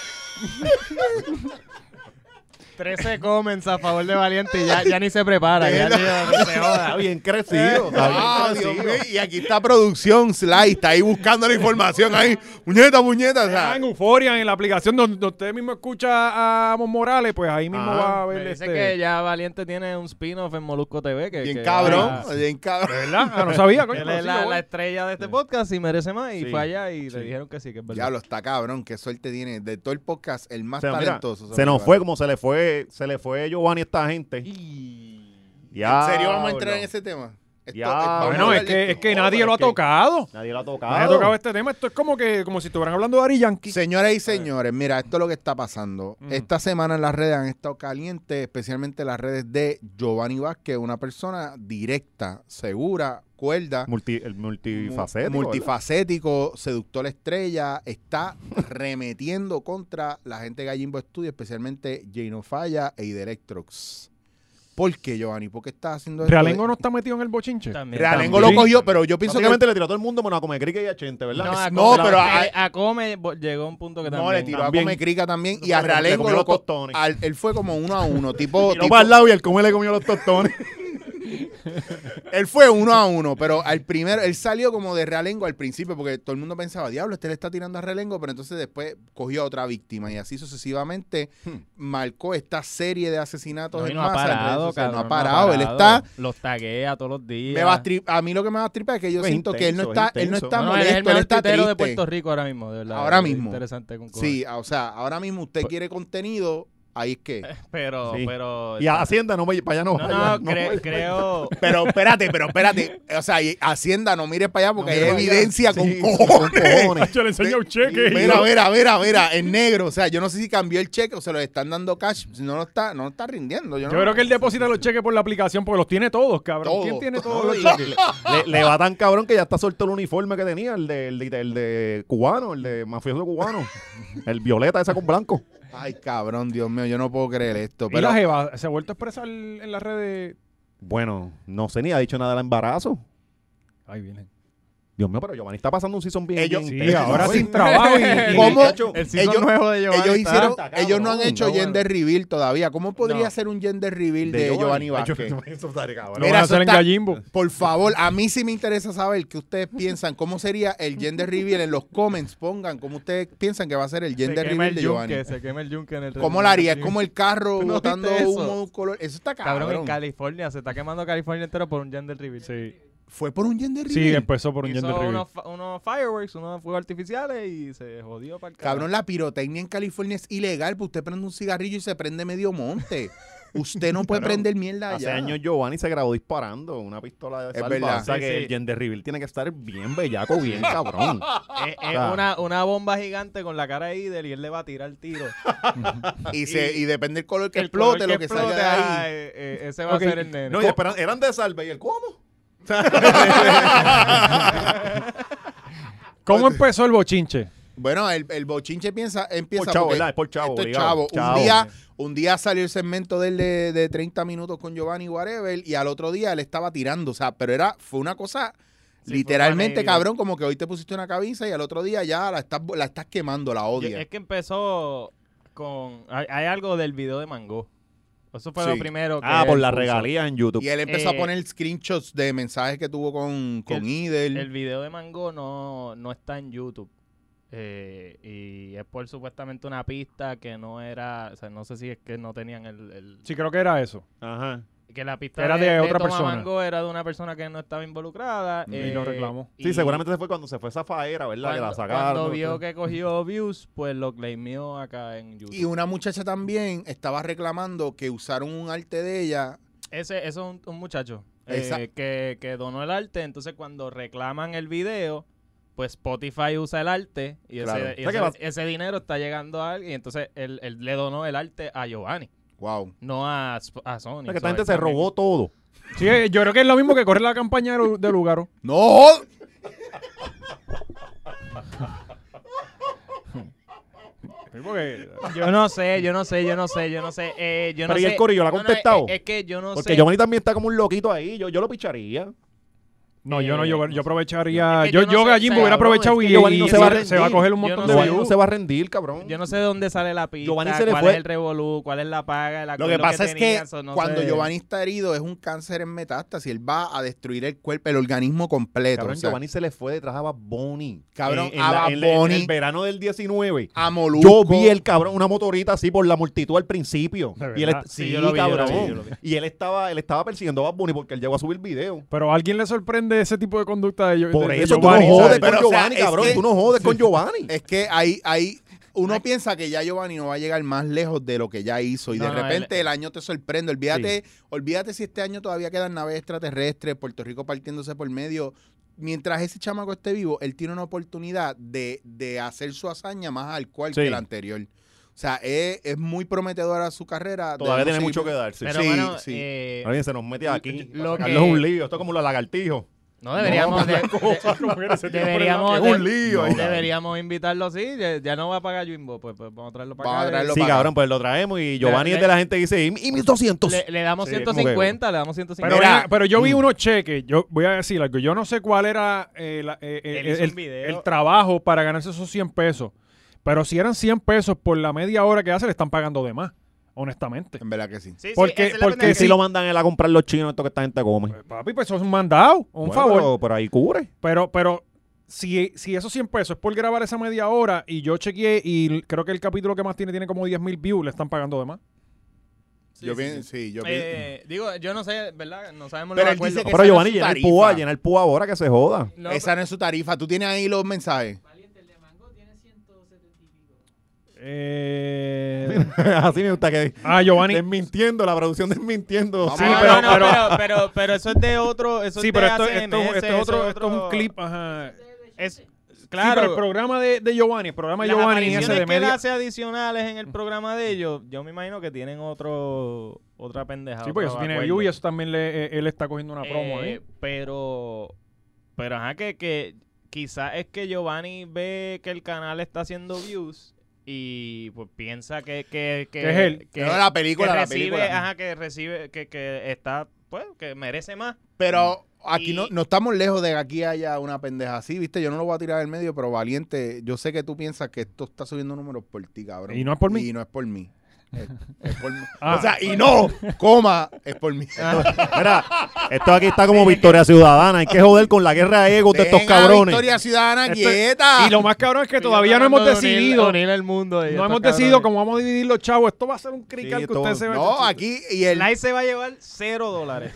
D: 13 comments a favor de Valiente y ya, ya ni se prepara. ya, tío, que se
B: Está
D: joda.
B: bien crecido. está bien
E: Ah,
B: crecido.
E: Dios mío, Y aquí está producción Sly, está ahí buscando la información ahí. Muñeta, muñeta. o sea,
C: Ah, en Euforia, en la aplicación donde, donde usted mismo escucha a Mon Morales, pues ahí mismo
B: Ah,
C: va a
D: Me
C: ver
D: dice
C: este...
D: que ya Valiente tiene un spin-off en Molusco TV. Que,
E: bien
D: que-
E: cabrón,
D: ah,
E: bien cabrón.
C: ¿Verdad? Ah, no sabía, coño.
D: Él
C: pero
D: es
C: sí,
D: la,
C: yo voy.
D: la estrella de este podcast y merece más. Y
B: Sí,
D: fue allá y
B: sí.
D: le dijeron que sí, que es verdad.
A: Diablo, está cabrón. Qué suerte tiene. De todo el podcast, el más
B: O sea, mira,
A: talentoso.
B: se nos fue como se le fue, se le fue Giovanni a esta gente.
A: ¿En serio vamos a entrar en
B: Diablo.
A: ese tema? Esto- eh,
B: Ya,
A: vamos a
C: Ah, Bueno,
A: hablar
C: es
A: de
C: que, es
A: esto.
C: que nadie
B: pero
C: lo ha
B: es que-
C: tocado.
B: Nadie lo ha tocado.
C: Nadie ha tocado este tema. Esto es como que como si estuvieran hablando de Ari Yankee.
A: Señoras y señores, mira, esto es lo que está pasando.
C: Ujú.
A: Esta semana las redes han estado calientes, especialmente las redes de Giovanni Vázquez, una persona directa, segura, cuerda,
B: Multi- el multifacético.
A: multifacético, seductor estrella, está remetiendo contra la gente de Gallimbo Studio, especialmente Jano Falla e Idelectrox. ¿Por qué, Giovanni? ¿Por qué estás haciendo esto?
C: Realengo
A: de-
C: no está metido en el bochinche.
D: También,
E: Realengo lo
D: también.
E: cogió, pero yo pienso que
B: Básicamente le tiró a todo el mundo, bueno, a como Crique y a Chente, ¿verdad?
D: No, a
E: No,
D: Come-
E: pero
D: a,
E: a-
D: a Come bo- llegó a un punto que
A: No,
D: también.
A: le tiró
B: también.
A: a Come Crica también y
B: Le
A: a
B: comió- le
A: Realengo
B: comió
A: lo
B: los
A: co-
B: tostones.
A: al- él fue como uno a uno, tipo,
B: Tiró
A: tipo-
B: para el lado y el come le comió los tostones.
A: Él fue uno a uno, pero al primero, él salió como de realengo al principio, porque todo el mundo pensaba, diablo, este le está tirando a realengo, pero entonces después cogió a otra víctima y así sucesivamente marcó esta serie de asesinatos
D: No, y
A: en
D: no ha
A: masa en redes
D: parado,
A: sociales.
D: cabrón.
A: no ha parado, él está...
D: Los taguea todos los días.
A: me va a tri- a mí lo que me va a tripar es que yo
B: Es
A: siento que él no
B: intenso,
A: está,
B: es
A: él no
B: intenso.
A: está
D: No, no, él es
A: molesto,
D: el
A: él
D: mejor
A: está
D: tuitero de
A: triste.
D: Puerto Rico ahora mismo, de verdad.
A: Ahora
D: Es
A: mismo.
D: Interesante con cojones.
A: Sí, o sea, ahora mismo usted quiere contenido, ahí es que...
D: Pero,
B: Sí.
D: pero.
B: y a Hacienda, no, vaya- para allá no
D: No,
B: vaya,
D: no, cre-
B: vaya.
D: creo.
A: Pero espérate, pero espérate. O sea, y Hacienda, no mires para allá porque hay evidencia con
B: Sí,
A: cojones.
C: Yo le enseñé un cheque. y-
A: Mira, mira, mira, mira, en negro. O sea, yo no sé si cambió el cheque o se lo están dando cash. Si no lo está, no lo está rindiendo. Yo,
C: Yo
A: no-
C: creo que él deposita los cheques por la aplicación porque los tiene todos, cabrón.
A: Todos.
C: ¿Quién tiene todos
A: Todos.
C: los cheques?
B: le, le va tan cabrón que ya está suelto el uniforme que tenía, el de, el de, el de cubano, el de mafioso cubano. el violeta, esa con blanco.
A: Ay, cabrón, Dios mío, yo no puedo creer esto.
C: y
A: Pero
C: la Jeva se ha vuelto a expresar en las redes.
B: Bueno, no sé ni ha dicho nada del embarazo.
C: Ay, vienen.
B: Dios mío, pero Giovanni está pasando un season bien.
A: Ellos-
B: bien
C: Sí,
B: intenso,
C: ahora
B: güey.
C: sin trabajo. y- y-
A: ¿Cómo?
B: Cacho,
D: El season
A: Ellos,
D: nuevo de Giovanni.
A: ellos hicieron,
B: está cabrón,
A: ellos no han hecho
B: está bueno.
A: gender reveal todavía. ¿Cómo podría
D: No.
A: ser un gender reveal de, Giovanni Vázquez?
B: Eso estaría cabrón.
C: Lo
A: Mira,
C: van
A: eso
C: a hacer en
A: está-
C: Gallimbo.
A: Por favor, a mí sí me interesa saber qué ustedes piensan. ¿Cómo sería el gender reveal? En los comments pongan cómo ustedes piensan que va a ser el
D: Se
A: gender
D: quema
A: reveal
D: el
A: de Giovanni.
D: yunque, se quema el yunque en el
A: ¿Cómo lo haría? Es como el carro
D: ¿Tú no viste
A: botando
D: eso?
A: humo de un color. Eso está cabrón.
D: Cabrón, en California, se está quemando California entero por un gender reveal.
C: Sí.
A: Fue por un gender reveal.
C: Sí, empezó por un
D: Hizo
C: gender reveal.
D: unos, fa- unos fireworks, unos fuegos artificiales y se jodió para el
A: Cabrón, la pirotecnia en California es ilegal, pues usted prende un cigarrillo y se prende medio monte. Usted no puede
B: Bueno,
A: prender mierda
B: Hace
A: allá.
B: años Giovanni se graduó disparando una pistola de
A: Es
B: salva.
A: verdad.
B: O sea
D: Sí,
B: que
D: sí.
B: el Gender Reveal tiene que estar bien bellaco, bien cabrón.
D: Es, es
A: Ah.
B: sea.
D: Eh, una, una bomba gigante con la cara de Idel y él le va a tirar el tiro.
A: y, se, y depende del color que
D: El
A: explote,
D: color
A: lo
D: que
A: que
D: explote,
A: salga de ahí.
D: ah, eh, eh, ese va
C: Ok.
D: a ser el nene.
B: No, y esperan- eran de salva y el cómo.
C: ¿Cómo empezó el bochinche?
A: Bueno, el, el bochinche piensa, empieza
B: Por
D: Pues
B: chavo,
A: porque
B: ¿verdad? Es por chavo,
A: esto es chavo.
B: obligado. Chavo.
A: Un, día, un día salió el segmento de él de, de 30 minutos con Giovanni Whatever y al otro día él estaba tirando. O sea, pero era, fue una cosa
D: Sí, fue
A: literalmente,
D: una
A: cabrón, como que hoy te pusiste una camisa y al otro día ya la estás, la estás quemando, la
D: Yo-
A: odias.
D: Es que empezó con. Hay, hay algo del video de Mango. Eso fue lo
A: Sí.
D: primero que.
B: Ah, por
D: él
B: la
D: puso.
B: regalía en
A: Y
B: YouTube.
A: él empezó
D: Eh,
A: a poner screenshots de mensajes que tuvo con, con
D: el-
A: Idel.
D: El video de Mango no, no está en YouTube. Eh, y es por supuestamente una pista que no era. O sea, no sé si es que no tenían el. el-
C: Sí, creo que era eso.
B: Ajá.
D: que la pista
C: Era de otra
D: Toma
C: persona.
D: Mango era de una persona que no estaba involucrada. eh,
C: Y lo reclamó.
B: Sí, seguramente se fue cuando se fue esa faera, ¿verdad?
D: Cuando,
B: que la sacaron.
D: cuando vio que cogió views, pues lo claimió acá en YouTube.
A: Y una muchacha también estaba reclamando que usaron un arte de ella.
D: Ese, eso es un, un muchacho eh,
A: Esa-
D: que, que donó el arte. Entonces, cuando reclaman el video, pues Spotify usa el arte y, ese-
B: Claro.
D: y
B: O sea que
D: ese,
B: va-
D: ese dinero está llegando a alguien. Y entonces, él, él le donó el arte a Giovanni,
A: Wow.
D: no a, Sp- a Sony.
B: que
D: So,
B: esta gente
D: él
B: se
D: también-
B: robó todo.
C: Sí, eh, yo creo que es lo mismo que corre la campaña de Lu- de Lugaro.
A: ¡No!
C: Sí, porque-
D: Yo no sé, yo no sé, yo no sé, yo no sé. eh, yo no
B: Pero ¿y el
D: sé-
B: corillo? ¿La ha
D: No, no,
B: contestado?
D: es, es que yo no
B: Porque
D: sé.
B: Giovanni también está como un loquito ahí. Yo, yo lo picharía.
C: No, yo no,
D: Eh,
C: yo,
D: no
C: yo
D: sé.
C: aprovecharía.
D: Es que
C: yo,
D: yo no
C: yo
D: sé,
C: Gallimbo
D: cabrón,
C: hubiera
D: es que
C: aprovechado y,
B: Giovanni no
C: y
B: se va a
C: se va a
B: rendir.
C: coger un
D: Yo
C: montón
D: no
C: de
D: sé.
B: Giovanni
C: views.
B: no se va a rendir, cabrón.
D: Yo no sé de dónde sale la pista,
B: Giovanni se le
D: cuál
B: fue.
D: es el revolú, cuál es la paga, el
A: Lo
D: acuerdo
A: que pasa es que
D: tenía, eso no
A: cuando
D: sé.
A: Giovanni está herido es un cáncer en metástasis. Él va a destruir el cuerpo, el organismo completo.
B: Cabrón,
A: o sea,
B: Giovanni se le fue detrás a Bad Bunny.
A: Cabrón,
B: En- en
A: a
B: la-
A: Bad
B: en la- en
A: Bunny.
B: el verano del 19.
A: a Molusco.
B: Yo vi el cabrón, una motorita así por la multitud al principio.
C: De
B: Y él,
C: verdad.
B: est-
D: Sí, yo lo vi, yo lo vi, yo lo vi.
B: Y él estaba, él estaba persiguiendo a Bad Bunny porque él llegó a subir video.
C: Pero a alguien le sorprende ese tipo de conducta de, Gio-
B: Por
C: de- de
B: eso tú no
C: Giovanni,
B: jodes
C: ¿sabes?
B: con
A: Pero, o sea,
B: Giovanni,
A: es
B: cabrón.
A: que-
B: Tú no jodes con Giovanni.
A: Es que ahí, ahí uno piensa que ya Giovanni no va a llegar más lejos de lo que ya hizo y de
D: No, no,
A: repente
D: él-
A: el año te sorprende. Olvídate, olvídate si este año todavía quedan naves extraterrestres, Puerto Rico partiéndose por medio. Mientras ese chamaco esté vivo, él tiene una oportunidad de, de hacer su hazaña más al cual
B: Sí.
A: que la anterior. O sea, es, es muy prometedora su carrera.
B: Todavía tiene
A: Debemos
B: mucho que
A: seguir-
B: darse.
D: Pero
A: Sí,
D: bueno,
A: sí.
D: eh,
B: Alguien se nos mete aquí.
D: lo
B: Lo
D: que-
B: un lío. Esto es como los lagartijos.
D: no deberíamos... de- de-
C: Como que ese tipo por el
D: deberíamos...
B: Es un
D: de-
B: lío. ahí.
D: Deberíamos invitarlo así, ya, ya no va a pagar Jimbo, pues, pues vamos a traerlo para
A: Vamos a
D: acá.
A: traerlo
B: Sí,
A: para acá.
B: cabrón, pues lo traemos y Giovanni
D: Le-
B: es de la gente que dice, y y 1200.
D: Le, le damos
B: Sí, como que-
D: 150, le damos 150.
C: Pero,
A: Mira.
C: ven- pero yo vi
B: Mm.
C: unos cheques, yo voy a decir algo, yo no sé cuál era eh, la- eh, eh, el,
D: Él hizo un video.
C: el trabajo para ganarse esos 100 pesos, pero si eran 100 pesos por la media hora que hace, le están pagando de más, honestamente.
A: En verdad que sí.
D: Sí, sí,
C: porque-
D: esa es la
C: porque
B: Y
D: pendeja.
B: si lo mandan él a comprar los chinos, esto que esta gente come.
C: Pues, papi, pues eso es un mandado, un
B: Bueno,
C: favor.
B: Pero, pero ahí cubre.
C: Pero, pero si, si esos 100 pesos es por grabar esa media hora y yo chequeé y l- creo que el capítulo que más tiene tiene como 10 mil views, le están pagando de más.
D: Sí,
A: yo
D: sí,
A: pienso,
D: sí.
A: sí, yo pienso.
D: Eh, digo, yo no sé, ¿verdad? No sabemos
A: Pero
D: los
A: él dice
D: acuerdos.
A: que
B: pero
A: esa no
B: Giovanni
A: es su
B: llena el
A: tarifa.
B: púa, llena el púa ahora que se joda.
D: No,
A: Esa no es su tarifa. Tú tienes ahí los mensajes.
F: Valiente, el de mango tiene 170 y pico.
C: Eh,
B: Así me gusta que
C: ah, Giovanni.
B: desmintiendo, la producción desmintiendo.
A: Vamos
C: Sí,
A: a
D: No,
A: ver.
C: pero-
D: Ah, no, no, pero, pero, pero eso es de otro. Eso
C: Sí,
D: es
C: pero
D: de
C: esto,
D: ACMS,
C: esto, esto es otro,
D: eso
C: esto es un clip. Ajá.
D: Es,
C: Claro.
D: claro,
C: el programa de, de Giovanni, el programa de
D: las
C: Giovanni ese
D: apariciones
C: de
D: que él
C: media.
D: hace adicionales en el programa de ellos, yo me imagino que tienen otro otra pendeja.
C: Sí, pues eso
D: otro
C: tiene
D: acuerdo.
C: view y eso también le, eh, él está cogiendo una promo
D: Eh,
C: ahí.
D: Pero, pero ajá, que, que quizás es que Giovanni ve que el canal está haciendo views y pues piensa que, que, que,
C: Que es él.
D: que-
A: Pero la
D: que
A: película, la
D: recibe,
A: película.
D: ajá, que recibe, que, que está, pues, que merece más.
A: Pero aquí no,
D: Y-
A: no estamos lejos de que aquí haya una pendeja así, ¿viste? Yo no lo voy a tirar del medio, pero valiente, yo sé que tú piensas que esto está subiendo números por ti, cabrón.
C: Y no es por mí.
A: Y no es por mí. Es, es por mí.
C: Ah.
A: O sea, y no, coma, es por mí.
B: Ah. Mira, esto aquí está como Victoria Ciudadana. Hay que joder con la guerra de ego de estos
A: Dejen a
B: cabrones.
A: Victoria Ciudadana
C: Esto-
A: quieta.
C: Y lo más cabrón es que todavía no hemos
D: Tratando de unir-
C: decidido.
D: unir el mundo. y
C: No
D: estos
C: hemos decidido
D: cabrones.
C: cómo vamos a dividir los chavos. Esto va a ser un crical
B: Sí,
C: que
B: esto-
C: usted se va a-
A: no, aquí y el
D: Lai se va a llevar cero dólares.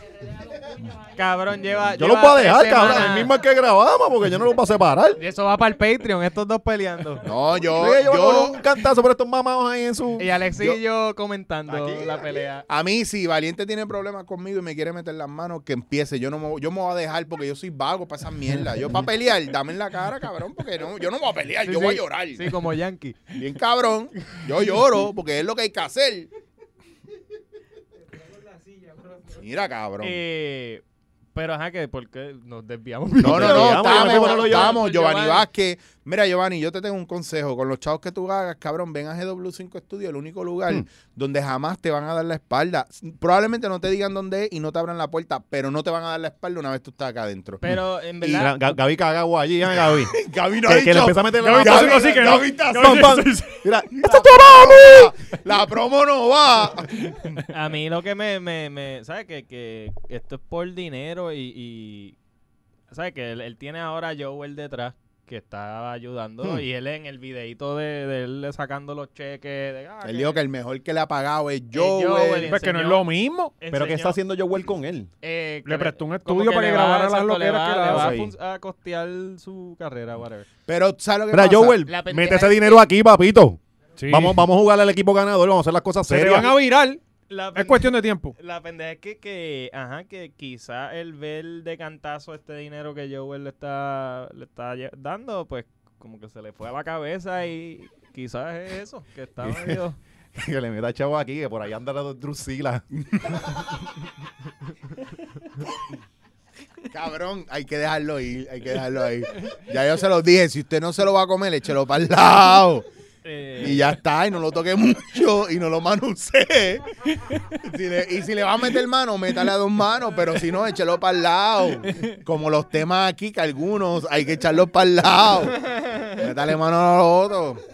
D: Cabrón, lleva.
B: Yo
D: lleva
B: los voy a dejar,
D: tres
B: cabrón. El
D: semanas.
B: mismo que grabamos, porque yo no los voy a separar.
D: Y Eso va para el Patreon, estos dos peleando.
A: No, yo,
B: Oye, yo, voy a
A: yo
B: coger un cantazo por estos mamados ahí en su.
D: Y Alexis
A: Yo-
D: y yo comentando
B: Aquí,
D: la
B: aquí.
D: pelea.
A: a mí si Valiente tiene problemas conmigo y me quiere meter las manos, que empiece. Yo no me, yo me voy a dejar porque yo soy vago para esas mierdas. Yo para pelear, dame en la cara, cabrón, porque no, yo no voy a pelear,
D: Sí,
A: yo voy a
D: sí.
A: llorar.
D: Sí, como Yankee.
A: bien cabrón. Yo lloro porque es lo que hay que hacer. Mira, cabrón.
D: Eh, pero ajá, que porque nos desviamos.
A: no, no,
B: pero
A: no,
B: digamos, ya me
A: estamos,
B: fueron los
A: estamos,
D: Giovanni.
A: Giovanni Vázquez. Mira, Giovanni, yo te tengo un consejo. Con los chavos que tú hagas, cabrón, ven a GW5 Studio, el único lugar
B: Hmm.
A: donde jamás te van a dar la espalda. Probablemente no te digan dónde es y no te abran la puerta, pero no te van a dar la espalda una vez tú estás acá adentro.
D: Pero en
B: Y Ga-
D: verdad.
B: Ga- Gaby cagagua allí, ¿eh, Gaby?
A: Gaby
B: Que- que le empieza a meter la
A: Gaby,
B: mano.
A: Gaby,
C: así que no.
A: Gaby está-
C: Gaby-
B: Pam, pam.
C: sí, sí.
B: Mira, ¡Esta es tu mami!
A: La promo no va.
D: A mí lo que me, me, me ¿sabes? Que, que esto es por dinero y, y ¿sabes? Que él, él tiene ahora a Joel detrás que está ayudando
A: Hmm.
D: y él en el videito de, de él sacando los cheques. De, ah,
A: Él dijo que el mejor que le ha pagado es
D: Joel.
A: Joel.
C: Pues que no es lo mismo.
B: Pero ¿qué
D: enseñó,
B: está haciendo Joel con él?
D: eh, que
C: Le prestó un
D: como
C: estudio para
D: le
C: que
D: va-
C: grabara las
D: exacto, le
C: loqueras
D: va-
C: que
D: le va
C: la
D: a,
B: hace.
D: fun- a costear su carrera, whatever.
A: Pero, ¿sabes lo que
B: Mira,
A: pasa?
B: Joel,
D: La pendeja
B: mete ese
D: es que-
B: dinero aquí, papito.
C: Sí.
B: Vamos, vamos a jugar al equipo ganador, vamos a hacer las cosas
C: Se te
B: serias.
C: van a virar.
D: La
C: Es cuestión de tiempo.
D: La pendeja es que, que, ajá, que quizá el ver de cantazo este dinero que Joel le está, le está lle- dando, pues como que se le fue a la cabeza y quizás es eso, que está medio...
B: que le meta chavo aquí, que por ahí anda la Drusila.
A: Cabrón, hay que dejarlo ir, hay que dejarlo ahí. Ya yo se los dije, si usted no se lo va a comer, échelo para el lado.
C: Eh,
A: Y ya está, y no lo toque mucho y no lo manusee. Si le- y si le va a meter mano, métale a dos manos, pero si no, échelo para el lado. Como los temas aquí, que algunos hay que echarlos para el lado. Métale mano a los otros.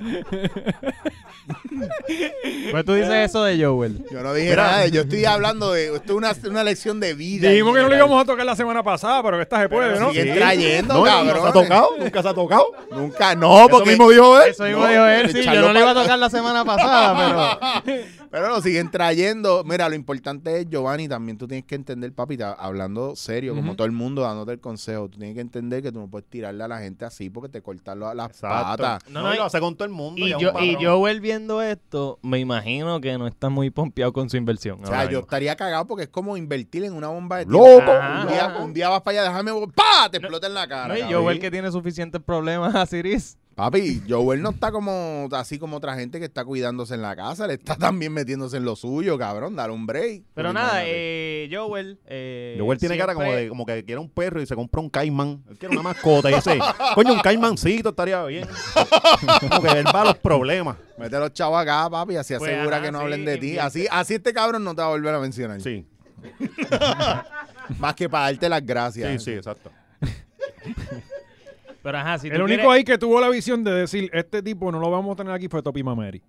D: Pues tú dices eso de Joel.
A: Yo no dije nada, yo estoy hablando de. Esto es una, una lección de vida.
C: dijimos que no lo
A: general.
C: íbamos a tocar la semana pasada, pero que esta se puede, ¿no?
A: Siguen trayendo,
B: No, y
A: cabrón.
B: no se ha tocado, nunca se ha tocado.
A: Nunca, no, porque.
B: mismo dijo él.
D: Eso mismo dijo él, sí. Yo
A: echarlo
D: no le iba a
A: para-
D: tocar la semana pasada,
A: Pero lo siguen trayendo. Mira, lo importante es, Giovanni, también tú tienes que entender, papi, ta- hablando serio, como
C: Ujú.
A: todo el mundo dándote el consejo, tú tienes que entender que tú no puedes tirarle a la gente así porque te cortan lo- las
B: Exacto.
A: patas.
B: No,
D: No,
B: y
D: y-
B: lo hace con todo el mundo.
D: pero. Y,
B: ya es
D: yo,
B: un
D: y
B: patrón.
D: Joel viendo esto, me imagino que no está muy pompeado con su inversión.
A: O sea, yo estaría cagado porque es como invertir en una bomba de tiempo.
B: ¡Loco!
D: Ajá.
A: Un día, un día vas para allá, déjame, vol- ¡pa! Te explota en la cara.
D: No, y
A: cabrón.
D: Joel que tiene suficientes problemas a Siris.
A: Papi, Joel no está como así como otra gente que está cuidándose en la casa, le está también metiéndose en lo suyo, cabrón, dar un break.
D: Pero
A: Porque
D: nada,
A: imagínate.
D: eh, Joel. Eh,
B: Pues Joel tiene cara como,
D: siempre-
B: de, como que quiere un perro y se compra un caimán. Él quiere una mascota. Y ese, coño, un caimancito estaría bien. como que él va a los problemas.
A: Mete a los chavos acá, papi, así
D: Pues,
A: asegura
D: ajá,
A: que no
D: sí,
A: hablen de ti.
D: invierte.
A: Así, así este cabrón no te va a volver a mencionar.
B: Sí,
A: Más que para darte las gracias.
B: sí, sí, exacto.
D: Pero ajá, si tú
C: el único
D: quieres-
C: ahí que tuvo la visión de decir, este tipo no lo vamos a tener aquí fue Topi Mameri.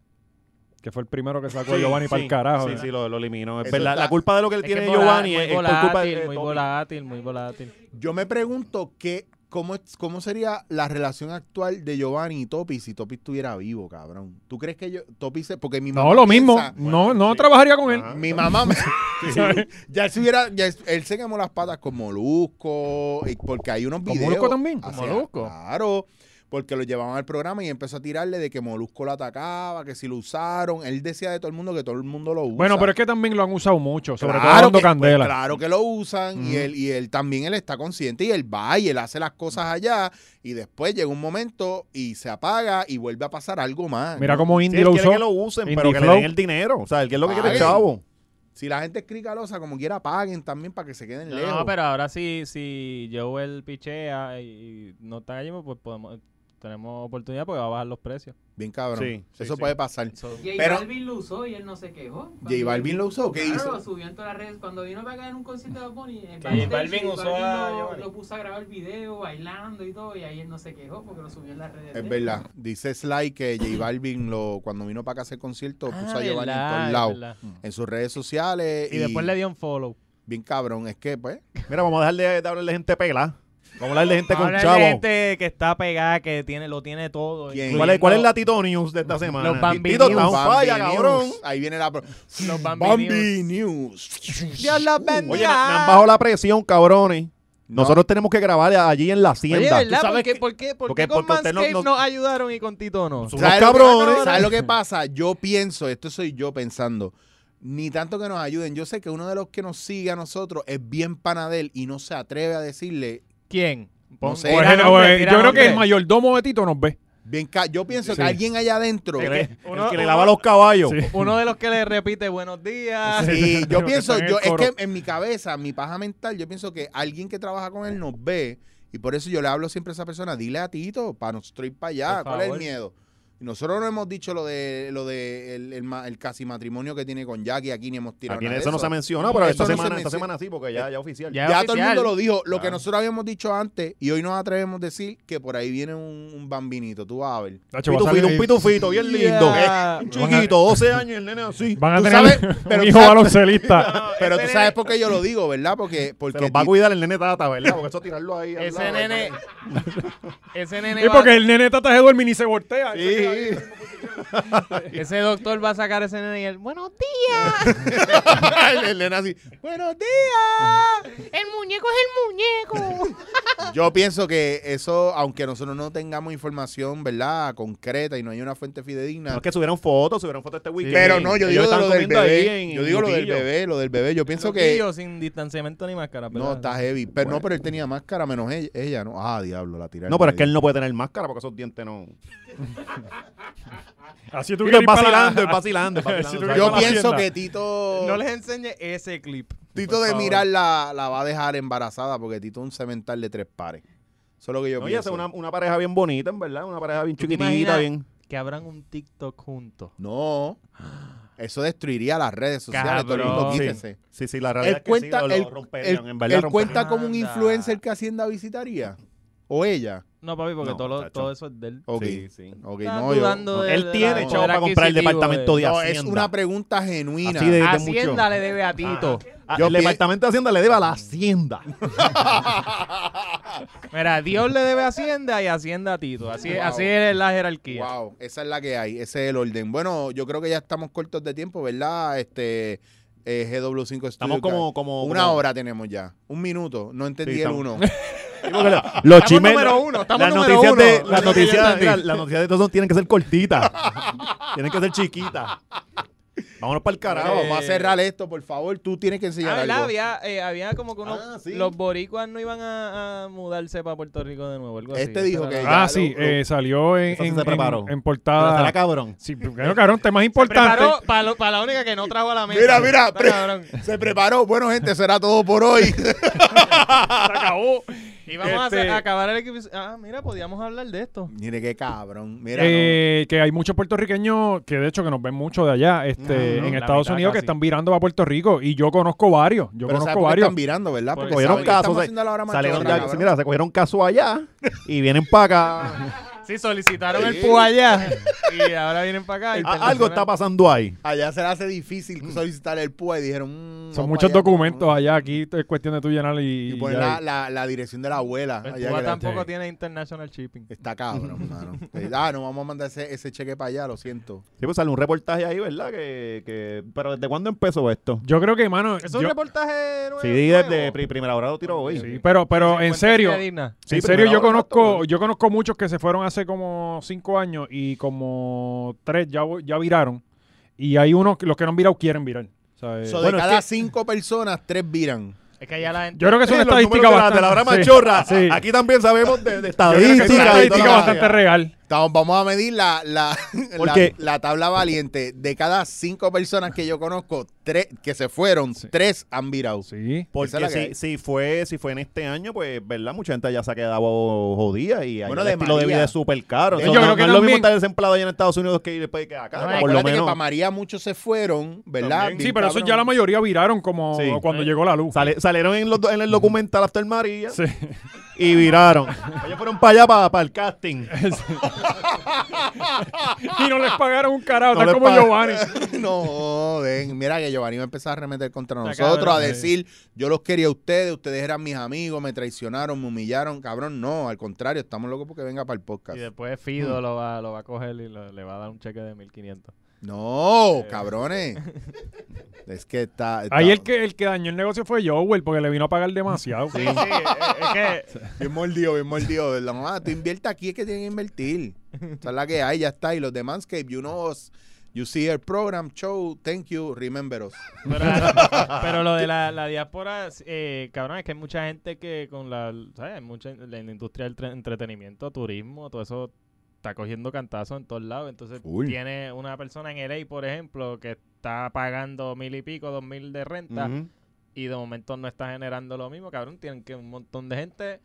C: Que fue el primero que sacó a
B: Sí,
C: Pues Giovanni
B: sí,
C: para el carajo.
B: Sí,
C: ¿no?
B: sí, lo, lo eliminó. Es
A: Eso
B: verdad.
A: está-
B: La culpa de lo que él
D: es que
B: tiene
D: es
B: Giovanni
D: volátil,
B: es,
D: muy
B: es por culpa
D: volátil,
B: de.
D: muy
B: Tommy.
D: volátil, muy volátil.
A: Yo me pregunto que, cómo, es- cómo sería la relación actual de Giovanni y Topi si Topi estuviera vivo, cabrón. ¿Tú crees que yo, Topi se.? Porque mi mamá.
C: No, lo mismo.
A: piensa-
C: no no trabajaría con él.
B: Ajá.
A: Mi mamá. me- ya él se hubiera. ya él, él se quemó las patas con Molusco. y- Porque hay unos
C: ¿Con
A: videos.
C: Molusco también?
A: O
C: ¿Con
A: sea,
C: Molusco?
A: Claro. Porque lo llevaban al programa y empezó a tirarle de que Molusco lo atacaba, que si lo usaron. Él decía de todo el mundo que todo el mundo lo usa.
C: Bueno, pero es que también lo han usado mucho, sobre todo
A: Claro
C: dando
A: que-
C: candela.
A: pues, claro que lo usan y,
C: Ujú.
A: él, y él también él está consciente y él va y él hace las cosas allá y después llega un momento y se apaga y vuelve a pasar algo más.
C: Mira cómo
B: Sí,
C: Indy
B: él
C: lo
B: quiere
C: usó.
B: que lo usen, pero
C: Indie
B: que le
C: Flow.
B: den el dinero. O sea, él quiere lo que quiere,
A: Ay.
B: chavo.
A: Si la gente es cricalosa, como quiera, paguen también para que se queden lejos.
D: No, pero ahora sí, si Joel pichea y y no está allí, pues podemos, tenemos oportunidad porque va a bajar los precios.
A: Bien cabrón.
B: Sí, sí,
A: Eso
B: sí.
A: puede pasar.
D: So-
F: J
A: Pero-
F: Balvin lo usó y él no se quejó.
A: J Balvin lo usó, ¿qué
F: claro,
A: hizo?
F: lo subió en todas las redes. Cuando vino para acá en un concierto de Bonnie, en
D: J Balvin
F: backstage, J
D: usó
F: Balvin
D: a
F: lo-
D: Giovanni.
F: lo, puso a grabar video, bailando y todo, y ahí él no se quejó porque lo subió en las redes. de
A: Es
F: él.
A: verdad. Dice Sly que J Balvin lo, cuando vino para acá a hacer concierto
D: Ah,
A: puso a Giovanni en
D: verdad,
A: todos
D: es
A: lados.
D: verdad.
B: Mm.
A: En sus redes sociales.
D: Y después le dio un follow.
A: Bien cabrón. Es que, pues,
B: Mira, vamos a dejar de, de hablarle gente pela. Vamos a hablarle gente este con
D: Ahora hay
B: chavo.
D: gente que está pegada, que tiene, lo tiene todo.
A: ¿Quién?
D: incluyendo-
B: ¿Cuál es, ¿Cuál es la Tito News de esta semana?
D: Los Bambi
B: Tito
D: News.
B: está un falla,
A: Bambi
B: cabrón.
A: News. Ahí viene la. pro-
D: Los Bambi
A: Bambi,
D: News.
A: News.
D: Dios los bendiga.
B: Oye, me, me han bajado la presión, cabrones.
A: No.
B: Nosotros tenemos que grabar allí en la
D: Oye,
B: hacienda.
D: ¿verdad?
B: Tú sabes
D: ¿Por qué,
B: que-
D: por qué, por
B: porque-
D: qué con
B: porque usted no-
D: Manscaped
B: no-
D: nos ayudaron y con Tito no?
B: Son- unos
A: ¿Sabes lo que-
B: cabrones.
A: ¿Sabes lo que pasa? Yo pienso, esto soy yo pensando, ni tanto que nos ayuden. Yo sé que uno de los que nos sigue a nosotros es bien panadel y no se atreve a decirle.
D: ¿Quién?
A: No sé.
C: Pues,
D: tira
C: eh,
D: nombre,
C: eh,
D: tira
C: yo creo que el
D: nombre.
C: mayordomo de Tito nos ve.
A: Bien ca- yo pienso
C: Sí.
A: que alguien allá adentro.
B: el,
D: Es que
B: el
D: uno-
B: que le
D: uno-
B: lava los caballos.
C: Sí.
D: Uno de los que le repite buenos días.
A: Sí,
C: Lo
A: yo
C: que
A: pienso,
C: está en
A: yo,
C: el
A: es
C: coro.
A: que en mi cabeza, mi paja mental, yo pienso que alguien que trabaja con él nos ve y por eso yo le hablo siempre a esa persona, dile a Tito, para nosotros ir para allá,
D: Por
A: ¿cuál es el
D: favor.
A: miedo? Y Nosotros no hemos dicho lo de lo de el, el ma- el casi matrimonio que tiene con Jackie, aquí ni hemos tirado
B: Aquí
A: nada de
B: eso no se ha mencionado,
A: Eso
B: pero esta
A: no se
B: semana, esta
A: mencio-
B: semana sí, porque ya, ya oficial.
D: Ya.
A: Ya todo el
D: oficial. Ah.
A: mundo lo dijo, lo que
B: Claro.
A: nosotros habíamos dicho antes y hoy nos atrevemos a decir que por ahí viene un, un bambinito, tú vas a ver.
C: Nacho, va a
B: Pitufito, un
C: salir-
B: pitufito bien lindo.
D: Yeah.
B: Un chiquito, 12 años, el nene así.
C: Van a
A: Tú
C: tener
A: sabes,
C: un
A: pero tú
C: hijo
A: sabes-
C: baloncelista.
A: Pero tú
D: Ese
A: sabes
D: nene-
A: por qué yo lo digo, ¿verdad? Porque
B: Se
A: porque
B: los va a
A: Tito-
B: cuidar el nene Tata, ¿verdad? Porque eso tirarlo ahí. al
D: Ese
B: lado,
D: nene. Ese nene.
C: Y
D: va-
C: porque el nene tata se duerme y ni se voltea.
B: Sí.
D: Ese doctor va a sacar ese nene y él. Buenos días.
A: el, el nene así, "Buenos días."
D: El muñeco es el muñeco.
A: Yo pienso que eso, aunque nosotros no tengamos información, ¿verdad? Concreta y no hay una fuente fidedigna.
B: No, es que subieron fotos, subieron fotos este weekend.
A: Pero no, yo
B: Ellos
A: digo de
B: están
A: lo del
B: comiendo ahí
A: bebé.
B: en
A: Yo digo lo del
B: Luquillo.
A: bebé, lo del bebé. Yo pienso que.
D: Loquillo, sin distanciamiento ni máscara.
A: No,
D: ¿verdad?
A: está heavy. Pero no, pero él tenía máscara menos ella, ella, ¿no? Ah, diablo, la tiraron.
B: No, pero es que él no puede tener máscara porque esos dientes no.
C: Así
B: Tú
C: tú
B: es
C: quieres ir para la- Ah,
B: vacilando, es vacilando, es
C: Si tú
B: vacilando.
C: quieres
A: Yo
C: Vamos a la
A: pienso
C: tienda.
A: que Tito.
D: No les enseñe ese clip.
A: Tito
D: por
A: de
D: favor.
A: mirar la, la va a dejar embarazada porque Tito es un cemental de tres pares. Eso es lo que yo
B: Oye,
A: pienso.
B: es una, una pareja bien bonita, en verdad, una pareja bien
D: ¿Tú te
B: chiquitita,
D: imaginas
B: bien.
D: que abran un TikTok juntos.
A: No. Eso destruiría las redes sociales. Todo el mundo
D: Cabrón.
A: quítese.
B: Sí, sí, la
A: Él
B: realidad
A: cuenta,
B: es que sí, lo-
A: él-
B: lo romperían,
A: él-
B: en verdad
A: él
B: romperían.
A: cuenta como un
D: Anda.
A: influencer que Hacienda visitaría. O ella.
D: No, papi, porque
B: No,
D: todo, lo-
B: muchacho.
D: todo eso es de él.
A: Ok.
B: Sí, sí.
A: ok,
D: Está
A: no, yo-
D: dudando
A: no.
D: de-
B: Él
D: de
B: tiene
D: la-
B: chavo para comprar el
D: adquisitivo
B: departamento de
A: No,
B: Hacienda.
A: es una pregunta genuina.
B: Así de- de
D: Hacienda
B: mucho.
D: le debe a Tito.
B: Ah,
A: Yo
B: el
A: pi-
B: departamento de Hacienda le debe a la Hacienda.
D: Mira, Dios le debe a Hacienda y Hacienda a Tito. Así,
A: Wow.
D: así es la jerarquía.
A: Wow, esa es la que hay, ese es el orden. Bueno, yo creo que ya estamos cortos de tiempo, ¿verdad? Este eh, GW5 Studio
B: Estamos como,
A: Guide.
B: como
A: una
B: como-
A: hora tenemos ya, un minuto, no entendí
B: Sí,
A: el
B: estamos-
A: uno.
B: Sí, porque lo- Los chismes.
D: número uno, estamos
B: las
D: número
B: noticias
D: uno.
A: Ah,
B: de- las
D: Lo único que yo
B: noticias,
D: entendí.
B: mira, las noticias de todos tienen que ser cortitas. tienen que ser chiquitas. Vámonos para el
A: Carajo,
B: carajo.
A: vamos a cerrar esto, por favor, tú tienes que
D: Eh. Ah,
A: enseñar
D: ¿verdad?
A: algo.
D: Había, eh, había como que unos,
B: Ah, sí.
D: los boricuas no iban a, a mudarse para Puerto Rico de nuevo. algo así.
A: Este dijo
D: Esa
A: que
D: era la-
A: ya
C: Ah, sí,
A: lo- lo-
C: eh, salió en,
B: Eso sí
C: en-
B: se preparó.
C: en- en
B: Pero estará
C: portada.
B: cabrón.
C: Sí, primero, cabrón, temas importantes.
D: Preparó para la única que no trajo a la mesa.
A: Mira, mira,
D: Está
A: pre-
D: cabrón.
A: se preparó. Bueno, gente, será todo por hoy.
C: Se acabó.
D: Y vamos a
C: Este-
D: hacer- a acabar el equipo. Ah, mira, podíamos hablar de esto.
A: Mire qué cabrón. Mira, no.
C: Eh, que hay muchos puertorriqueños que de hecho que nos ven mucho de allá este,
D: No, no,
C: en
D: la
C: Estados
D: mitad
C: Unidos que
D: casi.
C: están virando para Puerto Rico y yo conozco varios yo
A: pero ¿sabes
C: conozco
A: por qué
C: varios
A: están virando, ¿verdad? Porque,
D: Porque
B: Cogieron
A: saben que
B: casos.
A: estamos
B: se-
A: haciendo la hora más
B: salieron
A: chorra,
B: de-
A: cabrón.
B: mira, se cogieron casos allá y vienen para acá.
D: Sí, solicitaron el púa allá y ahora vienen para acá. y
B: Ah, Algo está pasando ahí.
A: Allá se le hace difícil solicitar el PUA y dijeron... mm,
C: son
A: vamos
C: muchos
A: para allá.
C: documentos allá aquí es cuestión de tú llenar y,
A: Y
C: y
A: poner
C: ya.
A: la, la- la dirección de la abuela.
C: Pues,
D: El
A: allá
D: púa
A: que la-
D: tampoco
C: Sí.
D: tiene international shipping.
A: Está cabrón, mano. Eh, Ah, no vamos a mandar ese, ese cheque para allá, lo siento.
B: Sí, pues sale un reportaje ahí, ¿verdad? Que, que- pero ¿desde cuándo empezó esto?
C: yo creo que mano
D: ¿Es un
C: yo-
D: reportaje nuevo?
B: Sí, desde pri- primera hora lo tiro hoy.
C: sí, pero pero en serio
B: Sí,
C: en serio
B: primera
C: yo
B: hora,
C: conozco
B: exacto.
C: yo conozco muchos que se fueron hace como cinco años y como tres ya ya viraron y hay unos que los que no han virado quieren virar ¿sabes?
A: So,
B: bueno,
A: de
B: es
A: cada
B: que-
A: cinco personas, tres viran.
D: Es que ya la gente...
C: yo creo que es una
B: Sí, los
C: estadística
B: números de la-
C: bastante
B: de la hora
C: sí,
B: machorra.
C: sí.
B: Aquí también sabemos de, de
C: Yo creo que es
B: estadística.
C: una
B: y toda
C: estadística
B: la-
C: bastante real
A: Estamos- vamos a medir la, la, la-
B: Porque-
A: la tabla valiente. De cada cinco personas que yo conozco, tres que se fueron, tres han virado.
C: sí
A: Esa es la
B: Porque
A: que
B: si,
A: hay.
B: si fue, si fue en este año, pues, ¿verdad? Mucha gente ya se ha quedado jodida y allá
A: Bueno,
B: el
A: de
B: estilo de
A: María.
B: vida es súper caro.
C: Yo
B: So,
C: creo
B: no,
C: que
B: no es lo mismo
C: también-
B: estar desempleado allá en Estados Unidos que ir pues, que acá,
A: No,
B: por lo
A: acuérdate que para
B: menos.
A: María muchos se fueron, ¿verdad?
B: También.
C: Sí, pero eso ya la mayoría viraron como
B: Sí.
C: cuando llegó la luz.
B: Sale- salieron en, los do- en el documental After María
C: Sí.
B: y viraron. Ellos fueron para allá, para, para el casting.
C: y no les pagaron un carajo,
B: No
C: tal
B: les
C: como
B: pag-
C: Giovanni.
A: No, joden. Mira que Giovanni va a empezar a remeter contra
D: Está
A: nosotros,
D: cabrón,
A: a
D: sí.
A: decir, yo los quería a ustedes, ustedes eran mis amigos, me traicionaron, me humillaron. Cabrón, no, al contrario, estamos locos porque venga para el podcast.
D: Y después Fido lo, va, lo va a coger y lo- le va a dar un cheque de 1500.
A: No, cabrones. es que está... está-
C: Ahí el que, el que dañó el negocio fue Joel porque le vino a pagar demasiado.
D: Sí, sí, es que...
A: Bien mordido, bien mordido. ¿verdad? Ah, tú invierta aquí, es que tienen que invertir. Esa es la que hay, ya está. Y los de Manscaped, you know us. You see our program, show, thank you, remember us.
D: Pero, pero lo de la, la diáspora, eh, cabrón, es que hay mucha gente que con la, ¿sabes? Hay Mucha, la industria del tre- entretenimiento, turismo, todo eso está cogiendo cantazos en todos lados. Entonces
A: Full.
D: tiene una persona en LA, por ejemplo, que está pagando mil y pico, dos mil de renta
B: Ujú.
D: y de momento no está generando lo mismo, cabrón. Tienen que un montón de gente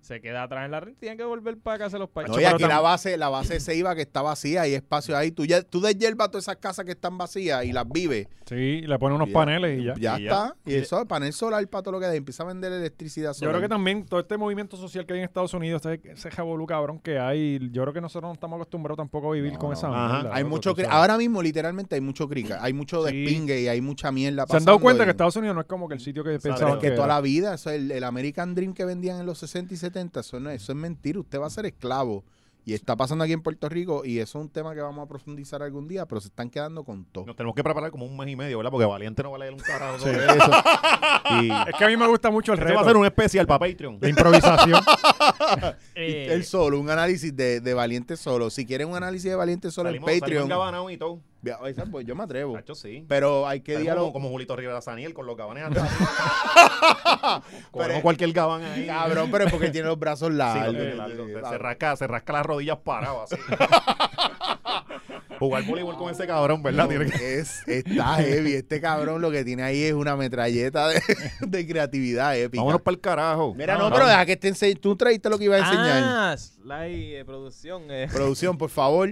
D: se queda atrás en la renta y tienen que volver para casa de los países.
A: No, y aquí la base, la base se iba que está vacía, hay espacio ahí. Tú, ya, tú deshierbas todas esas casas que están vacías y las vives.
C: Sí, le ponen unos
A: Ya.
C: paneles y ya.
A: Ya
B: Y ya.
A: está. Y eso, el panel solar para todo lo que da. Empieza a vender electricidad
C: Yo
A: solar.
C: creo que también todo este movimiento social que hay en Estados Unidos, este- ese jabolú cabrón que hay, yo creo que nosotros no estamos acostumbrados tampoco a vivir
A: No,
C: con
A: no.
C: esa
B: Ajá.
C: mierda,
A: hay
C: loco,
A: mucho
C: tú
A: cri-
C: sabes.
A: ahora mismo literalmente hay mucho crica, hay mucho
C: Sí.
A: despingue y hay mucha mierda
C: Se han dado
A: pasando
C: cuenta
A: y-
C: que Estados Unidos no es como que el sitio que
B: Pero
A: Pero
C: pensaban
A: es que
C: que
A: toda
C: era.
A: la vida, eso es el, el American Dream que vendían en los 60 y 70, eso, no, es- eso es mentira, usted va a ser esclavo. Y está pasando aquí en Puerto Rico y eso es un tema que vamos a profundizar algún día, pero se están quedando con todo.
B: Nos tenemos que preparar como un mes y medio, ¿verdad? Porque Valiente no va a leer un carajo sobre eso. Y
C: Es que a mí me gusta mucho el
B: este va a
C: reto.
B: ser un especial para Patreon.
C: La improvisación.
D: Eh,
A: El solo, un análisis de, de Valiente Solo. Si quieren un análisis de Valiente Solo
B: Salimos-
A: en
B: salimos
A: Patreon,
B: engabanao y todo.
A: vea, ahí está, pues yo me atrevo.
B: Nacho, sí.
A: Pero hay que
B: Salimos
A: dialogar.
B: como, como Julito Rivera Saniel con los gabanes atrás. Cogemos
A: Pero-
B: cualquier gabán ahí.
A: Cabrón, pero es porque tiene los brazos
B: Sí,
A: largos.
B: lo tiene
A: Eh,
B: largo.
A: eh,
B: Se- se, rasca, se rasca las rodillas parado así. Jugar voleibol con ese cabrón, ¿verdad? Tiene que-
A: es, está heavy. Este cabrón lo que tiene ahí es una metralleta de, de creatividad épica.
B: Vámonos para el carajo.
A: Mira, no, pero deja que este te
C: Ah.
A: enseñe. Tú traíste lo que iba a enseñar.
D: Ah, slide de E producción. eh.
A: Producción, por favor.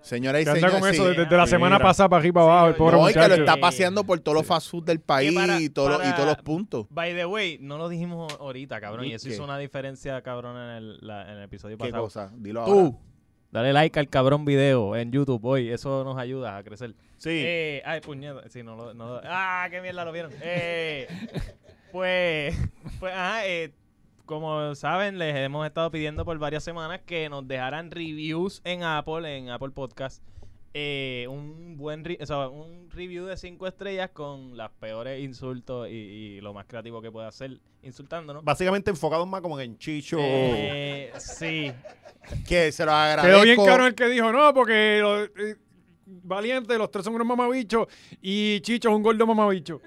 A: Señora y
C: Que anda
A: señores.
C: con eso
A: sí.
C: desde desde la semana pasada para arriba para abajo, el
D: Sí,
C: pobre
A: No, y que
C: muchacho.
A: lo está paseando por todos los fast food del país
D: para-
A: y, todos los- y
D: para-
A: todos los puntos.
D: By the way, no lo dijimos ahorita, cabrón. Y eso
A: ¿Qué?
D: hizo una diferencia, cabrón, en el, la- en el episodio
A: ¿Qué
D: pasado.
A: cosa? Dilo ahora.
D: Tú, dale like al cabrón video en YouTube hoy. Eso nos ayuda a crecer.
B: Sí.
D: Eh, ay, puñeta. Sí, no lo. no lo- ah, qué mierda lo vieron. Eh, pues. Pues, ajá, eh, como saben, les hemos estado pidiendo por varias semanas que nos dejaran reviews en Apple, en Apple Podcast. Eh, un buen re- o sea, un review de 5 estrellas con las peores insultos y, y lo más creativo que pueda hacer insultándonos.
B: Básicamente enfocados más como en Chicho.
D: Eh, sí,
A: Que se lo agradezco.
C: Quedó bien caro el que dijo, no, porque lo- eh, Valiente, los tres son unos mamabichos y Chicho es un gordo mamabicho.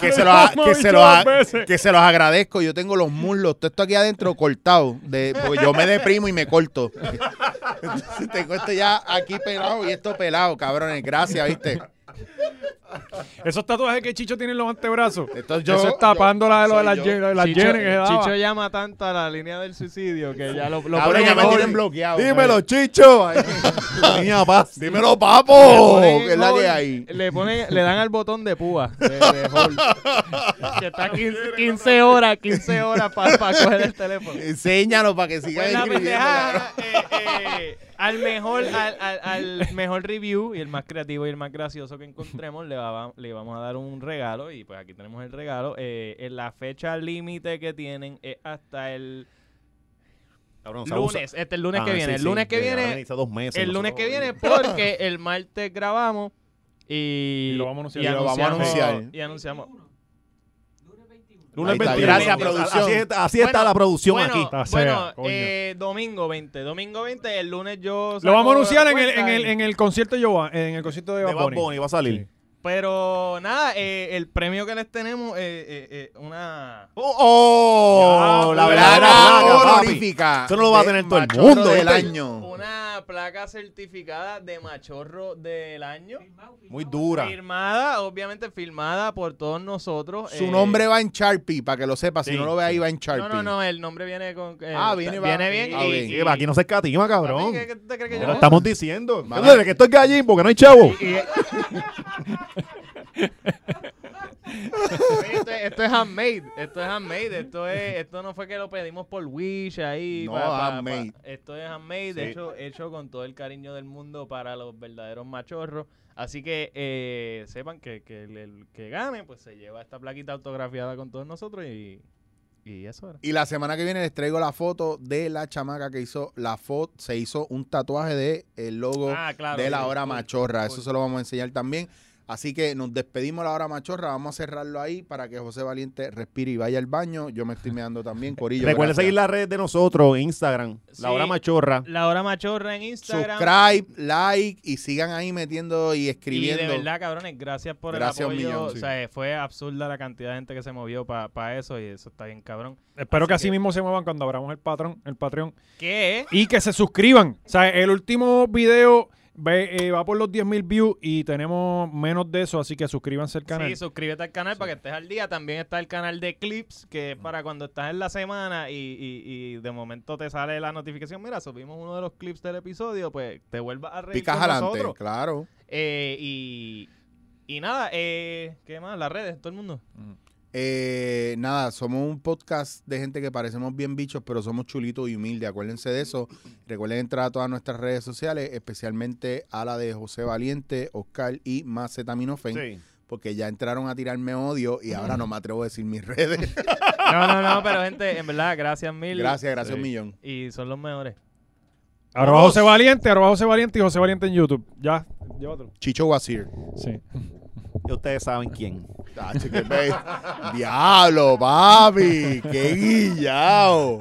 A: que se los, a-
C: Lo hemos
A: que se
C: dicho
A: los a-
C: dos veces.
A: que se los agradezco. Yo tengo los muslos, todo esto aquí adentro cortado. De, porque yo me deprimo y me corto. Entonces tengo esto ya aquí pelado y esto pelado, cabrones. Gracias, ¿viste?
C: Esos tatuajes que Chicho tiene en los antebrazos.
A: Entonces yo-
C: eso es tapando la de lo de
A: soy
C: las
A: yo.
C: ye- de las
D: Chicho,
C: yenes que se daba.
D: Chicho llama tanto a la línea del suicidio que ya lo, lo
A: Cabrones,
D: ponen
A: ya me
D: en
A: tienen
D: orden.
A: bloqueado.
B: Dímelo, Chicho. Ay, Niña paz.
A: Dímelo,
D: Le
A: papo.
D: ponen
A: Oh,
D: en
A: Que es la
D: hold,
A: que hay.
D: Le, ponen, le dan al botón de púa. De, de hold. que está 15, 15 horas, 15 horas para coger el teléfono.
A: Enséñalo para que siga
D: Pues la
A: escribiendo, cabrón.
D: pendejada, eh, eh, al mejor al, al- al mejor review y el más creativo y el más gracioso que encontremos le, va- le vamos a dar un regalo y pues aquí tenemos el regalo Eh, en la fecha límite que tienen es hasta el
B: Cabrón, se abusa.
D: lunes este es el lunes
B: Ah,
D: que
B: sí,
D: viene el
B: sí,
D: lunes que
B: ya, ahora
D: viene
B: necesita dos meses,
D: el
B: nosotros
D: lunes que viene
B: jodidos.
D: porque el martes grabamos y,
C: Y lo vamos a anunciar.
D: y
C: Y
A: lo vamos a
D: anunciamos-
A: anunciar.
D: y anunciamos
F: Lunes 21.
B: Lunes
A: Ahí está,
B: 21.
A: gracias,
B: Así-
A: producción.
B: Así, está- así está
D: Bueno,
B: la producción
D: bueno,
B: aquí.
C: Está
D: Bueno,
C: sea, coño.
D: eh, domingo 20. Domingo 20, el lunes yo.
C: Lo
D: saco
C: vamos a anunciar
D: la
C: en el, en,
D: cuenta
C: el,
D: y-
C: en el concierto de Jovan, en el concierto de
B: De Bad
C: Bad Bunny.
B: Bunny va a salir.
D: Pero nada, eh, el premio que les tenemos es una.
B: ¡Oh!
D: Ya,
B: la
D: la
B: verdadera
A: Placa
B: placa, papi.
A: honorífica.
B: Eso no lo va a
A: de
B: tener todo el
A: machorro
B: mundo,
A: del
B: ¿viste?
A: año.
D: Una placa certificada de machorro del año.
F: Firmado, firmado.
B: Muy dura.
D: Firmada, obviamente firmada por todos nosotros.
A: Su
D: eh,
A: nombre va en Sharpie, para que lo sepa. Si
B: Sí,
A: no lo ve ahí, va en Sharpie.
D: No, no, no, el nombre viene con. eh,
A: Ah, viene-
D: ta-
A: va-
D: bien.
A: ah,
D: y-
A: bien.
D: y-
B: Sí, Aquí no se escatima, cabrón.
D: Papi, ¿qué- qué tú te crees que
B: Te
D: yo
B: lo
D: no?
B: estamos diciendo.
A: Mala-
B: Dale, que esto es gallín porque no hay chavo.
D: Oye, esto, es- esto es handmade, esto es handmade, esto es, esto no fue que lo pedimos por Wish ahí.
A: No,
D: pa- pa- pa-
A: handmade.
D: esto es handmade, de
B: Sí.
D: hecho, hecho con todo el cariño del mundo para los verdaderos machorros. Así que eh, sepan que, que el, el que gane, pues se lleva esta plaquita autografiada con todos nosotros y, y eso era.
A: Y la semana que viene les traigo la foto de la chamaca que hizo la foto, se hizo un tatuaje de el logo
D: Ah, claro,
A: de la
D: sí,
A: hora
D: cool,
A: machorra.
D: cool.
A: Eso se lo vamos a enseñar también. Así que nos despedimos de la hora machorra, vamos a cerrarlo ahí para que José Valiente respire y vaya al baño. Yo me estoy meando también, Corillo.
B: Recuerden
A: gracias.
B: seguir las redes de nosotros, Instagram,
D: Sí.
B: La Hora Machorra.
D: La hora machorra en Instagram.
A: Subscribe, like y sigan ahí metiendo y
D: Y de
A: escribiendo.
D: verdad, cabrones, gracias por
A: Gracias
D: el
A: un
D: apoyo.
A: millón, sí.
D: O sea, fue absurda la cantidad de gente que se movió para eso y eso está bien, cabrón.
C: Espero
D: Así
C: que así
D: que-
C: mismo se muevan cuando abramos el patrón, el Patreon.
D: ¿Qué?
C: Y que se suscriban. O sea, el último video ve- eh, va por los 10.000 views y tenemos menos de eso, así que suscríbanse al canal.
D: Sí, suscríbete al canal para que estés al día. También está el canal de clips, que es para cuando estás en la semana y, y- y de momento te sale la notificación. Mira, subimos uno de los clips del episodio, pues te vuelvas a reír
A: Picas
D: con
A: adelante,
D: nosotros.
A: claro.
D: Eh, y, y nada, eh, ¿qué más? Las redes, todo el mundo.
A: Eh, nada, somos un podcast de gente que parecemos bien bichos, pero somos chulitos y humildes. Acuérdense de eso. Recuerden entrar a todas nuestras redes sociales, especialmente a la de José Valiente, Oscar y Macetaminofen,
B: Sí.
A: porque ya entraron a tirarme odio y ahora no me atrevo a decir mis redes.
D: No, no, no, pero gente, en verdad, gracias mil.
A: Gracias, gracias un
B: Sí.
A: millón.
D: Y son los mejores.
C: Arroba José Valiente, arroba José Valiente y José Valiente en YouTube. Ya, llévatelo.
A: Chicho Wasir.
C: Sí.
B: Y ustedes saben quién.
A: Tacho, qué pe- Diablo, papi, qué guillao.